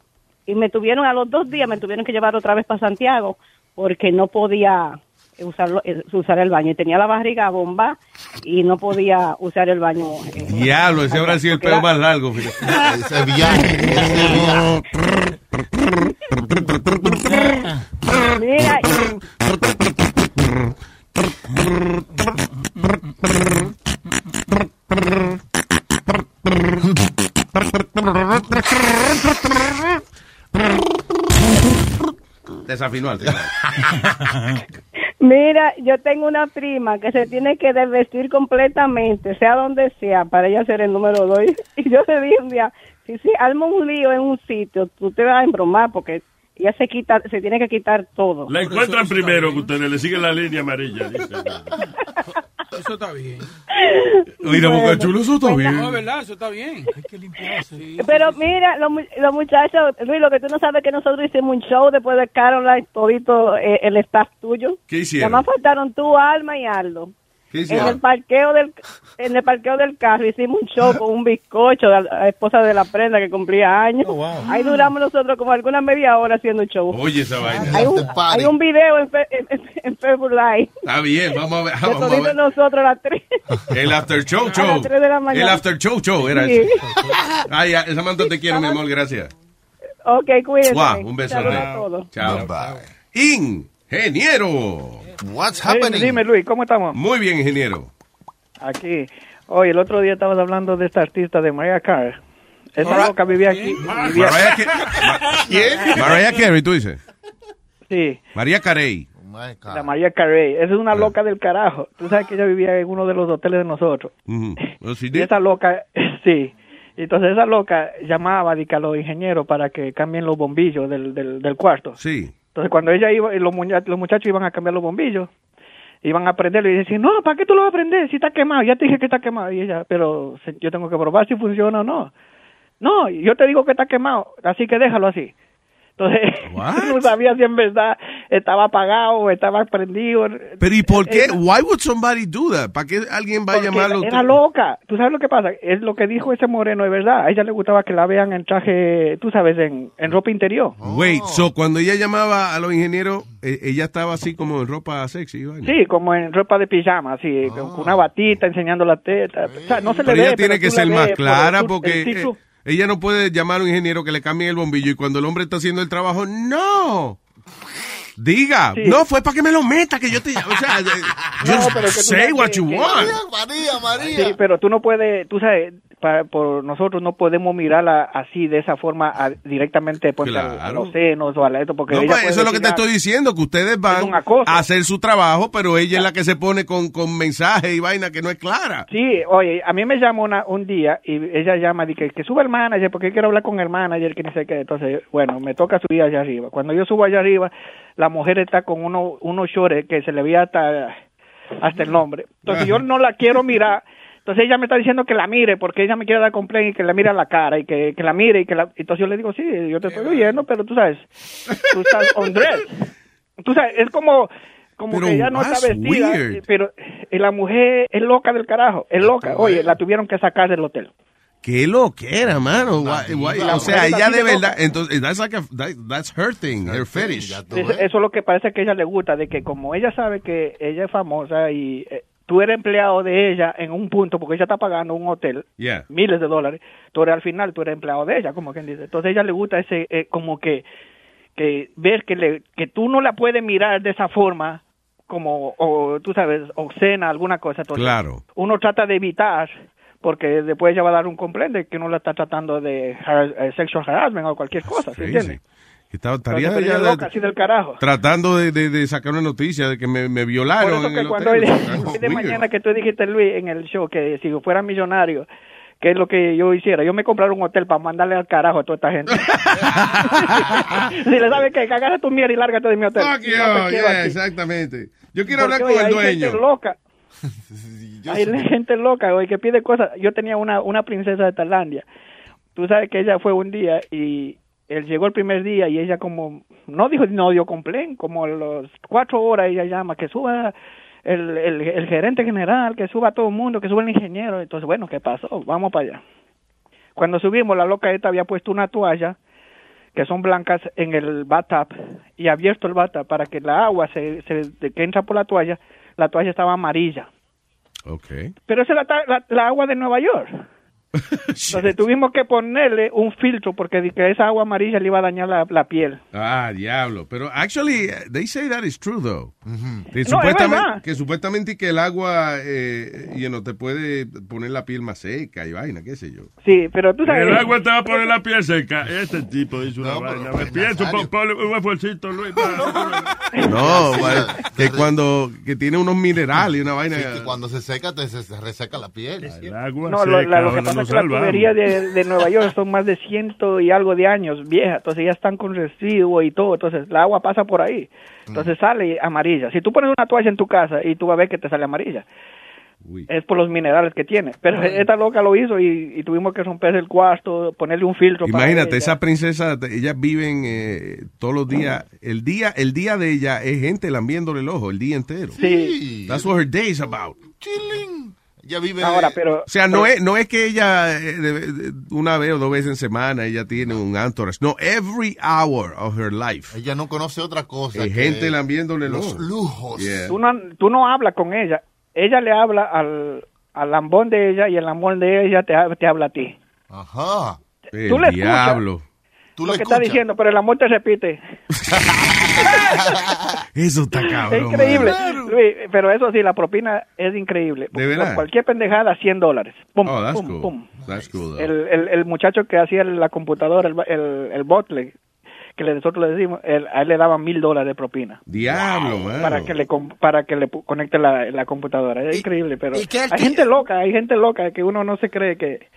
[SPEAKER 2] Y me tuvieron a los dos días, me tuvieron que llevar otra vez para Santiago porque no podía usarlo, eh, usar el baño. Y tenía la barriga bomba y no podía usar el baño. eh,
[SPEAKER 8] Diablo, ese habrá sido el pelo más largo. fíjate.
[SPEAKER 2] Mira, y-
[SPEAKER 8] Desafinó al teclado.
[SPEAKER 2] mira, yo tengo una prima que se tiene que desvestir completamente, sea donde sea, para ella ser el número dos. Y yo le dije un día, si se arma un lío en un sitio, tú te vas a embromar porque ella se quita, se tiene que quitar todo.
[SPEAKER 12] La encuentran primero que ustedes, le siguen la línea amarilla. dice.
[SPEAKER 10] Eso está bien.
[SPEAKER 8] Mira, Boca Chula, eso está bien.
[SPEAKER 10] No, es verdad, eso está bien. Hay que limpiarse.
[SPEAKER 2] Pero mira, los, mu- los muchachos, Luis, lo que tú no sabes es que nosotros hicimos un show después de Caroline, todito eh, el staff tuyo.
[SPEAKER 8] ¿Qué hicieron?
[SPEAKER 2] Nada más faltaron tú, Alma y Aldo.
[SPEAKER 8] ¿Qué
[SPEAKER 2] En el
[SPEAKER 8] hicieron?
[SPEAKER 2] parqueo del en el parqueo del carro hicimos un show con un bizcocho de la esposa de la prenda que cumplía años. Ahí duramos nosotros como alguna media hora haciendo show.
[SPEAKER 8] Oye, esa vaina.
[SPEAKER 2] hay, un, hay un video en, Fe- en, en Facebook Live
[SPEAKER 8] Está bien, vamos a ver.
[SPEAKER 2] de
[SPEAKER 8] Vamos a
[SPEAKER 2] toditos
[SPEAKER 8] ver.
[SPEAKER 2] nosotros las tres.
[SPEAKER 8] El after show
[SPEAKER 2] A
[SPEAKER 8] show.
[SPEAKER 2] las tres de la
[SPEAKER 8] El
[SPEAKER 2] mañana.
[SPEAKER 8] after show show era
[SPEAKER 2] Sí.
[SPEAKER 8] eso. Ay, ay, Samantha, te quiero, mi amor, gracias.
[SPEAKER 2] ok, cuídense.
[SPEAKER 8] Guau, un beso.
[SPEAKER 2] Saludos
[SPEAKER 8] grande.
[SPEAKER 2] a todos.
[SPEAKER 8] Chao. Ingeniero.
[SPEAKER 11] What's
[SPEAKER 5] happening? Eh, dime, Luis, ¿cómo estamos?
[SPEAKER 8] Muy bien, ingeniero.
[SPEAKER 5] Aquí. Hoy, el otro día estabas hablando de esta artista de Mariah Carey. Esa
[SPEAKER 8] Hola.
[SPEAKER 5] loca vivía aquí. vivía-
[SPEAKER 8] Mariah
[SPEAKER 5] ¿Eh?
[SPEAKER 8] Mariah Carey, tú dices.
[SPEAKER 5] Sí.
[SPEAKER 8] María Carey.
[SPEAKER 5] La Mariah Carey. Esa es una loca del carajo. Tú sabes que ella vivía en uno de los hoteles de nosotros.
[SPEAKER 8] Ujú. Well, she
[SPEAKER 5] Y
[SPEAKER 8] did.
[SPEAKER 5] esa loca, sí. Entonces esa loca llamaba dice, a los ingenieros para que cambien los bombillos del, del, del cuarto.
[SPEAKER 8] Sí.
[SPEAKER 5] Entonces cuando ella iba, y los, muña- los muchachos iban a cambiar los bombillos, iban a prenderlo y decían, no, ¿para qué tú lo vas a prender? Si está quemado, ya te dije que está quemado. Y ella, pero se- yo tengo que probar si funciona o no. No, yo te digo que está quemado, así que déjalo así. Entonces, no sabía si en verdad estaba apagado o estaba prendido.
[SPEAKER 8] Pero ¿y por qué?
[SPEAKER 5] Era-
[SPEAKER 8] Why would somebody do that? ¿Para qué alguien va a
[SPEAKER 5] Eh, Porque
[SPEAKER 8] llamarlo?
[SPEAKER 5] Era, era loca. ¿Tú sabes lo que pasa? Es lo que dijo ese moreno, es verdad. A ella le gustaba que la vean en traje, tú sabes, en, en ropa interior.
[SPEAKER 8] Wait, so cuando ella llamaba a los ingenieros, eh, ella estaba así como en ropa sexy. y vaina.
[SPEAKER 5] Sí, como en ropa de pijama, así, con con una batita enseñando la teta. O sea, no se
[SPEAKER 8] Pero
[SPEAKER 5] le ve.
[SPEAKER 8] ella tiene
[SPEAKER 5] pero
[SPEAKER 8] que
[SPEAKER 5] tú la
[SPEAKER 8] ser más
[SPEAKER 5] ves por el
[SPEAKER 8] clara
[SPEAKER 5] sur-
[SPEAKER 8] porque
[SPEAKER 5] el
[SPEAKER 8] eh,
[SPEAKER 5] sitio.
[SPEAKER 8] ella no puede llamar a un ingeniero que le cambie el bombillo y cuando el hombre está haciendo el trabajo, no. Diga,
[SPEAKER 11] Sí.
[SPEAKER 8] Ah, no, fue para que me lo meta, que yo te llamo. O sea, eh, just
[SPEAKER 5] pero que tú
[SPEAKER 8] say
[SPEAKER 5] no
[SPEAKER 8] what
[SPEAKER 5] te-
[SPEAKER 8] you
[SPEAKER 5] que-
[SPEAKER 8] want.
[SPEAKER 11] María, María.
[SPEAKER 5] Sí, pero tú no puedes, tú sabes, para- por nosotros no podemos mirarla así, de esa forma, a- directamente pues, a- a los senos o a la esto, porque
[SPEAKER 8] No,
[SPEAKER 5] ella
[SPEAKER 8] pues,
[SPEAKER 5] puede
[SPEAKER 8] eso es lo que te
[SPEAKER 5] decir,
[SPEAKER 8] estoy diciendo, que ustedes van a hacer su trabajo, pero ella es la que se pone con, con mensajes y vaina que no es clara.
[SPEAKER 5] Sí, oye, a mí me llamó una, un día y ella llama y que, que suba el manager porque quiero hablar con el manager, que ni sé qué. Entonces, bueno, me toca subir allá arriba. Cuando yo subo allá arriba, la mujer está con uno, unos shorts que se le veía hasta, hasta el nombre. Entonces, yo no la quiero mirar. Entonces, ella me está diciendo que la mire porque ella me quiere dar complaint y que la mire a la cara y que, que la mire. y que la... Entonces, yo le digo, sí, yo te estoy oyendo, pero tú sabes, tú estás on dress. Tú sabes, es como... Como
[SPEAKER 8] Pero
[SPEAKER 5] que ella no está
[SPEAKER 8] that's
[SPEAKER 5] vestida,
[SPEAKER 8] weird.
[SPEAKER 5] eh, pero eh, la mujer es loca del carajo, es loca. Oye, la tuvieron que sacar del hotel.
[SPEAKER 8] Qué loquera, mano. Guay- guay.
[SPEAKER 5] la
[SPEAKER 8] o sea,
[SPEAKER 5] mujer
[SPEAKER 8] ella
[SPEAKER 5] también
[SPEAKER 8] de
[SPEAKER 5] es loca.
[SPEAKER 8] verdad. Entonces, that's, like a- that- that's her thing, her fetish.
[SPEAKER 5] Eso, eso es lo que parece que a ella le gusta, de que como ella sabe que ella es famosa y eh, tú eres empleado de ella en un punto, porque ella está pagando un hotel,
[SPEAKER 8] Yeah.
[SPEAKER 5] miles de dólares, tú eres, al final tú eres empleado de ella, como quien dice. Entonces a ella le gusta ese, eh, como que, que ver que, le, que tú no la puedes mirar de esa forma, como, o tú sabes, obscena, alguna cosa. Entonces,
[SPEAKER 8] Claro.
[SPEAKER 5] uno trata de evitar porque después ella va a dar un complaint de que uno la está tratando de har- eh, sexual harassment o
[SPEAKER 8] Ah,
[SPEAKER 5] cualquier cosa, ¿se
[SPEAKER 8] Crazy.
[SPEAKER 5] entiende?
[SPEAKER 8] Estaba- estaría
[SPEAKER 5] Entonces, pero ella
[SPEAKER 8] ya
[SPEAKER 5] es loca, así del carajo.
[SPEAKER 8] tratando de, de- de sacar una noticia de que me, me
[SPEAKER 5] Por
[SPEAKER 8] violaron.
[SPEAKER 5] eso
[SPEAKER 8] en
[SPEAKER 5] que
[SPEAKER 8] el
[SPEAKER 5] cuando hoy
[SPEAKER 8] hotel.
[SPEAKER 5] de,
[SPEAKER 8] Algo
[SPEAKER 5] hoy de
[SPEAKER 8] weird.
[SPEAKER 5] mañana que tú dijiste, Luis, en el show, que si yo fuera millonario, que es lo que yo hiciera? Yo me comprara un hotel para mandarle al carajo a toda esta gente. si le sabes que cagara tu mierda y lárgate de mi hotel.
[SPEAKER 8] Fuck you,
[SPEAKER 5] No te quiero
[SPEAKER 8] yeah,
[SPEAKER 5] aquí.
[SPEAKER 8] exactamente. Yo quiero
[SPEAKER 5] Porque,
[SPEAKER 8] hablar con
[SPEAKER 5] oye,
[SPEAKER 8] el
[SPEAKER 5] hay gente
[SPEAKER 8] dueño.
[SPEAKER 5] loca. Hay gente loca, oye, que pide cosas. Yo tenía una, una princesa de Tailandia. Tú sabes que ella fue un día y él llegó el primer día y ella como, no dijo, no dio complaint, como a las cuatro horas ella llama, que suba el, el, el gerente general, que suba todo el mundo, que suba el ingeniero. Entonces, bueno, ¿qué pasó? Vamos para allá. Cuando subimos, la loca esta había puesto una toalla que son blancas en el bathtub y abierto el bathtub para que la agua se, se- de que entra por la toalla, la toalla estaba amarilla.
[SPEAKER 8] Ok.
[SPEAKER 5] Pero esa es la, ta- la- la agua de Nueva York. Entonces tuvimos que ponerle un filtro porque di que esa agua amarilla le iba a dañar la, la piel.
[SPEAKER 8] Ah, diablo. Pero actually, eh, they say that is true, though. Que,
[SPEAKER 5] No, es
[SPEAKER 8] supuestamente,
[SPEAKER 5] verdad.
[SPEAKER 8] que supuestamente que el agua eh, you know, te puede poner la piel más seca y vaina, qué sé yo.
[SPEAKER 5] Sí, pero tú sabes.
[SPEAKER 12] El agua te va a poner la piel seca. Este tipo dice una vaina. Me pienso,
[SPEAKER 8] Nazario.
[SPEAKER 12] ponle un esfuercito, Luis.
[SPEAKER 8] No, guay, que cuando que tiene unos minerales y una vaina.
[SPEAKER 11] Sí, que cuando se seca, te se se reseca la piel. El
[SPEAKER 12] agua
[SPEAKER 5] No, lo, la- lo que pasa es que las tuberías de, de Nueva York son más de ciento y algo de años viejas, entonces ya están con residuos y todo, entonces la agua pasa por ahí,
[SPEAKER 8] Mm.
[SPEAKER 5] entonces sale amarilla. Si tú pones una toalla en tu casa y tú vas a ver que te sale amarilla, es por los minerales que tiene. Pero
[SPEAKER 8] Ay.
[SPEAKER 5] esta loca lo hizo y, y tuvimos que romper el cuarto, ponerle un filtro. para
[SPEAKER 8] Imagínate,
[SPEAKER 5] ella.
[SPEAKER 8] esa princesa, ellas viven eh, todos los días. El día el día de ella es gente lambiéndole el ojo el día entero.
[SPEAKER 11] Sí.
[SPEAKER 8] That's what her day is about.
[SPEAKER 11] Chilling. Ya vive.
[SPEAKER 5] Ahora, pero.
[SPEAKER 8] O sea, no es, no es que ella eh, de- de- una vez o dos veces en semana ella tiene un antorax. No, every hour of her life.
[SPEAKER 11] Ella no conoce otra cosa.
[SPEAKER 8] Hay
[SPEAKER 11] que
[SPEAKER 8] gente lambiéndole el
[SPEAKER 11] Los
[SPEAKER 8] ojo.
[SPEAKER 11] lujos.
[SPEAKER 8] Yeah.
[SPEAKER 5] Tú, no, tú no hablas con ella, ella le habla al, al lambón de ella y el lambón de ella te, ha- te habla a ti.
[SPEAKER 11] Ajá.
[SPEAKER 8] El
[SPEAKER 5] tú le escuchas.
[SPEAKER 8] diablo.
[SPEAKER 11] Tú
[SPEAKER 5] lo que está diciendo, pero el amor te repite.
[SPEAKER 8] Eso está cabrón.
[SPEAKER 5] es increíble.
[SPEAKER 8] mano.
[SPEAKER 5] Luis, pero eso sí, la propina es increíble.
[SPEAKER 8] ¿De verdad?
[SPEAKER 5] Por cualquier pendejada, 100 dólares. Pum,
[SPEAKER 8] Oh, that's
[SPEAKER 5] pum,
[SPEAKER 8] cool.
[SPEAKER 5] pum.
[SPEAKER 8] That's cool. though.
[SPEAKER 5] El, el, el muchacho que hacía la computadora, el, el, el botle, que le- nosotros le decimos, él- a él le daban mil dólares de propina.
[SPEAKER 8] Diablo, mano.
[SPEAKER 5] Para que le com- para que le pu- conecte la, la computadora. Es increíble, pero
[SPEAKER 24] y que él
[SPEAKER 5] hay
[SPEAKER 24] ti-
[SPEAKER 5] gente loca, hay gente loca que uno no se cree que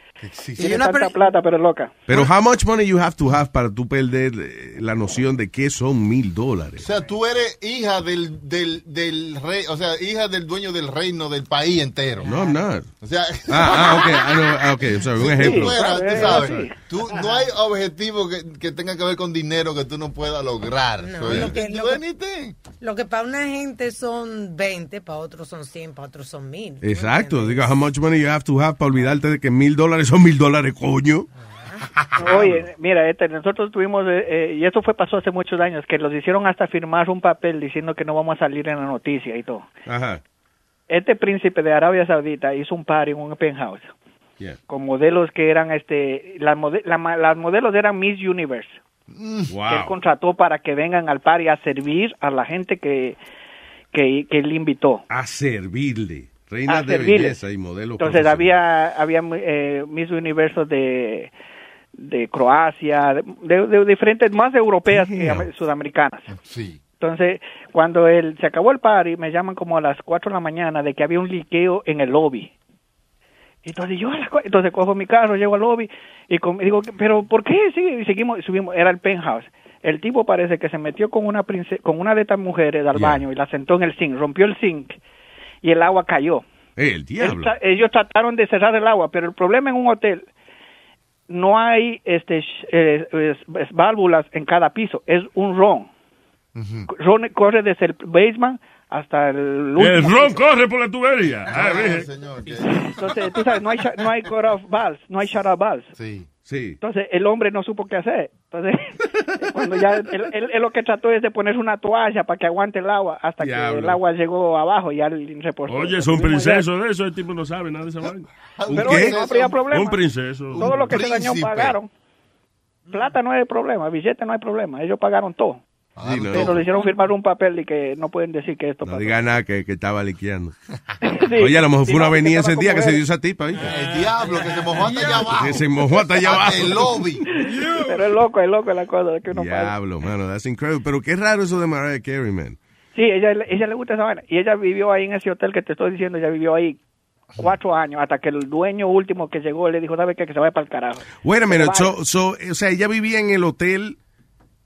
[SPEAKER 5] Tiene tanta plata, pero es loca.
[SPEAKER 8] Pero how much money you have to have para tú perder eh, la noción de qué son mil
[SPEAKER 11] O
[SPEAKER 8] dólares?
[SPEAKER 11] sea, tú eres hija del, del, del rey, o sea, hija del dueño del reino del país entero.
[SPEAKER 8] No, I'm not.
[SPEAKER 11] O sea,
[SPEAKER 8] Ah, ah, ok, I know, ah, ok, I'm sorry, un
[SPEAKER 11] Si tú
[SPEAKER 8] ejemplo.
[SPEAKER 11] fueras,
[SPEAKER 7] Eh,
[SPEAKER 11] tú sabes,
[SPEAKER 8] Sorry.
[SPEAKER 11] tú- no hay objetivo que, que tenga que ver con dinero que tú no puedas lograr.
[SPEAKER 7] No,
[SPEAKER 11] Soy-
[SPEAKER 7] lo que, lo que- lo que para una gente son 20, para otros son 100, para otros son 1000.
[SPEAKER 8] Exacto, digo, how much money you have to have para olvidarte de que mil dólares son mil dólares, coño.
[SPEAKER 5] Oye, mira, este, nosotros tuvimos, eh, eh, y esto fue pasó hace muchos años, que los hicieron hasta firmar un papel diciendo que no vamos a salir en la noticia y todo.
[SPEAKER 8] Ajá.
[SPEAKER 5] Este príncipe de Arabia Saudita hizo un party en un penthouse
[SPEAKER 8] Yeah.
[SPEAKER 5] con modelos que eran, este, las, mode- la ma- las modelos eran Miss Universe.
[SPEAKER 24] Mm.
[SPEAKER 5] que él
[SPEAKER 8] Wow.
[SPEAKER 5] contrató para que vengan al party a servir a la gente que, que, que él invitó.
[SPEAKER 8] A servirle. Reina
[SPEAKER 5] A
[SPEAKER 8] de
[SPEAKER 5] servirle.
[SPEAKER 8] belleza y modelo.
[SPEAKER 5] Entonces
[SPEAKER 8] profesional.
[SPEAKER 5] había había eh, Miss Universo de, de Croacia, de, de- de diferentes, más europeas que am- sudamericanas.
[SPEAKER 11] Sí.
[SPEAKER 5] Entonces, cuando él, se acabó el party, me llaman como a las 4 de la mañana de que había un liqueo en el lobby. Entonces yo a las cua- entonces cojo mi carro, llego al lobby y com- digo, pero ¿por qué? Sí, y seguimos, subimos, era el penthouse. El tipo parece que se metió con una prince- con una de estas mujeres al baño y la sentó en el zinc, rompió el zinc y el agua cayó.
[SPEAKER 8] Eh, el
[SPEAKER 5] Él
[SPEAKER 8] diablo.
[SPEAKER 5] tra- ellos trataron de cerrar el agua, pero el problema en un hotel no hay este sh- eh, eh, s- válvulas en cada piso, es un ron. Ron corre desde el basement hasta el
[SPEAKER 12] El
[SPEAKER 5] último
[SPEAKER 12] ron
[SPEAKER 5] piso.
[SPEAKER 12] corre por la tubería. Ah, dije.
[SPEAKER 5] Entonces, tú sabes, no hay, sha- no hay cut off valves, no hay shut off valves.
[SPEAKER 11] Sí.
[SPEAKER 8] Sí.
[SPEAKER 5] Entonces, el hombre no supo qué hacer. Entonces, cuando ya, él, él- él lo que trató es de poner una toalla para que aguante el agua, hasta que
[SPEAKER 12] Diablo.
[SPEAKER 5] el agua llegó abajo y ya el reportó.
[SPEAKER 12] Oye, es un
[SPEAKER 5] Estuvimos ya-
[SPEAKER 12] princeso de eso, el tipo no sabe nada de esa vaina.
[SPEAKER 5] Pero oye, no habría problema.
[SPEAKER 12] Un princeso.
[SPEAKER 5] Todo lo que se dañó pagaron. Plata no es el problema, billete no es problema, ellos pagaron todo.
[SPEAKER 8] Sí, no,
[SPEAKER 5] Pero le hicieron firmar un papel y que no pueden decir que esto
[SPEAKER 8] no
[SPEAKER 5] pasó.
[SPEAKER 8] diga nada que, que estaba liqueando.
[SPEAKER 5] Sí.
[SPEAKER 8] Oye, a lo mejor fue
[SPEAKER 5] Sí,
[SPEAKER 8] una
[SPEAKER 5] no, porque
[SPEAKER 8] avenida
[SPEAKER 5] estaba
[SPEAKER 8] ese día
[SPEAKER 5] como
[SPEAKER 8] que se
[SPEAKER 5] él.
[SPEAKER 8] dio esa tipa, ¿viste?
[SPEAKER 11] El diablo que se mojó hasta allá abajo.
[SPEAKER 8] Que se mojó hasta allá abajo.
[SPEAKER 11] Hasta el lobby.
[SPEAKER 5] Pero es loco, es loco la cosa que uno paga.
[SPEAKER 8] Diablo, mano, that's incredible. Pero qué raro eso de Mariah Carey, man.
[SPEAKER 5] Sí, ella, ella le gusta esa vaina. Y ella vivió ahí en ese hotel que te estoy diciendo, ella vivió ahí cuatro años hasta que el dueño último que llegó le dijo, ¿sabes qué? Que se vaya para el carajo.
[SPEAKER 8] Wait a minute,
[SPEAKER 5] Vale.
[SPEAKER 8] so, so, o sea, ella vivía en el hotel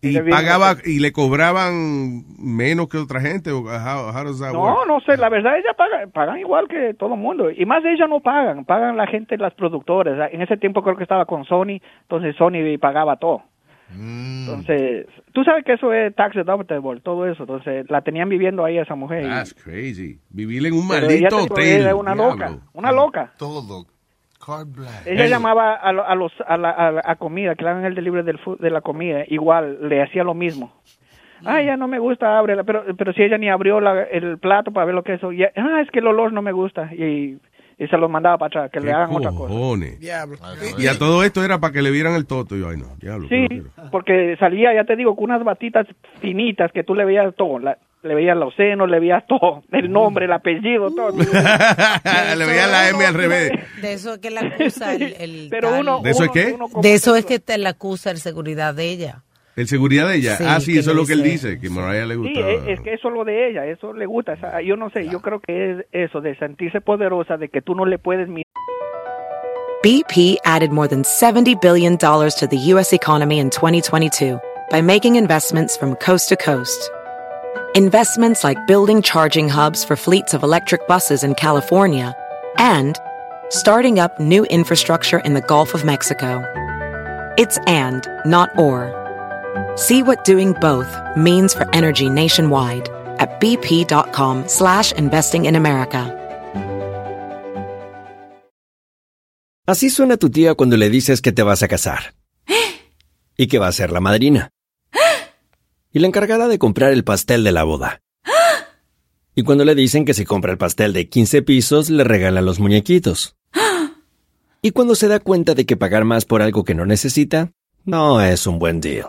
[SPEAKER 8] y
[SPEAKER 5] Ella vivía en el
[SPEAKER 8] pagaba y le cobraban menos que otra gente. o How, how does that
[SPEAKER 5] No,
[SPEAKER 8] work?
[SPEAKER 5] no sé, la verdad ella paga, pagan igual que todo el mundo. Y más de ella no pagan, pagan la gente, las productoras. En ese tiempo creo que estaba con Sony, entonces Sony pagaba todo.
[SPEAKER 8] Mm.
[SPEAKER 5] Entonces, tú sabes que eso es tax deductible, todo eso. Entonces, la tenían viviendo ahí a esa mujer. y-
[SPEAKER 8] That's crazy. Vivir en Ah, un
[SPEAKER 5] pero ella
[SPEAKER 8] maldito
[SPEAKER 5] te digo, ella
[SPEAKER 8] hotel.
[SPEAKER 5] era una
[SPEAKER 8] diablo.
[SPEAKER 5] loca, una loca.
[SPEAKER 11] Todo. Card black.
[SPEAKER 5] Ella
[SPEAKER 11] Hey.
[SPEAKER 5] llamaba a, lo- a los a la, a la- a comida, que le hagan el delivery del fu- de la comida, igual le hacía lo mismo.
[SPEAKER 7] Mm.
[SPEAKER 5] Ah, ya no me gusta, ábrela, pero pero si ella ni abrió la- el plato para ver lo que eso, ya, ah, es que el olor no me gusta y, y se lo mandaba para atrás, que
[SPEAKER 8] ¿Qué Ah,
[SPEAKER 5] le hagan otra cosa.
[SPEAKER 8] cojones?
[SPEAKER 5] Diablo.
[SPEAKER 8] Y a todo esto era para que le vieran el toto. Y yo, ay, no, diablo.
[SPEAKER 5] Sí, porque salía, ya te digo, con unas batitas finitas que tú le veías todo, la- le veías los senos, le veías todo, el nombre, el apellido, todo.
[SPEAKER 8] le veía la M al revés.
[SPEAKER 7] De eso es que la acusa el, el
[SPEAKER 5] Pero
[SPEAKER 7] tal-
[SPEAKER 5] uno-
[SPEAKER 8] ¿De eso es uno- qué? uno
[SPEAKER 7] De eso es que te la acusa el seguridad de ella.
[SPEAKER 8] El seguridad de ella.
[SPEAKER 7] Sí,
[SPEAKER 8] ah, sí,
[SPEAKER 7] que
[SPEAKER 8] eso es
[SPEAKER 7] le
[SPEAKER 8] lo que él
[SPEAKER 7] dice-
[SPEAKER 8] dice, que Mariah le
[SPEAKER 5] Sí,
[SPEAKER 8] gustaba.
[SPEAKER 5] es, es que eso es lo de ella, eso le gusta. esa- yo no sé, yo creo que es eso, de sentirse poderosa, de que tú no le puedes mirar.
[SPEAKER 16] BP added more than $70 billion to the U.S. economy in 2022 by making investments from coast to coast. Investments like building charging hubs for fleets of electric buses in California and starting up new infrastructure in the Gulf of Mexico. It's and, not or. See what doing both means for energy nationwide at bp.com slash investing in America.
[SPEAKER 6] Así suena tu tía cuando le dices que te vas a casar. Y que va a ser la madrina. Y la encargada de comprar el pastel de la boda. Y cuando le dicen que si compra el pastel de 15 pisos, le regalan los muñequitos. Y cuando se da cuenta de que pagar más por algo que no necesita, no es un buen deal.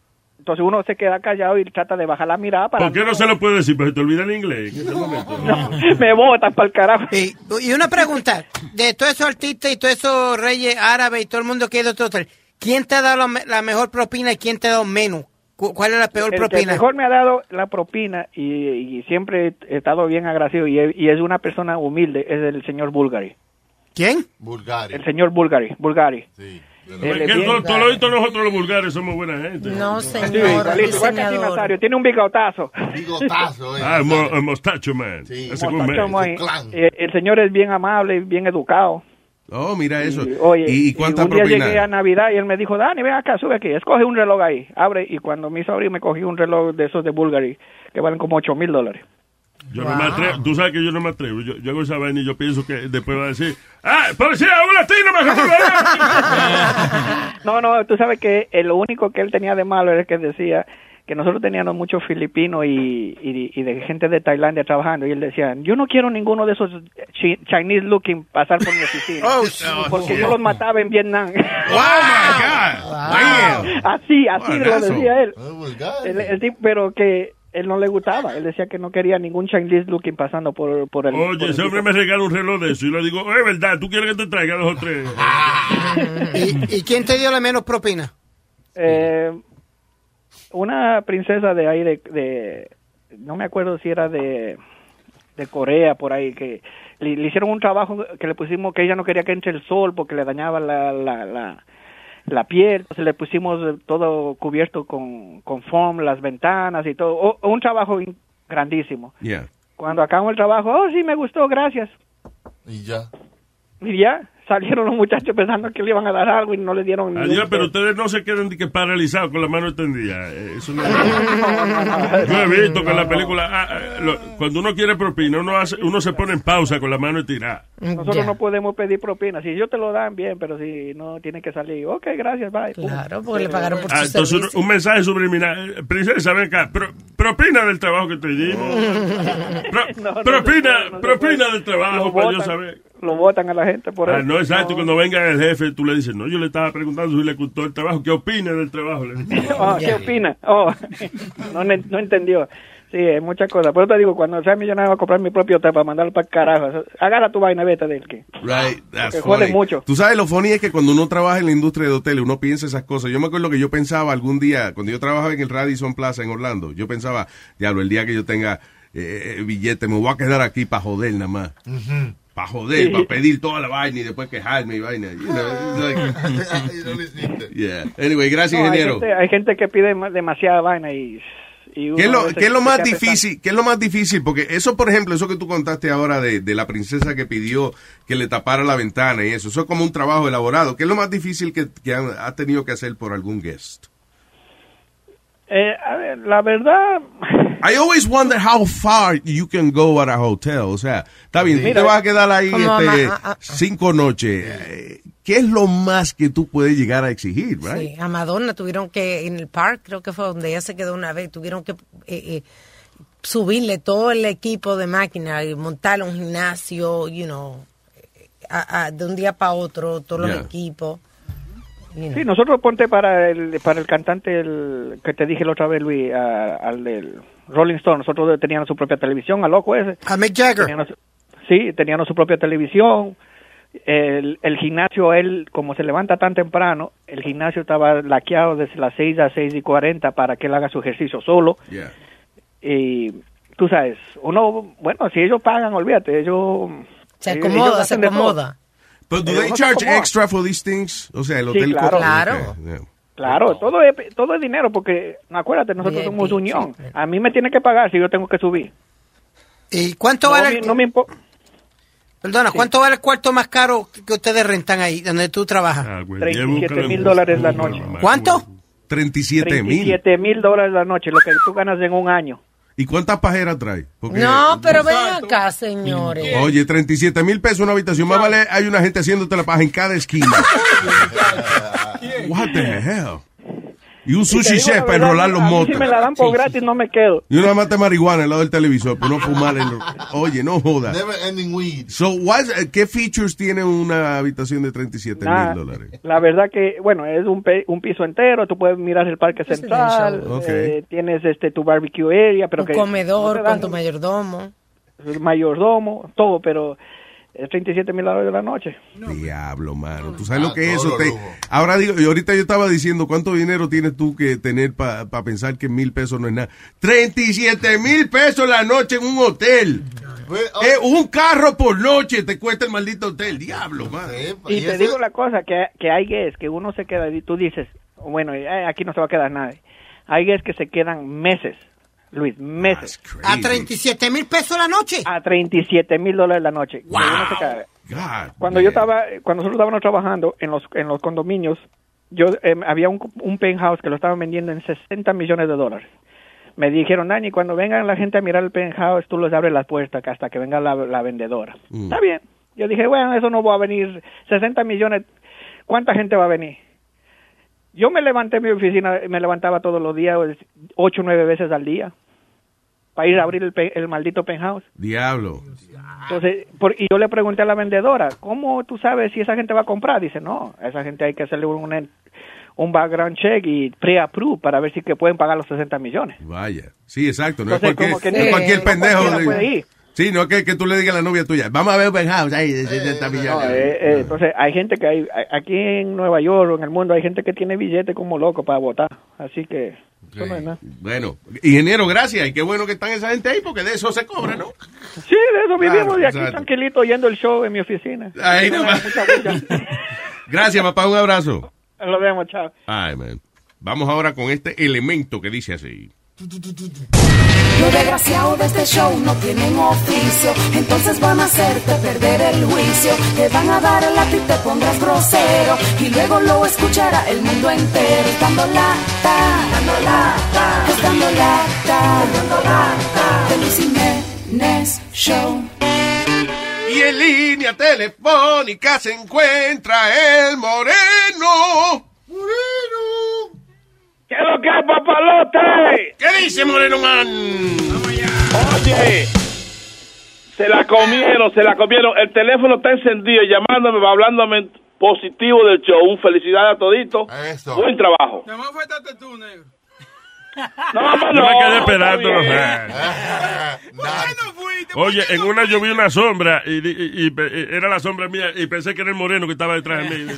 [SPEAKER 5] Entonces uno se queda callado y trata de bajar la mirada para...
[SPEAKER 12] ¿Por qué no se lo puede decir? Pues se te olvida el inglés. en este momento.
[SPEAKER 5] Me botan para el carajo.
[SPEAKER 13] Y, y una pregunta, de todos esos artistas y todos esos reyes árabes y todo el mundo que es de otro hotel, ¿quién te ha dado la, me- la mejor propina y quién te ha dado menos? Cu- ¿Cuál es la peor
[SPEAKER 5] El que
[SPEAKER 13] propina?
[SPEAKER 5] mejor me ha dado la propina y, y siempre he estado bien agradecido y, he- y es una persona humilde, es el señor Bulgari.
[SPEAKER 13] ¿Quién?
[SPEAKER 11] Bulgari.
[SPEAKER 5] El señor Bulgari, Bulgari.
[SPEAKER 12] Es
[SPEAKER 5] Él es
[SPEAKER 12] que
[SPEAKER 5] bien-
[SPEAKER 12] to- todos los- nosotros los vulgares somos buena gente.
[SPEAKER 7] No,
[SPEAKER 5] Sí, igualito, igual que a ti, Nazario, tiene un bigotazo.
[SPEAKER 12] Bigotazo, Ah, el mo- el mostacho man. Ese fue un
[SPEAKER 5] Mostacho
[SPEAKER 12] man.
[SPEAKER 5] muy- eh, el señor es bien amable, bien educado.
[SPEAKER 8] Oh, mira eso.
[SPEAKER 5] Y, oye,
[SPEAKER 8] ¿Y,
[SPEAKER 5] y
[SPEAKER 8] y cuánta
[SPEAKER 5] un día llegué
[SPEAKER 8] propina?
[SPEAKER 5] a Navidad y él me dijo, Dani, ven acá, sube aquí, escoge un reloj ahí, abre. Y cuando me hizo abrir, me cogí un reloj de esos de Bulgari, que valen como 8 mil dólares.
[SPEAKER 12] Yo no me atrevo. Tú sabes que yo no me atrevo. Yo, yo hago esa vaina y yo pienso que después va a decir, ¡Ah, parecía un latino! me
[SPEAKER 5] No, no, tú sabes que eh, lo único que él tenía de malo era que decía que nosotros teníamos muchos filipinos y, y- y de gente de Tailandia trabajando y él decía, yo no quiero ninguno de esos chi- Chinese looking pasar por mi oficina
[SPEAKER 4] Oh,
[SPEAKER 5] porque yo los mataba en Vietnam. Así, así
[SPEAKER 4] Bueno,
[SPEAKER 5] lo
[SPEAKER 4] eso.
[SPEAKER 5] decía
[SPEAKER 10] Oh,
[SPEAKER 5] él. El- el tipo- pero que él no le gustaba, él decía que no quería ningún Chinese looking pasando por, por el... por
[SPEAKER 12] Oye,
[SPEAKER 5] el
[SPEAKER 12] ese hombre me regala un reloj de eso y le digo, es verdad, ¿tú quieres que te traiga dos o tres?
[SPEAKER 13] ¿Y, y quién te dio la menos propina?
[SPEAKER 5] Eh, una princesa de ahí de, de- no me acuerdo si era de de Corea por ahí que le, le hicieron un trabajo que le pusimos que ella no quería que entre el sol porque le dañaba la la, la, la piel entonces le pusimos todo cubierto con con foam las ventanas y todo O- un trabajo in- grandísimo
[SPEAKER 8] Yeah.
[SPEAKER 5] cuando acabamos el trabajo oh sí me gustó gracias
[SPEAKER 11] Y ya.
[SPEAKER 5] y ya salieron los muchachos pensando que le iban a dar algo y no le dieron ningún
[SPEAKER 12] Adiós, pero ustedes no se quedan ni que paralizados con la mano extendida. Eh, Eso no Yo he visto que en la película, ah, ah, lo- cuando uno quiere propina, uno, hace, uno se pone en pausa con la mano estirada.
[SPEAKER 5] Nosotros no podemos pedir propina. Si ellos te lo dan, bien, pero si no, tienen que salir. Ok, gracias, bye. Claro,
[SPEAKER 7] porque le pagaron por
[SPEAKER 12] Ah, entonces, un, un mensaje subliminal. Eh, Princesa, ven acá. pro- propina del trabajo que te dimos. Pro- propina propina del trabajo,
[SPEAKER 5] Lo
[SPEAKER 12] para yo
[SPEAKER 5] botan.
[SPEAKER 12] saber.
[SPEAKER 5] Lo votan a la gente por
[SPEAKER 12] Ah,
[SPEAKER 5] eso.
[SPEAKER 12] no, exacto. Cuando venga el jefe, tú le dices, no, yo le estaba preguntando si le gustó el trabajo. ¿Qué opina del trabajo? Le dices.
[SPEAKER 5] Ah, ¿Qué opina? Oh, no, ne- no entendió. Sí, hay muchas cosas. Por eso te digo, cuando sea millonario, voy a comprar mi propio hotel para mandarlo para el carajo. Agarra tu vaina, vete del que.
[SPEAKER 8] Right, that's
[SPEAKER 5] Porque jode
[SPEAKER 8] funny.
[SPEAKER 5] mucho.
[SPEAKER 8] Tú sabes, lo funny es que cuando uno trabaja en la industria de hoteles, uno piensa esas cosas. Yo me acuerdo que yo pensaba algún día, cuando yo trabajaba en el Radisson Plaza en Orlando, yo pensaba, diablo, el día que yo tenga eh, eh, billete, me voy a quedar aquí para joder nada más. Para joder,
[SPEAKER 4] Sí.
[SPEAKER 8] para pedir toda la vaina y después quejarme y vaina. you know, it's like- Yeah. Anyway, gracias,
[SPEAKER 5] No, hay,
[SPEAKER 8] ingeniero.
[SPEAKER 5] gente, hay gente que pide ma- demasiada vaina y. y uno
[SPEAKER 8] ¿Qué es,
[SPEAKER 5] a
[SPEAKER 8] lo,
[SPEAKER 5] veces
[SPEAKER 8] qué es lo
[SPEAKER 5] se
[SPEAKER 8] más
[SPEAKER 5] queda pensando.
[SPEAKER 8] difícil? ¿Qué es lo más difícil? Porque eso, por ejemplo, eso que tú contaste ahora de, de la princesa que pidió que le tapara la ventana y eso, eso es como un trabajo elaborado. ¿Qué es lo más difícil que, que han- has tenido que hacer por algún guest?
[SPEAKER 5] Eh, a ver, la verdad,
[SPEAKER 8] I always wonder how far you can go at a hotel. O sea, está bien, tú
[SPEAKER 5] Mira,
[SPEAKER 8] te vas a quedar ahí
[SPEAKER 5] como
[SPEAKER 8] este,
[SPEAKER 7] ama- a- a-
[SPEAKER 8] cinco noches. Eh, ¿Qué es lo más que tú puedes llegar a exigir, right?
[SPEAKER 7] Sí, a Madonna tuvieron que, en el park, creo que fue donde ella se quedó una vez, tuvieron que eh, eh, subirle todo el equipo de máquina y montar un gimnasio, you know, a- a- de un día para otro, todos
[SPEAKER 5] Yeah.
[SPEAKER 7] los equipos.
[SPEAKER 5] Sí, nosotros ponte para el, para el cantante el, que te dije la otra vez, Luis, a- al del Rolling Stone. Nosotros teníamos su propia televisión, al loco ese.
[SPEAKER 13] A Mick Jagger.
[SPEAKER 5] Teníamos- sí, teníamos su propia televisión. El, el gimnasio, él, como se levanta tan temprano, el gimnasio estaba laqueado desde las 6 a 6 y 40 para que él haga su ejercicio solo.
[SPEAKER 8] Yeah.
[SPEAKER 5] Y tú sabes, uno, bueno, si ellos pagan, olvídate, ellos... eh,
[SPEAKER 7] Se
[SPEAKER 5] ellos
[SPEAKER 7] acomoda, se
[SPEAKER 5] hacen de todo.
[SPEAKER 7] acomoda.
[SPEAKER 8] But do
[SPEAKER 5] Pero
[SPEAKER 8] they
[SPEAKER 5] no se
[SPEAKER 8] charge
[SPEAKER 5] acomoda.
[SPEAKER 8] extra for these things? O sea, el
[SPEAKER 5] Sí,
[SPEAKER 8] hotel
[SPEAKER 5] claro.
[SPEAKER 8] cobra-
[SPEAKER 5] Claro.
[SPEAKER 8] Okay, yeah.
[SPEAKER 5] Claro, todo es, todo es dinero porque, no, acuérdate, nosotros somos de unión. A mí me tiene que pagar si yo tengo que subir.
[SPEAKER 13] ¿Y cuánto
[SPEAKER 5] No
[SPEAKER 13] vale?
[SPEAKER 5] me-
[SPEAKER 13] el-
[SPEAKER 5] no me impo-
[SPEAKER 13] Perdona, ¿cuánto vale el cuarto más caro que ustedes rentan ahí, donde tú trabajas?
[SPEAKER 8] Ah,
[SPEAKER 12] güey,
[SPEAKER 5] 37 mil dólares la noche.
[SPEAKER 13] ¿Cuánto?
[SPEAKER 8] 37 mil.
[SPEAKER 5] 37 mil dólares la noche, lo que tú ganas en un año.
[SPEAKER 8] ¿Y cuántas pajeras trae? Porque-
[SPEAKER 7] No, pero ven acá, señores.
[SPEAKER 8] Oye, 37 mil pesos una habitación. Más vale, hay una gente haciéndote la paja en cada esquina. What the hell? Y un
[SPEAKER 5] te digo
[SPEAKER 8] sushi
[SPEAKER 5] la
[SPEAKER 8] chef para
[SPEAKER 5] verdad,
[SPEAKER 8] enrolar los
[SPEAKER 5] a mí
[SPEAKER 8] motos.
[SPEAKER 5] Si me la dan por gratis, no me quedo.
[SPEAKER 8] Y una mata de marihuana al lado del televisor para no fumar. en lo- Oye, no jodas.
[SPEAKER 25] Never ending weed.
[SPEAKER 8] So, what's- ¿Qué features tiene una habitación de 37
[SPEAKER 5] Nada.
[SPEAKER 8] mil dólares?
[SPEAKER 5] La verdad que, bueno, es un, pe- un piso entero, tú puedes mirar el parque central,
[SPEAKER 8] Ok.
[SPEAKER 5] eh, tienes este tu barbecue area, pero
[SPEAKER 7] Un
[SPEAKER 5] que
[SPEAKER 7] comedor
[SPEAKER 5] no te dan
[SPEAKER 7] con tu mayordomo.
[SPEAKER 5] mayordomo, todo, pero es 37 mil dólares de la noche.
[SPEAKER 8] Diablo, mano. ¿Tú sabes
[SPEAKER 5] Ah,
[SPEAKER 8] lo que es
[SPEAKER 5] todo lo
[SPEAKER 8] eso? Te-
[SPEAKER 5] lujo.
[SPEAKER 8] ahora digo, y ahorita yo estaba diciendo, ¿cuánto dinero tienes tú que tener para pensar que mil pesos no es nada? 37 mil pesos la noche en un hotel.
[SPEAKER 5] Pues,
[SPEAKER 8] Eh, un carro por noche te cuesta el maldito hotel. Diablo, mano.
[SPEAKER 5] pues, Y, te digo la cosa, que, que hay gays que uno se queda y tú dices, bueno, eh, aquí no se va a quedar nadie. Hay gays que se quedan meses, Luis, meses.
[SPEAKER 13] ¿A 37 mil pesos la noche?
[SPEAKER 5] A 37 mil dólares la noche. Que uno se queda- Cuando yo estaba, cuando nosotros estábamos trabajando en los en los condominios, yo eh, había un, un penthouse que lo estaban vendiendo en 60 millones de dólares. Me dijeron, Dani, cuando vengan la gente a mirar el penthouse, tú les abres las puertas que hasta que venga la, la vendedora. Está bien. Yo dije, bueno, eso no va a venir. 60 millones, ¿cuánta gente va a venir? Yo me levanté en mi oficina, me levantaba todos los días, pues, ocho o nueve veces al día, para ir a abrir el, pe- el maldito penthouse.
[SPEAKER 8] Diablo.
[SPEAKER 5] Entonces, por- y yo le pregunté a la vendedora, ¿cómo tú sabes si esa gente va a comprar? Dice, no, a esa gente hay que hacerle un, un background check y pre-approve para ver si que pueden pagar los 60 millones.
[SPEAKER 8] Vaya. Sí, exacto. No es
[SPEAKER 5] Entonces,
[SPEAKER 8] cualquier,
[SPEAKER 5] como que
[SPEAKER 8] no es
[SPEAKER 5] ni-
[SPEAKER 8] cualquier
[SPEAKER 5] no
[SPEAKER 8] pendejo.
[SPEAKER 5] cualquiera puede ir.
[SPEAKER 8] Sí, no es que, que tú le digas a la novia tuya, vamos a ver Penthouse ahí de 70
[SPEAKER 5] No,
[SPEAKER 8] millones.
[SPEAKER 5] eh, eh, entonces, hay gente que hay, a- aquí en Nueva York o en el mundo, hay gente que tiene billete como loco para votar. Así que, eso no es nada.
[SPEAKER 8] Bueno, ingeniero, gracias. Y qué bueno que están esa gente ahí, porque de eso se cobra, ¿no?
[SPEAKER 5] Sí, de eso vivimos de aquí
[SPEAKER 8] exacto. Ah,
[SPEAKER 5] tranquilito oyendo el show en mi oficina.
[SPEAKER 8] Ahí
[SPEAKER 5] No me
[SPEAKER 8] nomás.
[SPEAKER 5] da mucha bulla.
[SPEAKER 8] Gracias, papá. Un abrazo.
[SPEAKER 5] Lo vemos, chao.
[SPEAKER 8] Ay, man. Vamos ahora con este elemento que dice así.
[SPEAKER 26] Los desgraciados de este show no tienen oficio, entonces van a hacerte perder el juicio. Te van a dar el lápiz, te pondrás grosero y luego lo escuchará el mundo entero. Dando lata, dando lata, dando lata, dando lata. De Luis Jiménez Show.
[SPEAKER 8] Y en línea telefónica se encuentra el moreno. Moreno.
[SPEAKER 27] ¿Qué es lo que es, papalote?
[SPEAKER 8] ¿Qué dice Moreno Man?
[SPEAKER 27] Oye, se la comieron, se la comieron. El teléfono está encendido llamándome, hablándome positivo del show. Un felicidad a todito. Buen trabajo.
[SPEAKER 10] Nada más faltaste tú, negro.
[SPEAKER 27] No, no,
[SPEAKER 12] Yo me quedé
[SPEAKER 27] esperando.
[SPEAKER 12] esperándolo. Oye, en una yo vi una sombra y, di- y- y pe- era la sombra mía y pensé que era el moreno que estaba detrás de mí.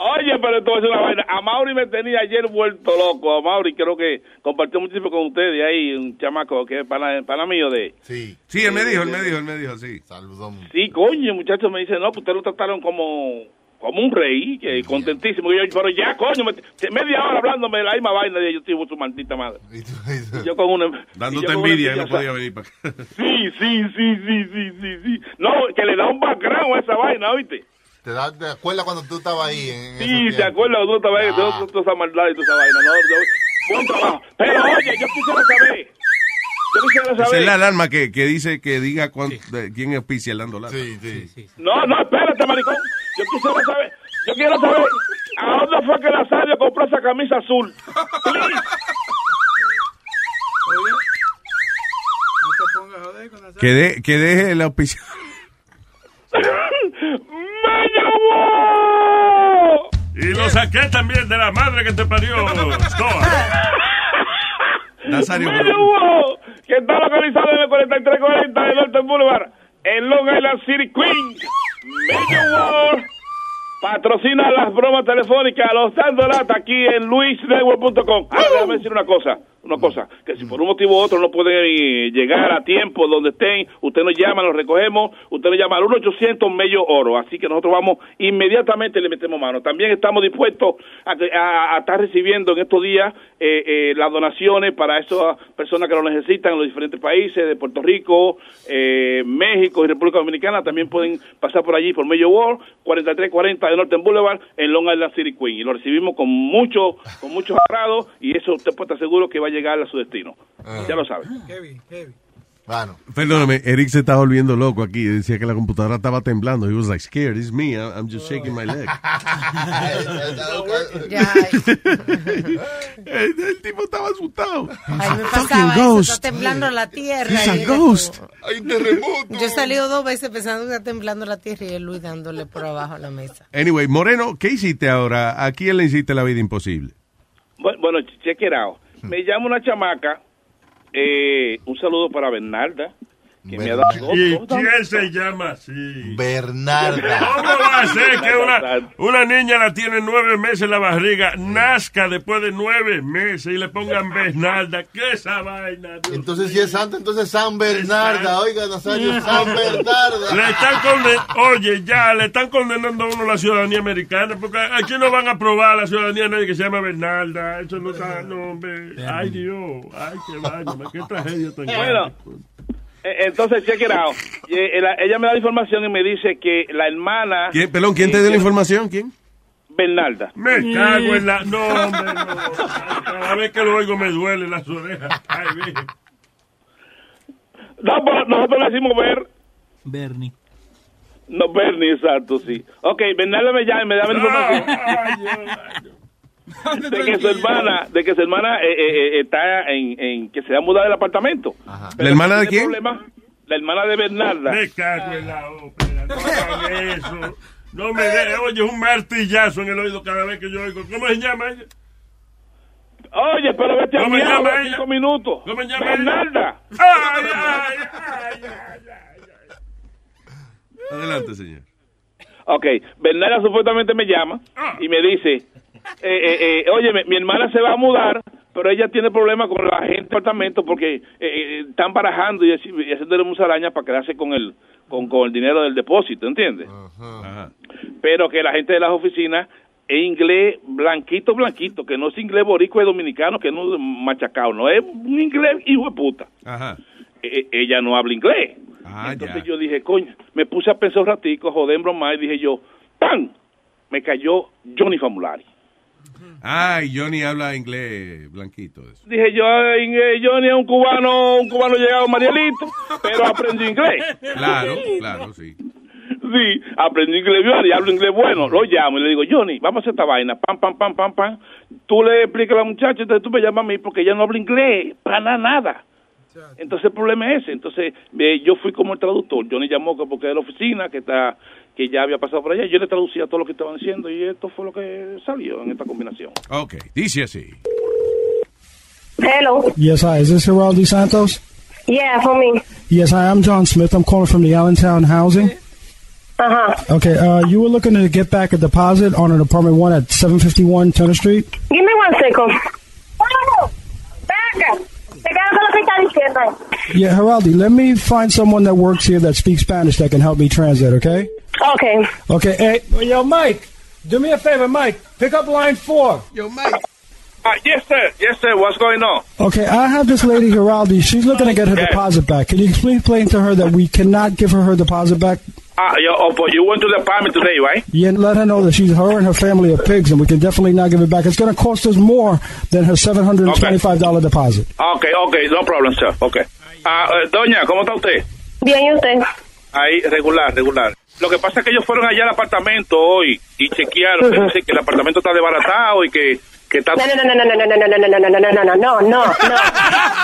[SPEAKER 27] Oye, pero entonces una vaina. A Mauri me tenía ayer vuelto loco. A Mauri creo que compartió mucho tiempo con ustedes ahí, un chamaco que es pana, pana mío de...
[SPEAKER 25] Sí.
[SPEAKER 8] Sí, él me dijo, él me dijo, él me dijo, sí.
[SPEAKER 25] Saludón.
[SPEAKER 27] Sí, coño, muchachos me dicen, no, pues ustedes lo trataron como, como un rey, que contentísimo. Y yo, pero ya, coño, me- te- media hora hablándome de la misma vaina de yo estoy su maldita madre. Y yo con una... y yo
[SPEAKER 8] Dándote
[SPEAKER 27] con una
[SPEAKER 8] envidia, él no
[SPEAKER 27] envidia,
[SPEAKER 8] podía venir para acá.
[SPEAKER 27] Sí, sí, sí, sí, sí, sí, sí. No, que le da un background a esa vaina, ¿oíste?
[SPEAKER 25] ¿Te, da, ¿Te acuerdas cuando tú estabas ahí? En Ah.
[SPEAKER 27] Sí, ¿te acuerdas? Tú estabas ahí, tú- tú- toda esa maldad y toda esa vaina, ¿no? Yo- buen trabajo. Pero oye, yo quisiera saber, yo quisiera saber...
[SPEAKER 8] Esa es la alarma que, que dice que diga cuán- de- quién auspicia el dando lata.
[SPEAKER 27] No, no, espérate, maricón. Yo quisiera saber, yo quiero saber a dónde fue que Nazario compró esa camisa azul.
[SPEAKER 8] Que, de- que deje el auspicio.
[SPEAKER 12] Y lo saqué también de la madre que te parió, Stoa.
[SPEAKER 8] Nazario,
[SPEAKER 27] Mira, Hugo, que está localizado en el 4340 de Norton Boulevard, en Long Island City, Queens. Major World patrocina las bromas telefónicas, los dando lata aquí en luisnetwork.com. Ah, déjame decir una cosa, una cosa, que si por un motivo u otro no pueden eh, llegar a tiempo donde estén, usted nos llama, los recogemos, usted nos llama al 1-800 Mello Oro, así que nosotros vamos inmediatamente y le metemos mano. También estamos dispuestos a, que- a- a estar recibiendo en estos días eh, eh, las donaciones para esas personas que lo necesitan en los diferentes países, de Puerto Rico, eh, México y República Dominicana, también pueden pasar por allí por Major World, 4340 de Norton Boulevard, en Long Island City, Queen. Y lo recibimos con mucho, con mucho agrado y eso usted puede estar seguro que va a llegar a su destino. Ya lo saben.
[SPEAKER 11] Bueno.
[SPEAKER 8] Perdóname, Eric se estaba volviendo loco aquí. Decía que la computadora estaba temblando. He was like scared. It's me. I- I'm just shaking my leg. el, el tipo estaba asustado.
[SPEAKER 7] Ay, me
[SPEAKER 8] Ah, Fucking
[SPEAKER 7] pasaba eso,
[SPEAKER 8] ghost.
[SPEAKER 7] está temblando la tierra.
[SPEAKER 8] It's a
[SPEAKER 7] y era
[SPEAKER 8] ghost.
[SPEAKER 7] como-
[SPEAKER 11] Hay un terremoto.
[SPEAKER 7] Yo he salido dos veces pensando que está temblando la tierra y él Luis dándole por abajo a la mesa.
[SPEAKER 8] Anyway, Moreno, ¿qué hiciste ahora? ¿A quién le hiciste la vida imposible?
[SPEAKER 27] Bu- Bueno, check it out. Me llama una chamaca. eh, un saludo para Bernarda. Que me ha dado
[SPEAKER 12] ¿Y
[SPEAKER 27] dos- dos-
[SPEAKER 12] quién se llama así?
[SPEAKER 11] Bernarda.
[SPEAKER 12] ¿Cómo va a ser que una, una niña la tiene nueve meses en la barriga, nazca después de nueve meses y le pongan Bernarda? ¿Qué es esa vaina?
[SPEAKER 11] Entonces, si es santa, entonces San Bernarda. Oiga, Nazario, San
[SPEAKER 12] Le
[SPEAKER 11] Bernarda.
[SPEAKER 12] están conde- Oye, ya, le están condenando a uno la ciudadanía americana, porque aquí no van a aprobar la ciudadanía de nadie que se llama Bernarda. Eso no está, no, hombre. Ay, Dios, ay, qué vaina, qué tragedia tan grande.
[SPEAKER 27] Bueno, eh, entonces check it out. Y, eh, la- ella me da la información y me dice que la hermana
[SPEAKER 8] ¿Quién, perdón, ¿quién te dio la información? ¿Quién?
[SPEAKER 27] Bernarda.
[SPEAKER 12] Me cago en la... No, hombre, no. Cada vez que lo oigo me duele las orejas. Ay, Virgen.
[SPEAKER 27] No, pero nosotros le decimos ver.
[SPEAKER 9] Bernie.
[SPEAKER 27] No, Bernie, exacto, sí. Ok, Bernarda me llama y me da la información. de que su hermana, de que su hermana eh, eh, eh, está en, en- que se va a mudar del apartamento.
[SPEAKER 8] ¿La hermana de
[SPEAKER 27] ¿Tiene
[SPEAKER 8] quién?
[SPEAKER 27] problema? La hermana de Bernarda.
[SPEAKER 12] Me cago en la ópera. No me hagan eso. No me de... Oye, un martillazo en el oído cada vez que yo oigo. ¿Cómo se llama ella?
[SPEAKER 27] Oye, pero vete a
[SPEAKER 12] ¿Cómo se
[SPEAKER 27] mirar
[SPEAKER 12] llama
[SPEAKER 27] por
[SPEAKER 12] ella?
[SPEAKER 27] cinco minutos.
[SPEAKER 12] ¿Cómo se llama
[SPEAKER 27] Bernarda.
[SPEAKER 12] ella? Ay, ay, ay, ay, ay.
[SPEAKER 8] Adelante, señor.
[SPEAKER 27] Ok, Bernarda supuestamente me llama y me dice, eh, eh, eh, oye, mi, mi hermana se va a mudar, pero ella tiene problemas con la gente del apartamento porque eh, eh, están barajando y, haci- y haciéndole mucha araña para quedarse con el, con, con el dinero del depósito, ¿entiendes? Pero que la gente de las oficinas es inglés blanquito, blanquito, que no es inglés boricua y dominicano, que no es machacado, no es un inglés hijo de puta.
[SPEAKER 8] Ajá.
[SPEAKER 27] E- ella no habla inglés.
[SPEAKER 8] Ah,
[SPEAKER 27] Entonces yo dije, coño, me puse a pensar un ratico, joder, broma, y dije yo, ¡pam! Me cayó Johnny Famulari.
[SPEAKER 8] Ay, Johnny habla inglés blanquito. Eso.
[SPEAKER 27] Dije yo, "Ay, eh, Johnny es un cubano, un cubano llegado a Marielito, pero aprendí inglés.
[SPEAKER 8] Claro, claro, sí.
[SPEAKER 27] Sí, aprendí inglés bien y hablo inglés bueno. Lo llamo y le digo, Johnny, vamos a hacer esta vaina. Pam, pam, pam, pam, pam. Tú le explicas a la muchacha, entonces tú me llamas a mí porque ella no habla inglés, para nada. Entonces el problema es ese. Entonces eh, yo fui como el traductor. Johnny llamó que porque de la oficina que está que ya había pasado por allá. Yo le traducía todo lo que estaban diciendo y esto fue lo que salió en esta combinación.
[SPEAKER 8] Ok, dice así.
[SPEAKER 17] Hello.
[SPEAKER 20] Yes, hi. Is this Geraldi Santos?
[SPEAKER 17] Yeah, for me.
[SPEAKER 20] Yes, hi. I'm John Smith. I'm calling from the Allentown Housing.
[SPEAKER 17] Uh huh.
[SPEAKER 20] Okay, uh, you were looking to get back a deposit on an apartment one at 751 Turner Street.
[SPEAKER 17] Give me one second. Venga. Te quedas con lo que está diciendo.
[SPEAKER 20] Yeah, Geraldi, let me find someone that works here that speaks Spanish that can help me translate, okay?
[SPEAKER 17] Okay.
[SPEAKER 20] Okay,
[SPEAKER 28] eh,
[SPEAKER 20] eh, hey, yo, Mike, do me a favor, Mike, pick up line four.
[SPEAKER 17] Yo, Mike.
[SPEAKER 27] Ah, yes, sir. Yes, sir. What's going on?
[SPEAKER 20] Okay, I have this lady, Geraldi. She's looking to get her deposit back. Can you explain plain to her that we cannot give her her deposit back?
[SPEAKER 27] Ah, you, oh, but you went to the apartment today, right?
[SPEAKER 20] Yeah, and let her know that she's her and her family are pigs, and we can definitely not give it back. It's going to cost us more than her seven hundred and twenty-five dollar deposit.
[SPEAKER 27] Okay, okay. No problem, sir. Okay. Ah, eh, doña, ¿cómo está usted?
[SPEAKER 17] Bien, ¿y usted?
[SPEAKER 27] Ahí, regular, regular. Lo que pasa es que ellos fueron allá al apartamento hoy y chequearon.
[SPEAKER 17] Ujú.
[SPEAKER 27] Dicen que el apartamento está desbaratado y que, que está...
[SPEAKER 17] No, no, no, no, no, no, no, no, no, no, no, no, no, no, no, no, no.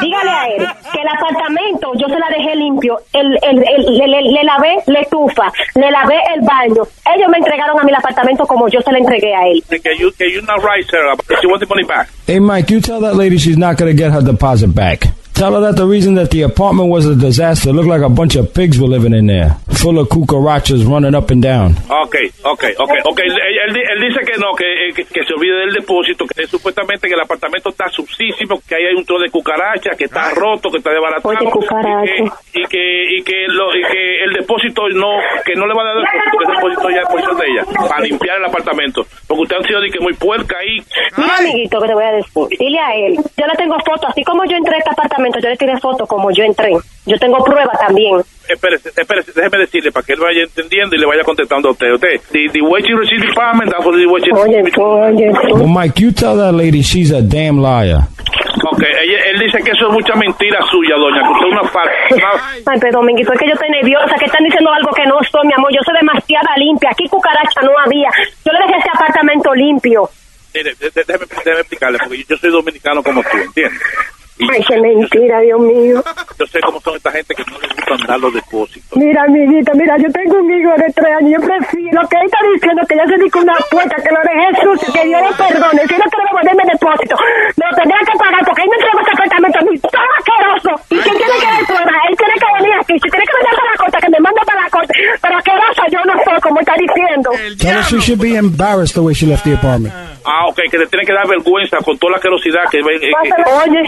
[SPEAKER 17] Dígale a él que el apartamento yo se la dejé limpio. El, el, el- le, le- le lavé la estufa, le lavé el baño. Ellos me entregaron a mí el apartamento como yo se lo entregué a él.
[SPEAKER 27] Que you, que you not right, sir. But you want the money back.
[SPEAKER 20] Hey, Mike, you tell that lady she's not going to get her deposit back. Tell her that the reason that the apartment was a disaster looked like a bunch of pigs were living in there, full of cucarachas running up and down.
[SPEAKER 27] Okay, okay, okay, okay. Él, él di- él dice que no, que, eh, que, que se olvide del depósito, que supuestamente que el apartamento está subsísimo, que ahí hay un tro de cucaracha, que está roto, que está desbaratado. y, que, y que y que lo- y que el depósito no, que no le va a dar depósito, que el depósito ya es posición de ella, para limpiar el apartamento. Porque usted han sido de que muy puerca ahí.
[SPEAKER 17] Mira, amiguito, que te voy a decir. Dile a él. Yo le tengo fotos. Así como yo entré a este apartamento, yo le tiré fotos como yo entré. Yo tengo pruebas también.
[SPEAKER 27] Espérese, espérese, déjeme decirle para que él vaya entendiendo y le vaya contestando a usted. Usted, the, the way you receive the
[SPEAKER 28] Oh.
[SPEAKER 27] payment, that's what the way you-
[SPEAKER 17] Oye, tú, oye, tú.
[SPEAKER 20] Well, Mike, you tell that lady she's a damn liar.
[SPEAKER 27] Ok, ella- él dice que eso es mucha mentira suya, doña, que usted es una falsa.
[SPEAKER 17] Ay, pero Dominguito, es que yo estoy nerviosa, que están diciendo algo que no soy, mi amor. Yo soy demasiada limpia. Aquí cucaracha no había. Yo le dejé este apartamento limpio.
[SPEAKER 27] Mire, de- de- déjeme, déjeme explicarle, porque yo- yo soy dominicano como tú, ¿entiendes?
[SPEAKER 17] Ay, qué mentira, Dios mío.
[SPEAKER 27] Yo sé cómo son esta gente que no les gustan dar los depósitos.
[SPEAKER 17] Mira, amiguito, mira, yo tengo un hijo de tres años. Yo prefiero que él está diciendo que ya se dijo una puerta, que lo dejé sucio, que Dios le perdone. Si no quiere devolverme el depósito, me lo tendrá que pagar porque él me entregó este apartamento a mí. ¡Todo asqueroso! ¿Y quién tiene que ver prueba? Él tiene que venir aquí. Si tiene que venir para la corte, que me mande para la corte. Pero asquerosa yo no soy, como está diciendo.
[SPEAKER 28] Tell her she should be embarrassed the way she left the apartment.
[SPEAKER 27] Ah, ok, que le tienen que dar vergüenza con toda la querosidad que ven. eh, que-
[SPEAKER 17] Oye,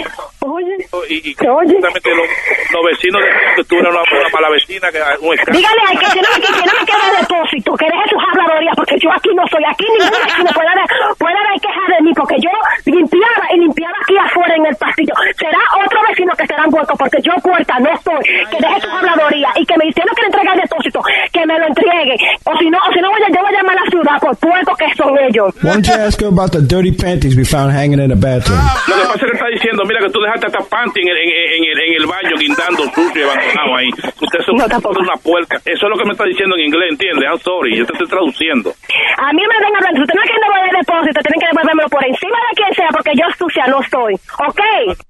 [SPEAKER 17] oye.
[SPEAKER 27] y, y que justamente los, los vecinos decían que tú eras una, una mala vecina, que ah, un escándalo.
[SPEAKER 17] Dígale al que si no me, que no me queda depósito, que deje sus habladorías, porque yo aquí no soy aquí, ninguna vecina puede haber, puede haber queja de mí, porque yo limpiaba y limpiaba aquí afuera en el pasillo. Será otro vecino que será envuelto, porque yo puerta no estoy, que deje sus habladorías y que me diciendo que le entregue el depósito, que me lo entregue, o si no, o si no voy a, yo voy a llamar a la ciudad por puerto que son ellos.
[SPEAKER 28] Why don't you ask her about the dirty panties we found hanging in the bathroom?
[SPEAKER 27] Lo que pasa es que está diciendo, mira, que tú dejaste hasta panty en el, en, en- en el, en el baño guindando sucio y abandonado ahí. Usted se puso una puerta. Eso es lo que me está diciendo en inglés, ¿entiendes? I'm sorry, yo te estoy traduciendo.
[SPEAKER 17] A mí me ven hablando, si usted no quiere devolver el depósito, tienen que devolvérmelo por encima de quien sea, porque yo sucia no soy, ¿ok?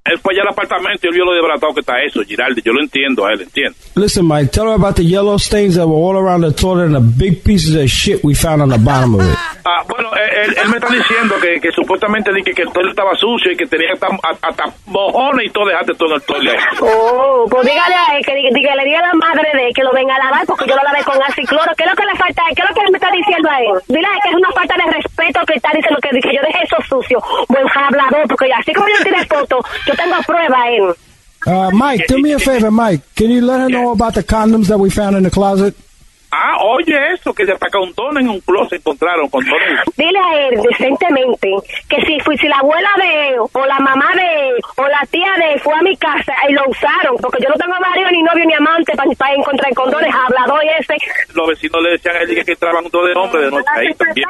[SPEAKER 27] Él fue allá al apartamento y él vio lo desbaratado que está eso, Giraldi. Yo lo entiendo a él, entiendo.
[SPEAKER 28] Listen, Mike, tell her about the yellow stains that were all around the toilet and the big pieces of shit we found on the bottom of it.
[SPEAKER 27] Ah, bueno, eh, él, él me está diciendo que, que supuestamente dije que el toile estaba sucio y que tenía hasta, hasta mojones y todo, dejaste todo en el toile.
[SPEAKER 17] Oh, pues dígale a él, que, diga- diga- le diga a la madre de él que lo venga a lavar porque yo lo lavé con ácido y cloro. ¿Qué es lo que le falta a él? ¿Qué es lo que él me está diciendo a él? Dile a él que es una falta de respeto que está diciendo que, que yo dejé eso sucio. Buen hablador, porque así como yo tiene foto, yo tengo prueba eh. a él.
[SPEAKER 28] Uh, Mike, do me a favor, Mike. Can you let her know about the condoms that we found in the closet?
[SPEAKER 27] Ah, oye eso, que se atacó un tono en un closet, encontraron con tono.
[SPEAKER 17] Dile a él decentemente que si, fui, si la abuela de él, o la mamá de él, o la tía de él fue a mi casa y lo usaron, porque yo no tengo marido, ni novio, ni amante para encontrar condones, hablador y ese,
[SPEAKER 27] Los vecinos le decían a él dije, que entraban un dos de hombres de noche ahí también.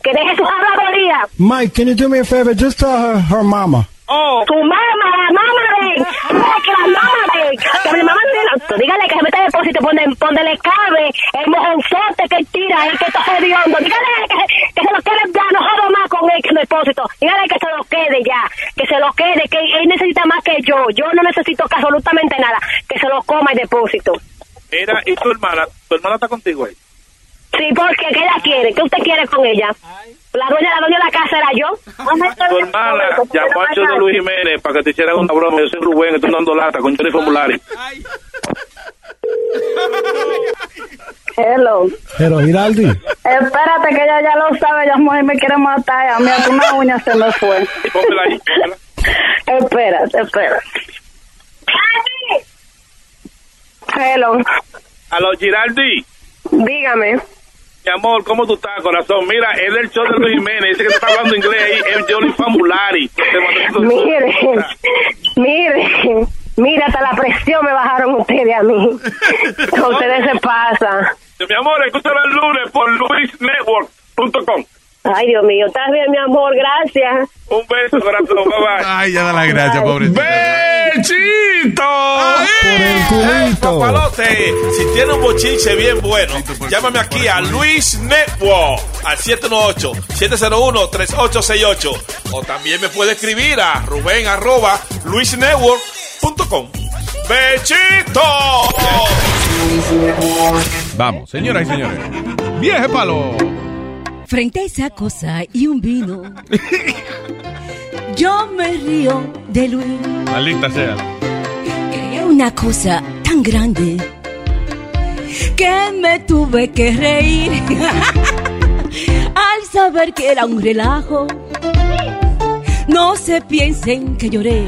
[SPEAKER 17] que deje sus habladorías.
[SPEAKER 28] Mike, can you do me a favor? Just tell her her mama.
[SPEAKER 17] Tu mamá, la mamá de él, que la mamá de él, que mi mamá no dígale que se meta en el depósito, ponle, ponle cabe el mojonzote que él tira, el que está jodiendo, dígale que, se- que se lo quede ya, no jodo más con el depósito, dígale que se lo quede ya, que se lo quede, que él necesita más que yo, yo no necesito que absolutamente nada, que se lo coma el depósito.
[SPEAKER 27] Mira, ¿y tu hermana? ¿Tu hermana está contigo ahí?
[SPEAKER 17] Sí, porque ¿qué ella quiere? ¿Qué usted quiere con ella? La dueña, la dueña de la casa era yo.
[SPEAKER 27] Tu hermana llamó a de Luis Jiménez para que te hicieran una broma. Yo soy Rubén, estoy dando lata con Johnny Formulari.
[SPEAKER 29] Hello.
[SPEAKER 28] Hello, Giraldi.
[SPEAKER 29] Espérate que ella ya lo sabe, ella mujer me quiere matar, a mí hasta una uña se me fue. espérate, espérate. Hello,
[SPEAKER 27] A los Giraldi.
[SPEAKER 29] dígame.
[SPEAKER 27] Mi amor, ¿cómo tú estás, corazón? Mira, es del show de Luis Jiménez. Dice que te está hablando inglés ahí. Es Johnny Famulari. Te mandó-
[SPEAKER 29] Mire, mire, mire, hasta la presión me bajaron ustedes a mí. Con ustedes se pasa.
[SPEAKER 27] Mi amor, escúchalo el lunes por luisnetwork.com.
[SPEAKER 17] Ay, Dios mío, estás bien, mi amor, gracias.
[SPEAKER 27] Un beso, corazón. Bye bye.
[SPEAKER 8] Ay, ya da la gracia, pobre.
[SPEAKER 10] ¡Bechito! Papalote, si tiene un bochinche bien bueno, llámame aquí a Luis Network al 718-701-3868. O también me puede escribir a Rubén arroba luisnetwork.com. ¡Bechito!
[SPEAKER 8] Vamos, señoras y señores. Vieje palo.
[SPEAKER 26] Frente a esa cosa y un vino, yo me río de Luis.
[SPEAKER 10] Maldita sea.
[SPEAKER 26] Es una cosa tan grande que me tuve que reír al saber que era un relajo. No se piensen que lloré.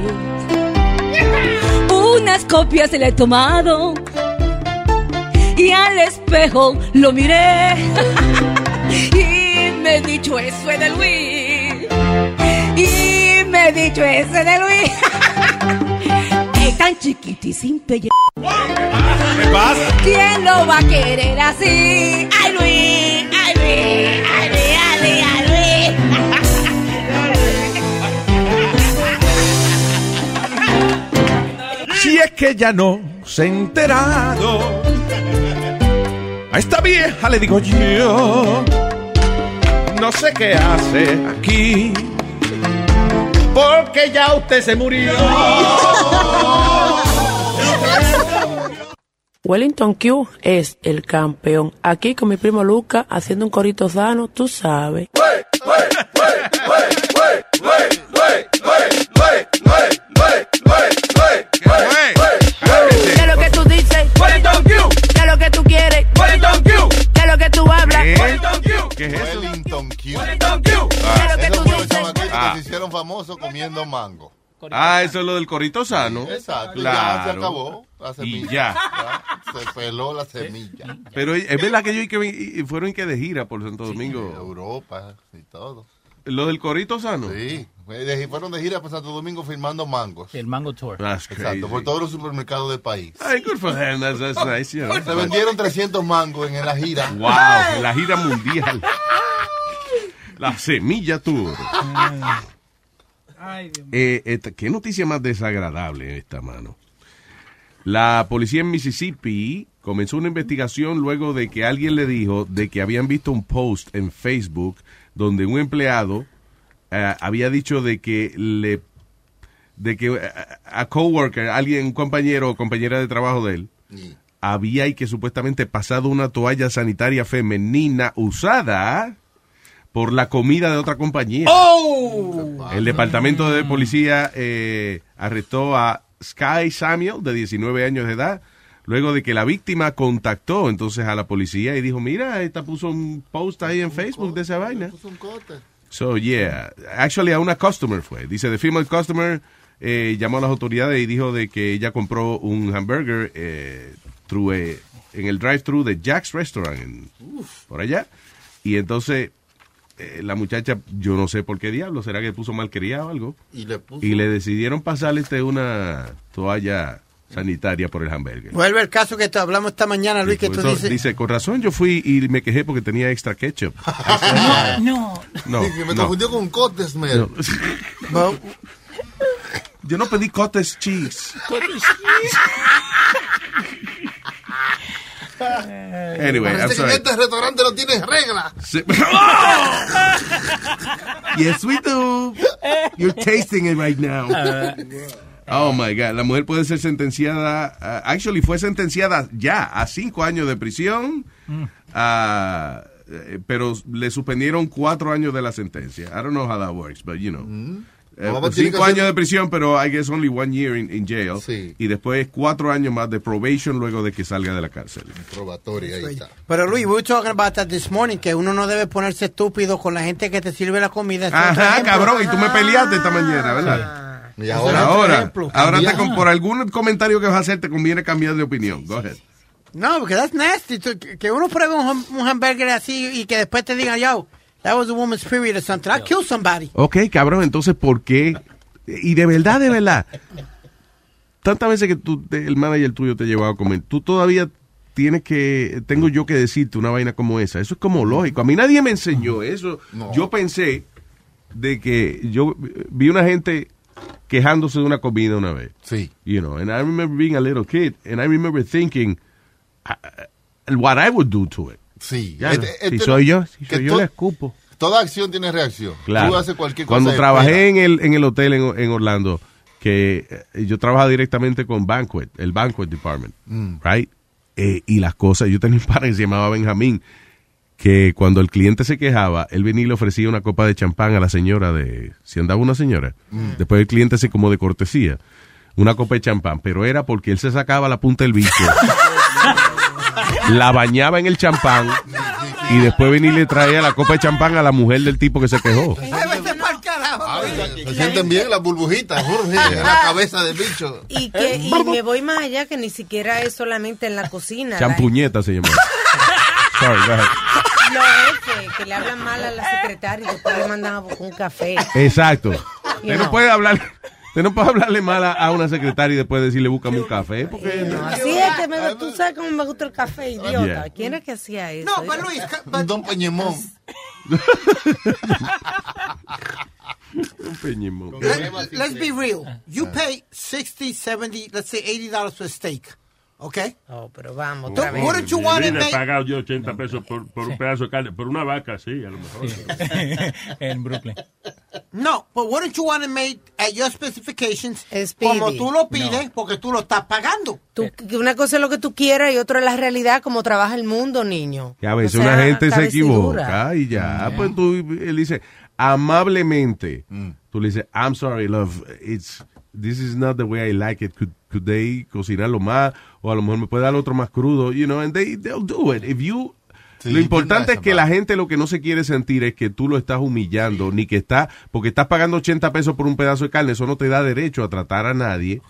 [SPEAKER 26] Unas copias le he tomado y al espejo lo miré y me he dicho eso es de Luis y me he dicho eso es de Luis. Es tan chiquito y sin pellejo.
[SPEAKER 10] ¿Qué pasa?
[SPEAKER 26] ¿Quién lo va a querer así? ¡Ay, Luis! ¡Ay, Luis! ¡Ay, Luis! ¡Ay, Luis! ¡Ay, Luis!
[SPEAKER 2] que ya no se ha enterado. A esta vieja le digo yo, no sé qué hace aquí, porque ya usted se murió.
[SPEAKER 3] Wellington Q es el campeón. Aquí con mi primo Luca haciendo un corito sano, tú sabes.
[SPEAKER 14] ¿Qué es lo que tú dices? ¿Qué es lo que tú quieres? ¿Qué es lo que tú hablas?
[SPEAKER 13] ¿Eh?
[SPEAKER 11] ¿Qué es eso? Wellington Q.
[SPEAKER 8] Ah.
[SPEAKER 11] Esos fueron los chamaquitos
[SPEAKER 8] Ah.
[SPEAKER 11] que se hicieron famosos comiendo mango.
[SPEAKER 8] Ah, eso es lo del corito sano.
[SPEAKER 11] Exacto.
[SPEAKER 8] Claro.
[SPEAKER 11] Ya se acabó la
[SPEAKER 8] Y
[SPEAKER 11] semilla.
[SPEAKER 8] ya.
[SPEAKER 11] Ya, Se peló la semilla.
[SPEAKER 8] Pero es verdad que ellos y que- fueron y que de gira por Santo Domingo.
[SPEAKER 11] Europa y todo.
[SPEAKER 8] Lo del corito sano.
[SPEAKER 11] Sí. Fue de- Fueron de gira para Santo Domingo firmando mangos.
[SPEAKER 9] El Mango Tour.
[SPEAKER 8] That's crazy.
[SPEAKER 11] Exacto, por todos los supermercados del país.
[SPEAKER 8] Ay, good for him. That's, that's nice, you know.
[SPEAKER 11] Se vendieron 300 mangos en la gira.
[SPEAKER 8] Wow, la gira mundial. La semilla tour.
[SPEAKER 4] Ay, Dios
[SPEAKER 8] Eh, esta- ¿Qué noticia más desagradable esta mano? La policía en Mississippi comenzó una investigación luego de que alguien le dijo de que habían visto un post en Facebook donde un empleado eh, había dicho de que le de que eh, a coworker, alguien, un compañero o compañera de trabajo de él, había y que supuestamente pasado una toalla sanitaria femenina usada por la comida de otra compañía.
[SPEAKER 10] ¡Oh!
[SPEAKER 8] El departamento de policía eh, arrestó a Sky Samuel, de 19 años de edad, luego de que la víctima contactó entonces a la policía y dijo, mira, esta puso un post ahí en Facebook de esa vaina. So, yeah. Actually, a una customer fue. Dice, the female customer eh, llamó a las autoridades y dijo de que ella compró un hamburger eh, through, eh, en el drive-thru de Jack's Restaurant en- por allá. Y entonces eh, la muchacha, yo no sé por qué diablo, será que puso malcriada o algo.
[SPEAKER 11] Y le puso.
[SPEAKER 8] Y le decidieron pasarle este, una toalla sanitaria por el hamburger.
[SPEAKER 13] Vuelve el caso que te hablamos esta mañana, Ah, Luis, que tú
[SPEAKER 8] Entonces,
[SPEAKER 13] dices.
[SPEAKER 8] dice, con razón yo fui y me quejé porque tenía extra ketchup.
[SPEAKER 13] No.
[SPEAKER 8] No,
[SPEAKER 11] Dije, me
[SPEAKER 8] no.
[SPEAKER 11] confundió con Cotes, man.
[SPEAKER 8] No. Yo no pedí cottage cheese. Anyway, I'm
[SPEAKER 11] Parece que
[SPEAKER 8] sorry.
[SPEAKER 11] este restaurante no tiene regla.
[SPEAKER 8] Sí. Oh. Yes, we do. You're tasting it right now.
[SPEAKER 10] Ah,
[SPEAKER 8] Oh my God, la mujer puede ser sentenciada. uh, actually, fue sentenciada ya a cinco años de prisión, ah, eh, pero le suspendieron cuatro años de la sentencia. I don't know how that works, but you know.
[SPEAKER 11] Mm.
[SPEAKER 8] Eh,
[SPEAKER 11] Vamos a tener que
[SPEAKER 8] cinco
[SPEAKER 11] hacer-
[SPEAKER 8] años de prisión, pero I guess only one year in, in jail. Y después cuatro años más de probation luego de que salga de la cárcel.
[SPEAKER 11] Probatoria, ahí está.
[SPEAKER 13] Pero Luis, we were talking about that this morning, que uno no debe ponerse estúpido con la gente que te sirve la comida. Ese otro
[SPEAKER 8] Ajá,
[SPEAKER 13] ejemplo. Ah,
[SPEAKER 8] cabrón, y tú me peleaste esta mañana, ¿verdad?
[SPEAKER 11] Ah. Y
[SPEAKER 13] ahora- Otro
[SPEAKER 8] ahora,
[SPEAKER 13] ejemplo.
[SPEAKER 8] ahora te,
[SPEAKER 13] Cambiar.
[SPEAKER 8] con- por algún comentario que vas a hacer, te conviene cambiar de opinión. Go ahead.
[SPEAKER 13] No, porque that's nasty. Tú- Que uno pruebe un, ham- un hamburger así y que después te digan, yo, that was a woman's period or something. I killed somebody.
[SPEAKER 8] Ok, cabrón, entonces, ¿por qué? Y de verdad, de verdad, tantas veces que tú, te- el manager tuyo te llevaba a comer, tú todavía tienes que, tengo yo que decirte una vaina como esa. Eso es como lógico. A mí nadie me enseñó eso. Yo pensé de que yo vi una gente quejándose de una comida una vez.
[SPEAKER 11] Sí.
[SPEAKER 8] You know, and I remember being a little kid, and I remember thinking uh, uh, what I would do to it.
[SPEAKER 11] Sí.
[SPEAKER 8] Ya,
[SPEAKER 11] Este-
[SPEAKER 8] si
[SPEAKER 11] este-
[SPEAKER 8] soy yo, si
[SPEAKER 11] que
[SPEAKER 8] soy yo,
[SPEAKER 11] to-
[SPEAKER 8] le escupo.
[SPEAKER 11] Toda acción tiene reacción.
[SPEAKER 8] Claro.
[SPEAKER 11] Tú haces cualquier cosa.
[SPEAKER 8] Cuando
[SPEAKER 11] de
[SPEAKER 8] trabajé en el, en el hotel en, en Orlando, que eh, yo trabajaba directamente con Banquet, el Banquet Department,
[SPEAKER 11] Mm.
[SPEAKER 8] right? Eh, y las cosas, yo tenía un padre que se llamaba Benjamín, que cuando el cliente se quejaba, él venía y le ofrecía una copa de champán a la señora de, si andaba una señora,
[SPEAKER 11] Mm.
[SPEAKER 8] después el cliente se como de cortesía, una copa de champán, pero era porque él se sacaba la punta del bicho, la bañaba en el champán y después venía y le traía la copa de champán a la mujer del tipo que se quejó.
[SPEAKER 11] Se sienten bien las burbujitas juro, sí, en la cabeza del bicho.
[SPEAKER 7] Y, que,
[SPEAKER 11] Eh,
[SPEAKER 7] y
[SPEAKER 11] vamos.
[SPEAKER 7] me voy más allá que ni siquiera es solamente en la cocina. la- e-,
[SPEAKER 8] Champuñeta se llama. Sorry, go ahead.
[SPEAKER 7] Los jefes que le hablan mal a la secretaria y después le mandan a buscar un café.
[SPEAKER 8] Exacto.
[SPEAKER 7] You
[SPEAKER 8] Usted no
[SPEAKER 7] know.
[SPEAKER 8] puede hablar, usted no puede hablarle mal a, a una secretaria y después decirle búscame un café. Porque
[SPEAKER 7] No, así es que me, tú sabes cómo me gusta el café, idiota.
[SPEAKER 8] Yeah.
[SPEAKER 7] ¿Quién es que hacía eso?
[SPEAKER 13] No, pero Luis,
[SPEAKER 11] Don Peñemón.
[SPEAKER 8] Un peñimón.
[SPEAKER 13] Let, let's be real. You pay 60, 70, let's say 80 dollars for a steak. Okay?
[SPEAKER 7] Oh, pero vamos,
[SPEAKER 13] otra vez. Wouldn't you want to
[SPEAKER 12] Mira, he
[SPEAKER 13] make
[SPEAKER 12] pagado yo 80 pesos por, por un pedazo de carne, por una vaca, sí, a lo mejor.
[SPEAKER 9] en Brooklyn.
[SPEAKER 13] No, but wouldn't you want to make at your specifications como tú lo pides porque tú lo estás pagando?
[SPEAKER 7] Tú- que una cosa es lo que tú quieras y otra es la realidad como trabaja el mundo, niño.
[SPEAKER 8] Que a veces
[SPEAKER 7] O sea, Mm.
[SPEAKER 8] una gente se
[SPEAKER 7] cabecedura.
[SPEAKER 8] equivoca y ya, pues tú le dices amablemente, tú le dices, I'm sorry, love, it's, this is not the way I like it. Could, could they cocinarlo más? O a lo mejor me puede dar otro más crudo, you know, and they, they'll do it. If you, lo importante es que la gente lo que no se quiere sentir es que tú lo estás humillando, ni que está, porque estás pagando 80 pesos por un pedazo de carne, eso no te da derecho a tratar a nadie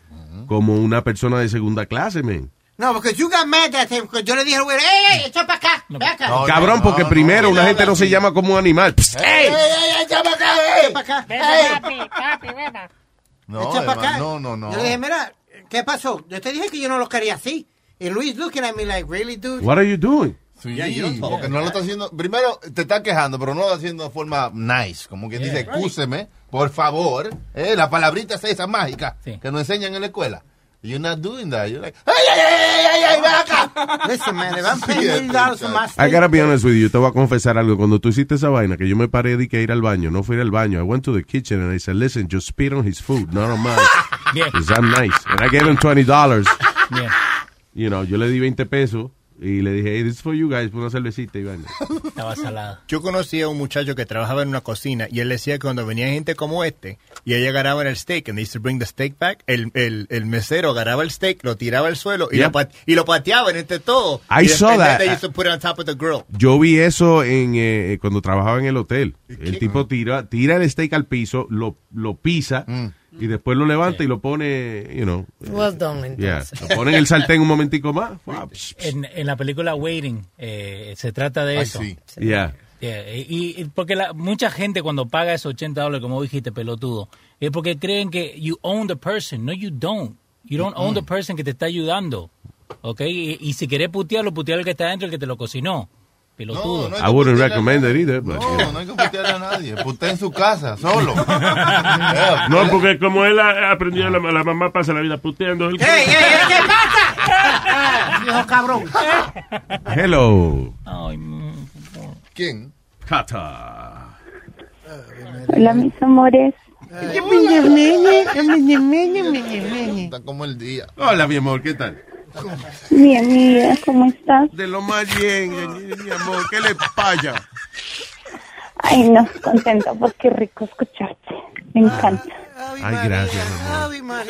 [SPEAKER 8] como una persona de segunda clase, men.
[SPEAKER 13] No, because you got mad at him. Because yo le dije al güey, ¡Ey, ey, echa para acá! ¡Ve acá!
[SPEAKER 8] Cabrón, porque primero una gente no se llama como un animal.
[SPEAKER 13] ¡Ey, ey, ey, echa para acá! ¡Echa para acá! ¡Ey!
[SPEAKER 11] No,
[SPEAKER 13] echa para
[SPEAKER 11] además,
[SPEAKER 13] acá.
[SPEAKER 11] no, no, no.
[SPEAKER 13] Yo le dije, mira, ¿qué pasó? Yo te dije que yo no lo quería así. Y Luis looking at me like, really, dude?
[SPEAKER 8] What are you doing?
[SPEAKER 11] Sí,
[SPEAKER 13] Yeah, you don't talk.
[SPEAKER 11] porque no lo está haciendo. Primero, te está quejando, pero no lo está haciendo de forma nice. Como quien
[SPEAKER 13] Yeah.
[SPEAKER 11] dice, excúseme, por favor. Eh, la palabrita es esa mágica que nos enseñan en la escuela. You're not doing that. You're like, ¡ay, ay, ay, ay, ay, ay, ven acá!
[SPEAKER 13] Listen, man, if I'm paying million dollars for my
[SPEAKER 8] I gotta be honest with you. Te voy a confesar algo. Cuando tú hiciste esa vaina, que yo me paré de que ir al baño, no fui al baño. I went to the kitchen and I said, listen, just spit on his food, not on mine.
[SPEAKER 9] Yeah.
[SPEAKER 8] Because I'm nice. And I gave him $20.
[SPEAKER 9] Yeah.
[SPEAKER 8] You know, yo le di 20 pesos y le dije, hey, this is for you guys, por una cervecita y vaina.
[SPEAKER 9] Estaba salada.
[SPEAKER 14] Yo conocí a un muchacho que trabajaba en una cocina y él decía que cuando venía gente como este y ella agarraba el steak, and they used to bring the steak back, el, el, el mesero agarraba el steak, lo tiraba al suelo y,
[SPEAKER 8] Yeah.
[SPEAKER 14] lo, pat- y lo pateaban entre todo.
[SPEAKER 8] I
[SPEAKER 14] y
[SPEAKER 8] saw
[SPEAKER 14] después
[SPEAKER 8] that.
[SPEAKER 14] They used to put it on top of the grill.
[SPEAKER 8] Yo vi eso en eh, cuando trabajaba en el hotel. El tipo tira, tira el steak al piso, lo, lo pisa
[SPEAKER 11] Mm.
[SPEAKER 8] y después lo levanta y lo pone, you know.
[SPEAKER 7] Well done,
[SPEAKER 8] Yeah.
[SPEAKER 7] entonces.
[SPEAKER 8] Lo pone en el sartén un momentico más. Wow, psh,
[SPEAKER 9] En, en la película Waiting eh, se trata de
[SPEAKER 8] Ay,
[SPEAKER 9] eso.
[SPEAKER 8] sí. Yeah.
[SPEAKER 9] Yeah, y, y porque la, mucha gente cuando paga esos 80 dólares, como dijiste, pelotudo, es porque creen que you own the person. No, you don't. You don't own the
[SPEAKER 8] Mm.
[SPEAKER 9] person que te está ayudando. ¿Ok? Y, y si querés putearlo, putear al que está adentro, el que te lo cocinó. Pelotudo.
[SPEAKER 8] I wouldn't recommend it either. But, yeah.
[SPEAKER 11] No, no hay que putear a nadie. Putea en su casa, solo. Eh,
[SPEAKER 12] No, porque como él ha ha aprendido, la, la mamá pasa la vida puteando. Él,
[SPEAKER 13] ¿Qué pasa? Viejo cabrón.
[SPEAKER 8] Hello.
[SPEAKER 11] ¿Quién?
[SPEAKER 8] Kata.
[SPEAKER 29] Hola, mis amores.
[SPEAKER 11] Está como el día.
[SPEAKER 8] Hola, mi amor, ¿qué tal?
[SPEAKER 29] Mi amiga, ¿cómo estás?
[SPEAKER 8] De lo más bien, mi amor, ¿qué le pasa?
[SPEAKER 29] Ay, no, contenta porque rico escucharte. Me encanta.
[SPEAKER 8] Ay, gracias, mi amor.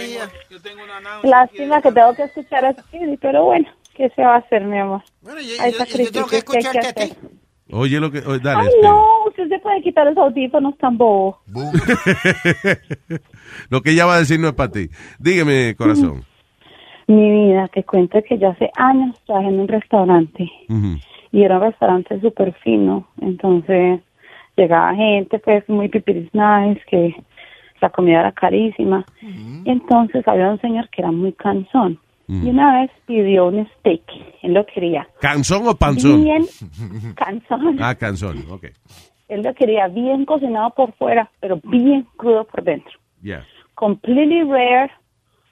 [SPEAKER 29] Lástima que tengo que escuchar a ti, pero bueno, ¿qué se va a hacer, mi amor? Hay sacrificios que hay que hacer.
[SPEAKER 8] Oye, lo que. oye, dale,
[SPEAKER 29] Ay,
[SPEAKER 8] este.
[SPEAKER 29] no, usted se puede quitar los audífonos tan bobo.
[SPEAKER 8] lo que ella va a decir no es para ti. Dígame, corazón.
[SPEAKER 29] Mi vida, te cuento que yo hace años trabajé en un restaurante
[SPEAKER 8] Ujú.
[SPEAKER 29] y era un restaurante súper fino. Entonces llegaba gente, pues muy pipiris nice, que la comida era carísima. Y entonces había un señor que era muy cansón. Y una vez pidió un steak, él lo quería.
[SPEAKER 8] ¿Canzón o panzón?
[SPEAKER 29] Bien cansón.
[SPEAKER 8] Ah, canzón, ok.
[SPEAKER 29] Él lo quería bien cocinado por fuera, pero bien crudo por dentro.
[SPEAKER 8] Yeah.
[SPEAKER 29] Completely rare,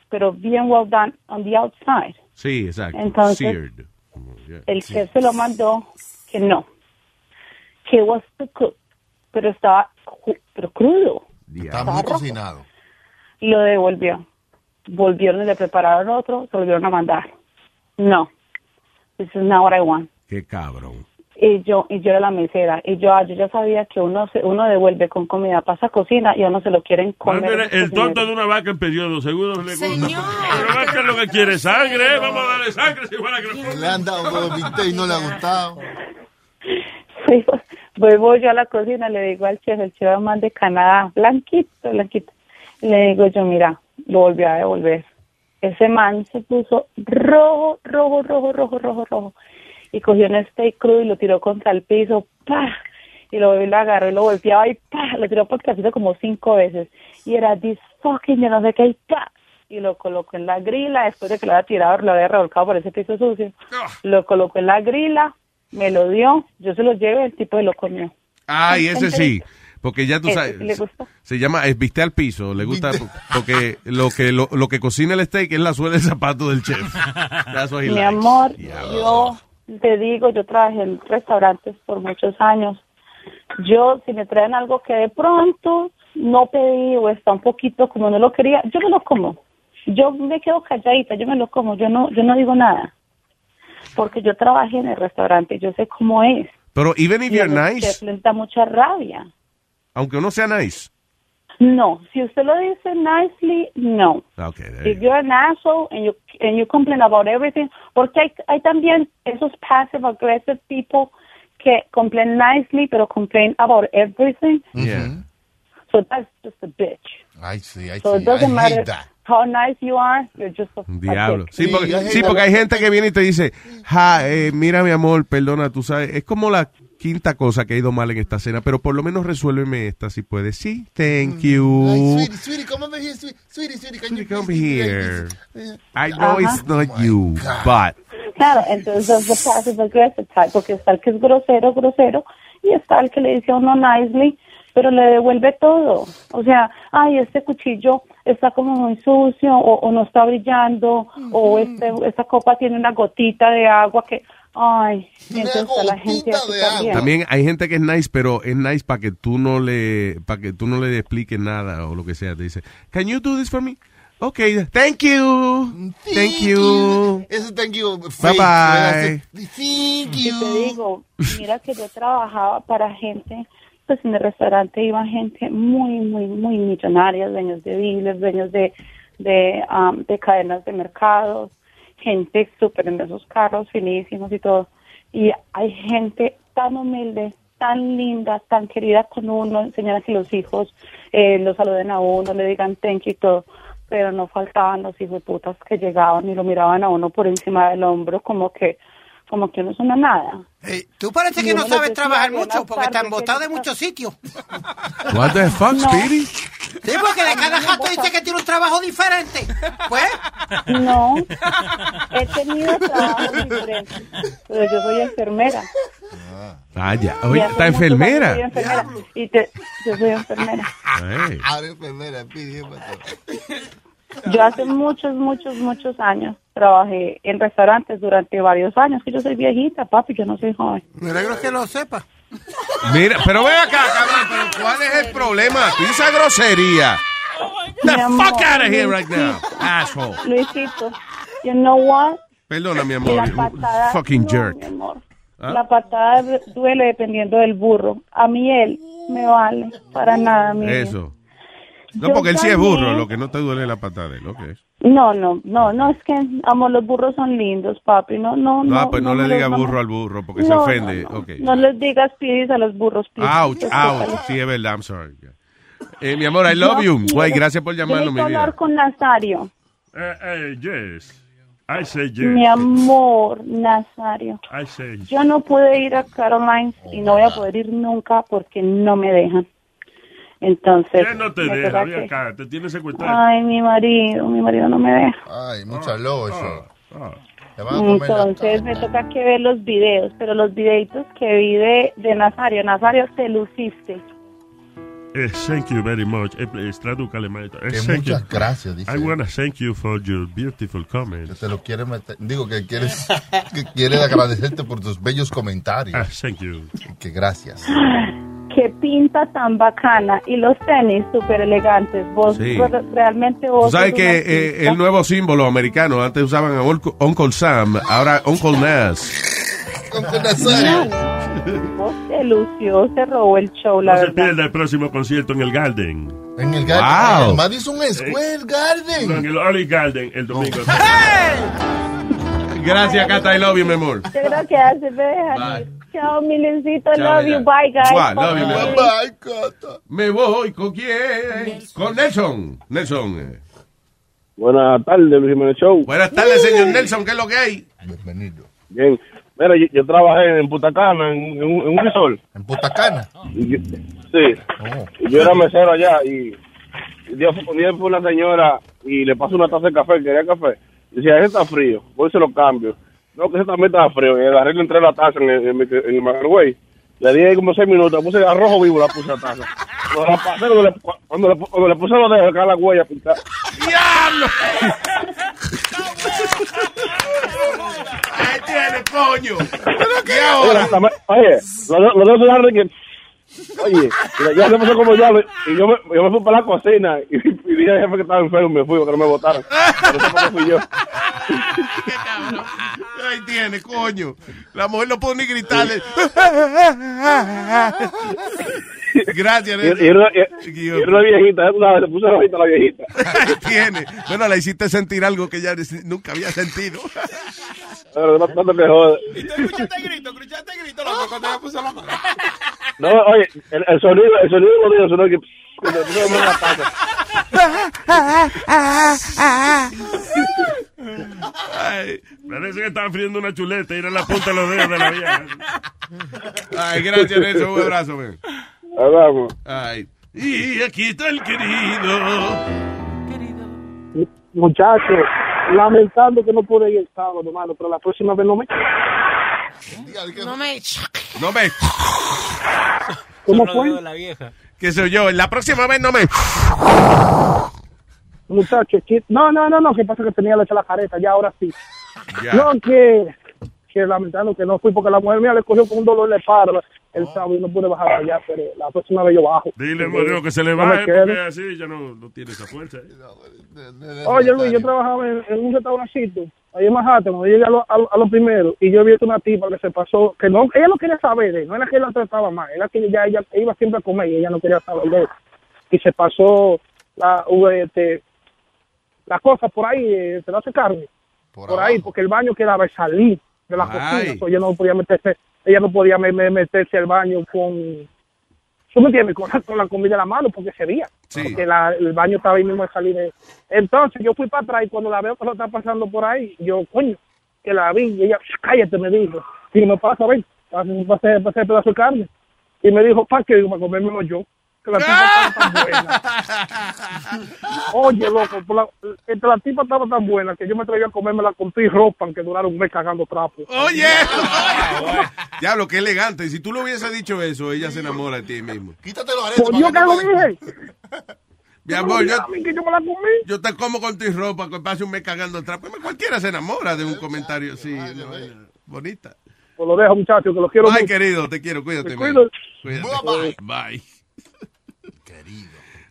[SPEAKER 29] pero bien well done on the outside.
[SPEAKER 8] Sí, exacto.
[SPEAKER 29] Entonces-
[SPEAKER 8] Seared. Como, yeah.
[SPEAKER 29] El chef se lo mandó que no, que was to cook, pero estaba ju- pero crudo.
[SPEAKER 11] Está muy cocinado.
[SPEAKER 29] Lo devolvió. Volvieron y le prepararon otro, se lo volvieron a mandar. No, this is not what I want.
[SPEAKER 8] Qué cabrón.
[SPEAKER 29] Y yo, y yo era la mesera, y yo, ah, yo ya sabía que uno se, uno devuelve con comida, pasa a cocina y a uno se lo quieren comer.
[SPEAKER 12] Mándale
[SPEAKER 29] esos
[SPEAKER 12] el tonto de una vaca en periodo, seguro le gusta. Pero vaca es lo que quiere es sangre, ¿eh? vamos a darle sangre si fuera que lo
[SPEAKER 11] Le han dado huevo pinté y no le ha gustado.
[SPEAKER 29] Vuelvo- Vuelvo yo a la cocina, le digo al chef, el chef era un man de Canadá, blanquito, blanquito. Le digo yo, mira, lo volví a devolver. Ese man se puso rojo, rojo, rojo, rojo, rojo, rojo. Y cogió un steak crudo y lo tiró contra el piso, pa Y lo volvió y lo agarró y lo volteaba y pa Lo tiró por el piso como cinco veces. Y era this fucking, yo no sé qué, y ¡pa! Y lo colocó en la grila, después de que lo había tirado, lo había revolcado por ese piso sucio. Lo colocó en la grila, me lo dio, yo se lo llevé, el tipo se lo comió.
[SPEAKER 8] Ay, ese sí. Porque ya tú
[SPEAKER 29] Eh,
[SPEAKER 8] sabes,
[SPEAKER 29] ¿le gustó?
[SPEAKER 8] se llama es viste al piso, le gusta porque lo que lo, lo que cocina el steak es la suela del zapato del chef. That's what he
[SPEAKER 29] Mi
[SPEAKER 8] likes.
[SPEAKER 29] amor, yo te digo, yo trabajé en restaurantes por muchos años. Yo, si me traen algo que de pronto no pedí o está un poquito como no lo quería, yo me lo como. Yo me quedo calladita, yo me lo como, yo no, yo no digo nada. Porque yo trabajé en el restaurante, yo sé cómo es.
[SPEAKER 8] Pero even if
[SPEAKER 29] Y a
[SPEAKER 8] you're
[SPEAKER 29] los
[SPEAKER 8] nice,
[SPEAKER 29] chefs les da mucha rabia.
[SPEAKER 8] aunque uno sea nice.
[SPEAKER 29] No, si usted lo dice nicely, no.
[SPEAKER 8] Okay, ah, there
[SPEAKER 29] If you're an asshole and you and you complain about everything, porque hay, hay también esos passive aggressive people que complain nicely pero complain about everything.
[SPEAKER 11] Yeah.
[SPEAKER 29] So that's just a bitch.
[SPEAKER 11] I see, I
[SPEAKER 29] So
[SPEAKER 11] see.
[SPEAKER 29] it doesn't
[SPEAKER 11] I
[SPEAKER 29] matter
[SPEAKER 11] hate that. Mm.
[SPEAKER 29] how nice you are, you're just a
[SPEAKER 8] Diablo.
[SPEAKER 11] Sí,
[SPEAKER 8] Sí, porque,
[SPEAKER 11] ya
[SPEAKER 8] sí,
[SPEAKER 11] sé.
[SPEAKER 8] porque hay gente que viene y te dice, ja, eh, mira mi amor, perdona, tú sabes, es como la quinta cosa que ha ido mal en esta cena, pero por lo menos resuélveme esta si puedes. Sí, thank you.
[SPEAKER 11] Sweetie, sweetie, come over here, sweetie, sweetie, Mm. sweetie, can you
[SPEAKER 8] Come
[SPEAKER 11] please-
[SPEAKER 8] here. I know
[SPEAKER 29] Ajá.
[SPEAKER 8] it's not
[SPEAKER 11] Oh
[SPEAKER 8] you, but
[SPEAKER 29] Claro, entonces es the passive aggressive type, porque está el que es grosero, grosero, y está el que le dice a uno nicely, pero le devuelve todo. O sea, ay, este cuchillo está como muy sucio, o, o no está brillando, o este, esta copa tiene una gotita de agua que, ay, y entonces está la gente así también.
[SPEAKER 8] también hay gente que es nice, pero es nice para que tú no le para que tú no le expliques nada o lo que sea, te dice, "Can you do this for me?" Okay, thank you. Thank you.
[SPEAKER 11] Ese thank you.
[SPEAKER 8] Bye
[SPEAKER 11] fake, ¿verdad?
[SPEAKER 8] bye.
[SPEAKER 29] Y te digo, mira que yo trabajaba para gente, pues en el restaurante iban gente muy, muy, muy millonaria, dueños de dealers, dueños de, de, am, de cadenas de mercados, gente súper en esos carros finísimos y todo. Y hay gente tan humilde, tan linda, tan querida con uno, enseñan a que los hijos eh, lo saluden a uno, le digan thank you y todo. Pero no faltaban los hijos de putas que llegaban y lo miraban a uno por encima del hombro, como que como que no suena nada.
[SPEAKER 13] Tú parece que
[SPEAKER 29] Yo
[SPEAKER 13] no
[SPEAKER 29] no le
[SPEAKER 13] sabes
[SPEAKER 29] decía
[SPEAKER 13] trabajar
[SPEAKER 29] buenas
[SPEAKER 13] mucho porque te han
[SPEAKER 29] tardes,
[SPEAKER 13] botado de muchos sitios.
[SPEAKER 8] What the fuck, Speedy?
[SPEAKER 13] Sí, porque de cada jato dice que tiene un trabajo diferente. Pues,
[SPEAKER 29] No, he tenido trabajos diferentes, pero yo soy enfermera.
[SPEAKER 8] Ah, ya.
[SPEAKER 29] Y
[SPEAKER 8] Oye,
[SPEAKER 29] hace
[SPEAKER 8] está
[SPEAKER 29] muchos años soy
[SPEAKER 8] enfermera.
[SPEAKER 29] enfermera. Y te, yo soy enfermera.
[SPEAKER 8] Ay.
[SPEAKER 11] Ahora enfermera, pues, pide, patrón.
[SPEAKER 29] Yo hace muchos, muchos, muchos años trabajé en restaurantes durante varios años, que yo soy viejita, papi, yo no soy joven.
[SPEAKER 13] me alegro que lo sepa.
[SPEAKER 8] Mira, pero ve acá, cabrón, pero ¿cuál es el problema? Esa grosería. The
[SPEAKER 29] Mi amor,
[SPEAKER 8] fuck out of here right now,
[SPEAKER 29] Luisito.
[SPEAKER 8] asshole.
[SPEAKER 29] Luisito, you know what?
[SPEAKER 8] Perdona, mi amor.
[SPEAKER 29] La
[SPEAKER 8] you
[SPEAKER 29] patada,
[SPEAKER 8] Fucking
[SPEAKER 29] no,
[SPEAKER 8] jerk.
[SPEAKER 29] mi amor.
[SPEAKER 8] ¿Ah?
[SPEAKER 29] La patada du- duele dependiendo del burro. A mí él me vale para nada, mi niño.
[SPEAKER 8] Eso. No,
[SPEAKER 29] Yo
[SPEAKER 8] porque él sí es burro,
[SPEAKER 29] gané.
[SPEAKER 8] lo que no te duele es la patada, lo que es.
[SPEAKER 29] No, no, no, no, es que, amor, los burros son lindos, papi, no, no, no.
[SPEAKER 8] No, pues no,
[SPEAKER 29] me
[SPEAKER 8] le
[SPEAKER 29] los-
[SPEAKER 8] diga
[SPEAKER 29] no me-
[SPEAKER 8] burro al burro, porque se
[SPEAKER 29] No,
[SPEAKER 8] ofende. Ok.
[SPEAKER 29] No les digas pidis a los burros, pidis.
[SPEAKER 8] Ouch, ouch.
[SPEAKER 29] Respétalo.
[SPEAKER 8] Sí, es verdad, I'm sorry. Eh, mi amor, I love
[SPEAKER 29] No,
[SPEAKER 8] you.
[SPEAKER 29] sí,
[SPEAKER 8] Güey,
[SPEAKER 29] yo-
[SPEAKER 8] gracias por
[SPEAKER 29] yo
[SPEAKER 8] llamarlo, mi
[SPEAKER 29] necesito
[SPEAKER 8] vida.
[SPEAKER 29] hablar con Nazario.
[SPEAKER 12] Eh, eh, yes. I say yes.
[SPEAKER 29] Mi amor, Nazario.
[SPEAKER 12] I say yes.
[SPEAKER 29] Yo no pude ir a Carolines y no voy a poder ir nunca porque no me dejan. Entonces,
[SPEAKER 12] Ya no te
[SPEAKER 29] me
[SPEAKER 12] deja,
[SPEAKER 29] toca
[SPEAKER 12] ve
[SPEAKER 29] que-
[SPEAKER 12] acá, te tienes secuestrado.
[SPEAKER 29] Ay, mi marido, mi marido no me deja.
[SPEAKER 11] Ay, mucha locha.
[SPEAKER 12] Oh,
[SPEAKER 11] Te van a comer la-
[SPEAKER 29] Entonces me toca que ver los videos, pero los videitos que vi de, de Nazario, Nazario, te luciste.
[SPEAKER 12] Eh, thank you very much. Eh, please, tradúcale, maestro. Eh,
[SPEAKER 11] Que
[SPEAKER 12] thank you.
[SPEAKER 11] muchas gracias, dice
[SPEAKER 12] I wanna thank you for your beautiful comments.
[SPEAKER 11] Te lo quiere meter- Digo que quieres, que quieres agradecerte por tus bellos comentarios.
[SPEAKER 12] thank you.
[SPEAKER 11] Que gracias.
[SPEAKER 29] Ah, Qué pinta tan bacana y los tenis súper elegantes. Vos
[SPEAKER 8] Sí.
[SPEAKER 29] re- realmente
[SPEAKER 8] Tú
[SPEAKER 29] vos
[SPEAKER 8] sabes
[SPEAKER 29] sos
[SPEAKER 8] que
[SPEAKER 29] una
[SPEAKER 8] eh,
[SPEAKER 29] artista.
[SPEAKER 8] el nuevo símbolo americano, antes usaban a Uncle Uncle Sam, ahora Uncle Nas.
[SPEAKER 29] No, Vos te lució, se robó el show, la
[SPEAKER 12] No se
[SPEAKER 29] verdad.
[SPEAKER 12] pierda el próximo concierto en el Garden.
[SPEAKER 11] En el
[SPEAKER 12] Garden.
[SPEAKER 11] El Madison Square Garden.
[SPEAKER 12] en el Olive Garden el domingo.
[SPEAKER 8] Gracias, Cata, I love you, mi amor.
[SPEAKER 29] Yo creo que ya se me dejan ir. Chao, mi lincito.
[SPEAKER 8] Chao,
[SPEAKER 29] Love
[SPEAKER 8] mira.
[SPEAKER 29] you. Bye, guys.
[SPEAKER 8] Chua, love you, mi amor.
[SPEAKER 11] Bye, Cata.
[SPEAKER 8] Me voy con quién? Con Nelson. Nelson. eh.
[SPEAKER 15] Buenas tardes, Luis Jiménez Show.
[SPEAKER 8] Buenas tardes, señor Nelson, ¿qué es lo que hay?
[SPEAKER 15] Bien. Mira, yo, yo trabajé en
[SPEAKER 27] Ah,
[SPEAKER 15] Putacana, en, en un en un resort.
[SPEAKER 11] ¿En Putacana?
[SPEAKER 15] sí. Y Yo era mesero allá y un día fue un día fue una señora y le pasó una taza de café, quería café. Y decía, ese está frío, voy y se lo cambio. No, que ese también está frío. Y agarré y le entré la taza en el, en el micro- en el microwave. Le di ahí como seis minutos, puse arrojo vivo, la puse a la taza.
[SPEAKER 27] Cuando la pasé, cuando le, cuando le- cuando le puse los dedos, acá la huella pintada.
[SPEAKER 8] ¡Diablo! Ahí tiene, coño. ¿Y ahora?
[SPEAKER 27] Oye, los dos- los dos se dejaron de que... Oye, mira, ya se puso como diablo y yo me, yo me fui para la cocina y, y dije al jefe que estaba enfermo y me fui para que no me votaran. Pero tampoco fui yo.
[SPEAKER 8] Ahí tiene, coño. La mujer no pudo ni gritarle. Gracias,
[SPEAKER 27] Y, y era una, y- y era una viejita, tú sabes, se puso rojita la viejita.
[SPEAKER 8] Ahí tiene. Bueno, la hiciste sentir algo que ya nunca había sentido.
[SPEAKER 27] Pero no, no te me jodas.
[SPEAKER 10] Y tú escuchaste el grito, escuchaste el grito, loco, cuando le puso la mano.
[SPEAKER 27] No, oye, el, el sonido, el sonido de los dedos sonó que... que me puso como una pata.
[SPEAKER 12] Ay, parece que están friendo una chuleta y era la punta de los dedos de la vieja.
[SPEAKER 8] Ay, gracias, Nelson. Un abrazo, man.
[SPEAKER 27] Hablamos.
[SPEAKER 8] Ay. Y aquí está el querido.
[SPEAKER 15] Muchachos, lamentando que no pude ir el sábado, hermano, pero la próxima vez no me.
[SPEAKER 30] No me
[SPEAKER 8] No me.
[SPEAKER 15] ¿Cómo fue?
[SPEAKER 7] La vieja.
[SPEAKER 8] Que soy yo. La próxima vez no me.
[SPEAKER 15] Muchachos, que- no, no, no, no, que pasa que tenía leche la careta, ya ahora sí.
[SPEAKER 8] Ya.
[SPEAKER 15] No, que, que lamentando que no fui porque la mujer mía le cogió con un dolor de espalda el sábado y no pude bajar allá, pero la próxima vez yo bajo.
[SPEAKER 12] Dile, Moreno, que se le
[SPEAKER 15] No me
[SPEAKER 12] baje
[SPEAKER 15] quedo.
[SPEAKER 12] porque así ya no, no tiene esa fuerza. ¿eh?
[SPEAKER 15] Oye, Luis, yo trabajaba en, en un restaurancito, ahí en Manhattan, cuando yo llegué a lo, a lo- a lo primero, y yo vi una tipa que se pasó, que no, ella no quería saber de él, no era que él la trataba mal, era que ya ella iba siempre a comer y ella no quería saber de él. Y se pasó la, u- este, la cosa por ahí, eh, se lo hace carne, por, ahí, porque el baño quedaba al salir de la cocina,
[SPEAKER 8] Ay.
[SPEAKER 15] so ella no podía meterse, ella no podía me- me- meterse al baño con... ¿Tú me entiendes? Con, la- con la comida en la mano, porque se veía.
[SPEAKER 8] Sí.
[SPEAKER 15] Porque la- el baño estaba ahí mismo de salir. de- Entonces yo fui para atrás y cuando la veo que lo está pasando por ahí, yo, coño, que la vi. Y ella, cállate, me dijo. Y me pasa, ven, pasé, pasé, pasé pedazo de carne. Y me dijo, ¿para qué? Digo, para comérmelo yo. Que la tipa estaba tan buena. Oye, loco, por la, eh, la tipa estaba tan buena que yo me atreví a comérmela con tu y ropa, que duraron un mes cagando trapos.
[SPEAKER 8] Oye. Diablo, qué elegante. Si tú le hubieses dicho eso, ella se enamora de ti mismo.
[SPEAKER 15] Quítate los aretes. Por Dios, que lo dije.
[SPEAKER 8] Mi amor, yo,
[SPEAKER 15] yo me la comí.
[SPEAKER 8] Yo te como con tu ropa, que pase un mes cagando atrás. Pues, cualquiera se enamora de un comentario así. de vaina Bonita.
[SPEAKER 15] Pues lo dejo, muchachos, que los quiero
[SPEAKER 8] Ay,
[SPEAKER 15] mucho.
[SPEAKER 8] querido, te quiero, cuídate.
[SPEAKER 15] Te
[SPEAKER 8] man.
[SPEAKER 15] cuido.
[SPEAKER 8] Cuídate. Bye. Querido.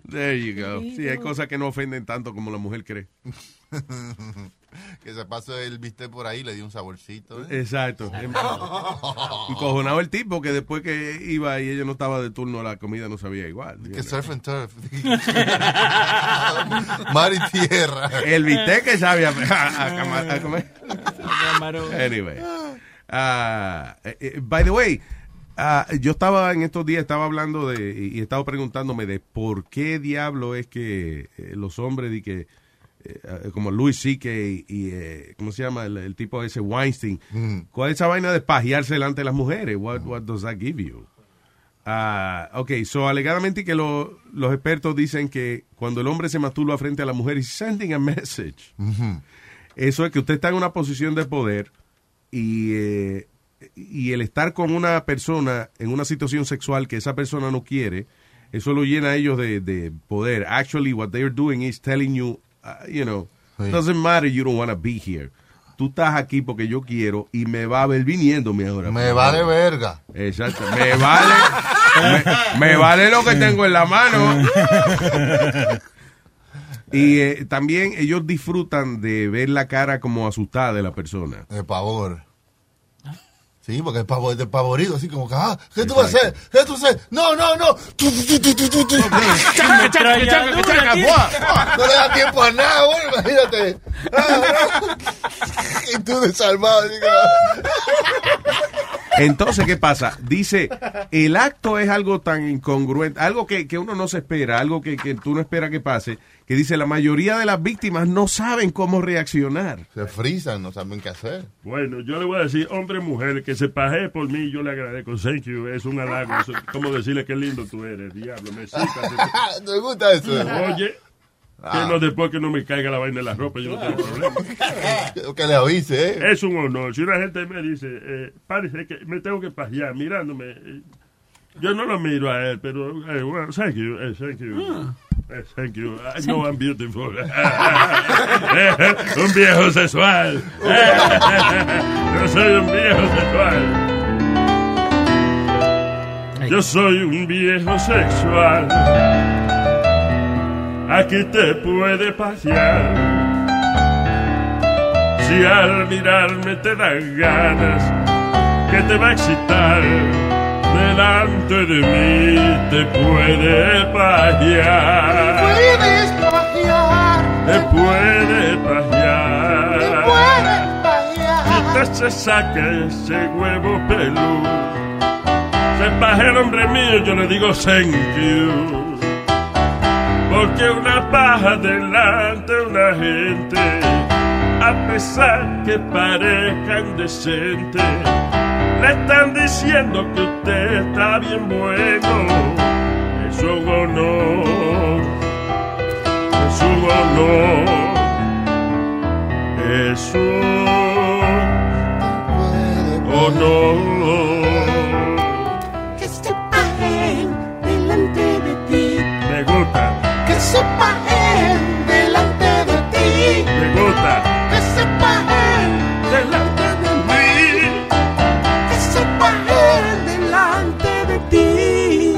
[SPEAKER 8] There you go. Sí, hay cosas que no ofenden tanto como la mujer cree.
[SPEAKER 11] que se pasó el viste por ahí, le dio un saborcito. ¿eh?
[SPEAKER 8] Exacto. Em, Encojonado el tipo que después que iba y ella no estaba de turno, la comida no sabía igual.
[SPEAKER 11] Que surf and turf. Mar y tierra.
[SPEAKER 8] El bistec que sabe a, a- a cama- a comer. ah, Anyway. Ah, eh, eh, by the way, ah, yo estaba en estos días, estaba hablando de, y, y estaba preguntándome de por qué diablo es que eh, los hombres de que, eh, ah, como Louis C.K. y, eh, ¿cómo se llama? El, el tipo ese Weinstein,
[SPEAKER 11] Mm,
[SPEAKER 8] ¿cuál es esa vaina de pajearse delante de las mujeres? What, what does that give you? Ah, ok, so alegadamente que lo- los expertos dicen que cuando el hombre se masturba frente a la mujer, he's sending a message.
[SPEAKER 11] mm-hmm.
[SPEAKER 8] Eso es que usted está en una posición de poder y, eh, y el estar con una persona en una situación sexual que esa persona no quiere, eso lo llena a ellos de, de poder. Actually, what they're doing is telling you, uh, you know,
[SPEAKER 11] Sí.
[SPEAKER 8] doesn't matter, you don't want to be here. Tú estás aquí porque yo quiero y me va a ver viniendo mi ahora.
[SPEAKER 11] Me vale verga.
[SPEAKER 8] Exacto. Me vale. me, me vale lo que tengo en la mano. Y eh, también ellos disfrutan de ver la cara como asustada de la persona.
[SPEAKER 11] De pavor. Sí, porque es pavor, de pavorido, así como que, ah, ¿qué tú vas a hacer? ¿Qué tú vas a hacer? No, no, no. Tu, tu, tu, tu, tu, tu, tu.
[SPEAKER 8] Chaca, chaca, chaca, chaca,
[SPEAKER 11] ¡Buah! No le da tiempo a nada, güey, imagínate. Ah, Y tú desarmado, así
[SPEAKER 8] Entonces, ¿qué pasa? Dice, el acto es algo tan incongruente, algo que, que uno no se espera, algo que, que tú no esperas que pase, que dice, la mayoría de las víctimas no saben cómo reaccionar.
[SPEAKER 11] Se frisan, no saben qué hacer.
[SPEAKER 12] Bueno, yo le voy a decir, hombre, mujer, que se paje por mí, yo le agradezco. Thank you, es un halago. Eso es como decirle qué lindo tú eres, diablo, me citas.
[SPEAKER 11] ¿Te gusta eso?
[SPEAKER 12] Oye,
[SPEAKER 11] Ah.
[SPEAKER 12] que no después que no me caiga la vaina de la ropa, yo no tengo problema.
[SPEAKER 11] que le avise, ¿eh?
[SPEAKER 12] Es un honor. Si una gente me dice, eh, parece que me tengo que pajear mirándome, eh, Yo no lo miro a él, pero eh, well, thank you, eh, thank you. Eh, Thank you. I know I'm beautiful. Eh, un viejo sexual. Eh, Yo soy un viejo sexual. Yo soy un viejo sexual. Aquí te puede pasear. Si al mirarme te dan ganas, que te va a excitar. Delante de mí te puede pasear.
[SPEAKER 10] Puedes pajear,
[SPEAKER 12] Te puede pasear.
[SPEAKER 10] puedes
[SPEAKER 12] Mientras se saque ese huevo peludo, se paje el hombre mío, yo le digo thank you. Porque una paja delante de una gente, a pesar que parezcan decentes, le están diciendo que usted está bien bueno. Es un honor, es un honor. Es un honor.
[SPEAKER 10] que se pajen delante de ti,
[SPEAKER 12] Me gusta,
[SPEAKER 10] que se pajen delante de ti,
[SPEAKER 12] me gusta.
[SPEAKER 10] que se pajen delante de mí, que se pajen delante de ti.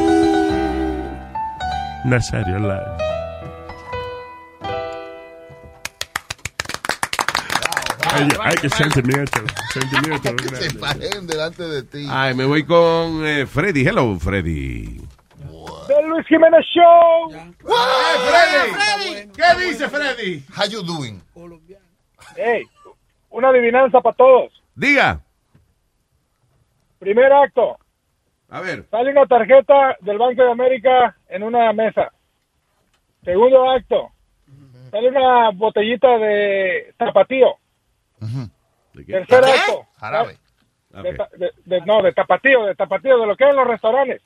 [SPEAKER 12] Nazario Live. Ay, hay que sentimiento, sentimiento.
[SPEAKER 11] Se
[SPEAKER 12] grande.
[SPEAKER 11] paren delante de ti.
[SPEAKER 8] Ay, me voy con eh, Freddy. Hello, Freddy.
[SPEAKER 31] The Luis Jiménez Show.
[SPEAKER 11] Freddy!
[SPEAKER 31] ¿Qué dice Freddy?
[SPEAKER 11] How you doing?
[SPEAKER 31] Hey, una adivinanza para todos.
[SPEAKER 8] Diga.
[SPEAKER 31] Primer acto.
[SPEAKER 8] A ver.
[SPEAKER 31] Sale una tarjeta del Banco de América en una mesa. Segundo acto. Sale una botellita de zapatío. Tercer
[SPEAKER 10] ¿Qué?
[SPEAKER 31] acto.
[SPEAKER 10] Jarabe.
[SPEAKER 31] De ta- de- de- no, de tapatío, de tapatío, de lo que hay en los restaurantes.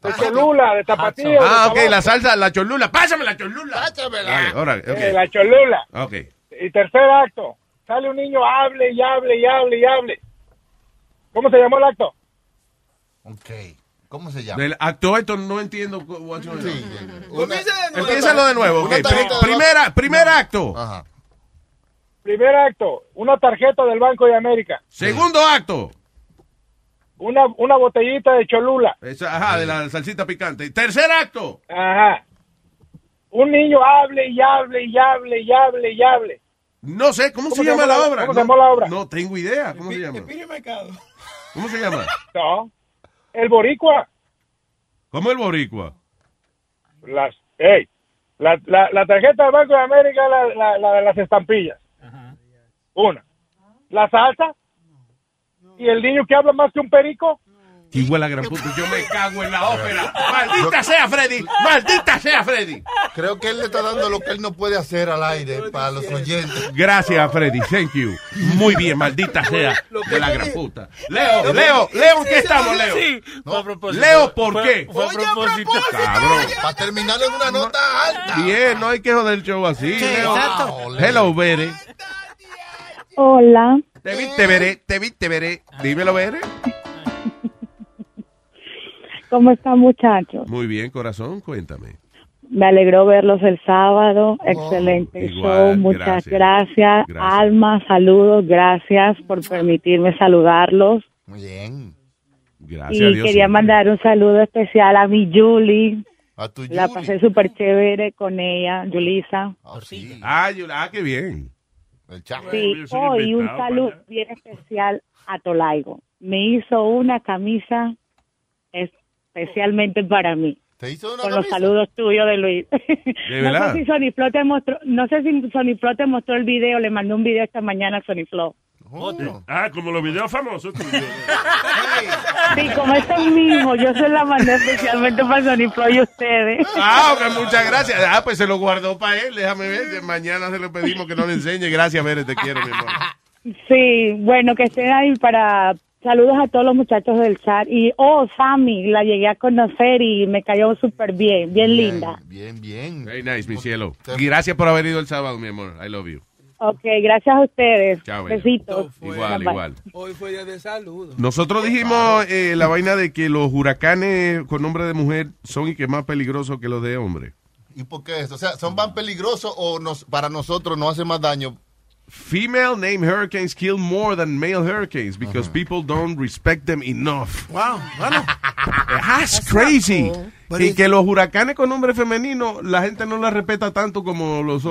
[SPEAKER 31] De cholula, de tapatío.
[SPEAKER 8] Ah,
[SPEAKER 31] de
[SPEAKER 8] ok,
[SPEAKER 31] sabor.
[SPEAKER 8] la salsa, la cholula. Pásame la cholula. Dale, ahora,
[SPEAKER 31] Eh,
[SPEAKER 8] ok.
[SPEAKER 31] la cholula.
[SPEAKER 8] Ok.
[SPEAKER 31] Y tercer acto, sale un niño, hable y hable y hable y hable. ¿Cómo se llamó el acto?
[SPEAKER 11] Ok. ¿Cómo se llama?
[SPEAKER 8] Del acto esto no entiendo. cu- what's going on.
[SPEAKER 11] Comienza Pues de nuevo.
[SPEAKER 8] Empiézalo de nuevo. ok.
[SPEAKER 31] Una
[SPEAKER 8] Pri-
[SPEAKER 31] tarjeta de
[SPEAKER 8] primera,
[SPEAKER 31] banco.
[SPEAKER 8] primer acto.
[SPEAKER 31] Primer acto, una tarjeta del Banco de América.
[SPEAKER 8] Segundo acto.
[SPEAKER 31] Una, una botellita de cholula.
[SPEAKER 8] Esa, ajá, de la salsita picante. Tercer acto.
[SPEAKER 31] Ajá. Un niño hable y hable y hable y hable y hable.
[SPEAKER 8] No sé, ¿cómo, se llama la obra?
[SPEAKER 31] ¿Cómo
[SPEAKER 8] no,
[SPEAKER 31] se llama la obra?
[SPEAKER 8] No tengo idea. ¿Cómo se llama? ¿Cómo se llama?
[SPEAKER 31] No. El boricua.
[SPEAKER 8] ¿Cómo el boricua?
[SPEAKER 31] Las, ey, la, la, la tarjeta del Banco de América la, la, la de las estampillas. Una. La salsa. Y el niño que habla más que un perico.
[SPEAKER 8] Igual la gran puta. Yo me cago en la ópera. Maldita sea, Freddy. Maldita sea, Freddy.
[SPEAKER 11] Creo que él le está dando lo que él no puede hacer al aire para los oyentes.
[SPEAKER 8] Gracias, Freddy. Thank you. Muy bien, maldita sea.
[SPEAKER 11] Lo que
[SPEAKER 8] De la
[SPEAKER 11] yo
[SPEAKER 8] gran
[SPEAKER 11] di-
[SPEAKER 8] puta. Leo,
[SPEAKER 11] Lo que- Pues,
[SPEAKER 8] Leo, Leo, ¿en
[SPEAKER 11] Sí,
[SPEAKER 8] qué
[SPEAKER 11] sí,
[SPEAKER 8] estamos,
[SPEAKER 11] sí,
[SPEAKER 8] Leo?
[SPEAKER 11] sí.
[SPEAKER 8] No.
[SPEAKER 11] Fue a propósito.
[SPEAKER 8] Leo, ¿por
[SPEAKER 11] Fue-
[SPEAKER 8] qué?
[SPEAKER 11] fue a Oye, a propósito. propósito,
[SPEAKER 8] Cabrón.
[SPEAKER 11] Para terminar en una nota alta.
[SPEAKER 8] Bien, no hay que joder el show así,
[SPEAKER 11] pues, ah. Sí,
[SPEAKER 8] Leo.
[SPEAKER 11] exacto.
[SPEAKER 8] Hello, Bere.
[SPEAKER 29] Hola,
[SPEAKER 8] Te vi, te veré, te vi, te veré.
[SPEAKER 29] Ah.
[SPEAKER 8] Dímelo, Bere.
[SPEAKER 29] ¿cómo están muchachos?
[SPEAKER 8] Muy bien, corazón, cuéntame.
[SPEAKER 29] Me alegró verlos el sábado. Excelente
[SPEAKER 8] Oh, igual,
[SPEAKER 29] show. Muchas
[SPEAKER 8] gracias.
[SPEAKER 29] gracias. Alma, saludos. Gracias por permitirme saludarlos.
[SPEAKER 11] Muy bien.
[SPEAKER 29] y quería mandar un saludo especial a mi Julie.
[SPEAKER 11] A tu
[SPEAKER 29] La
[SPEAKER 11] Julie.
[SPEAKER 29] pasé súper chévere con ella, Julisa.
[SPEAKER 8] Ah, yo- ah, qué bien.
[SPEAKER 11] El chapo.
[SPEAKER 29] Sí,
[SPEAKER 31] oh,
[SPEAKER 29] hoy un saludo bien especial a Tolaigo. Me hizo una camisa especialmente para mí. Con los saludos tuyos de Luis. no
[SPEAKER 8] verdad?
[SPEAKER 11] pues
[SPEAKER 29] sé si Sony Flow te mostró, no sé si Sony Flow te mostró el video, le mandó un video esta mañana a Sony Flow.
[SPEAKER 12] Ah, como los videos famosos. tuyos.
[SPEAKER 29] Sí, como es el mismo, yo se la mandé especialmente para Sony Flow y ustedes.
[SPEAKER 8] Ah, ok, muchas gracias. Ah, pues se lo guardó para él. Déjame ver. Mañana se lo pedimos que no le enseñe. Gracias, Bere, te quiero, mi amor.
[SPEAKER 29] Sí, bueno, que estén ahí para saludos a todos los muchachos del chat y oh, Sammy, la llegué a conocer y me cayó súper bien, bien linda.
[SPEAKER 8] Bien, bien. Very nice, mi cielo. Gracias por haber ido el sábado, mi amor. I love you.
[SPEAKER 29] Ok, gracias a ustedes.
[SPEAKER 8] Chao, bella.
[SPEAKER 29] Besitos.
[SPEAKER 8] Igual,
[SPEAKER 29] Bye.
[SPEAKER 8] igual.
[SPEAKER 10] Hoy fue día de salud.
[SPEAKER 8] Nosotros dijimos eh, la vaina de que los huracanes con nombre de mujer son y que más peligrosos que los de hombre.
[SPEAKER 11] ¿Y por qué esto? O sea, ¿son más peligrosos o nos, para nosotros no hace más daño?
[SPEAKER 8] Female name hurricanes kill more than male hurricanes because people don't respect them enough.
[SPEAKER 13] Wow, bueno.
[SPEAKER 8] That's crazy.
[SPEAKER 13] But
[SPEAKER 8] Y
[SPEAKER 13] it's-
[SPEAKER 8] que los huracanes con nombre femenino, la gente no la respeta tanto como los, eh,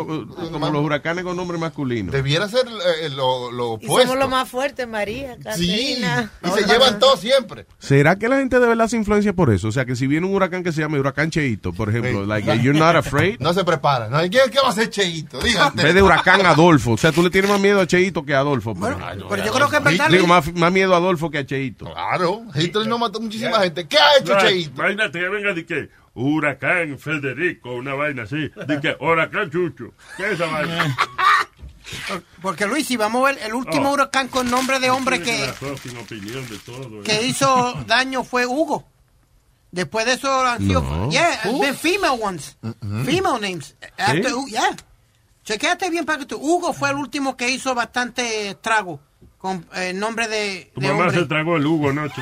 [SPEAKER 8] como los huracanes con nombre masculino.
[SPEAKER 11] Debiera ser eh, lo, lo
[SPEAKER 7] Y
[SPEAKER 11] opuesto.
[SPEAKER 7] somos los más fuertes, María, Caterina.
[SPEAKER 11] Y se llevan todos siempre.
[SPEAKER 8] ¿Será que la gente de verdad se influencia por eso? O sea, que si viene un huracán que se llame Huracán Cheito, por ejemplo, like, you're not afraid.
[SPEAKER 11] No se prepara. No, ¿qué, ¿Qué va a hacer Cheito?
[SPEAKER 8] En
[SPEAKER 11] Dígate.
[SPEAKER 8] vez de Huracán Adolfo. O sea, tú le tienes más miedo a Cheito que a Adolfo. por ejemplo.
[SPEAKER 11] pero yo creo que es verdad, Luis.
[SPEAKER 8] Digo, más, más miedo a Adolfo que a Cheito.
[SPEAKER 11] pues, Claro. Hitler no mató muchísima gente. ¿Qué ha hecho
[SPEAKER 12] No,
[SPEAKER 11] Cheito?
[SPEAKER 12] Imagínate que venga de que huracán Federico, una vaina así, de que huracán Chucho. ¿Qué es esa vaina?
[SPEAKER 13] Porque Luis, si vamos a ver, el último
[SPEAKER 12] Oh.
[SPEAKER 13] huracán con nombre de hombre
[SPEAKER 12] Tiene
[SPEAKER 13] que,
[SPEAKER 12] razón, sin opinión de todo.
[SPEAKER 13] que
[SPEAKER 12] ¿eh?
[SPEAKER 13] hizo daño fue Hugo. Después de eso han sido...
[SPEAKER 12] No.
[SPEAKER 13] Yeah, and then female ones. Female names. Eh, After, Hu- yeah. Chequéate bien para que tú... Hugo fue el último que hizo bastante trago con eh, nombre de,
[SPEAKER 12] Tu
[SPEAKER 13] de
[SPEAKER 12] mamá
[SPEAKER 13] hombre.
[SPEAKER 12] se tragó el Hugo anoche.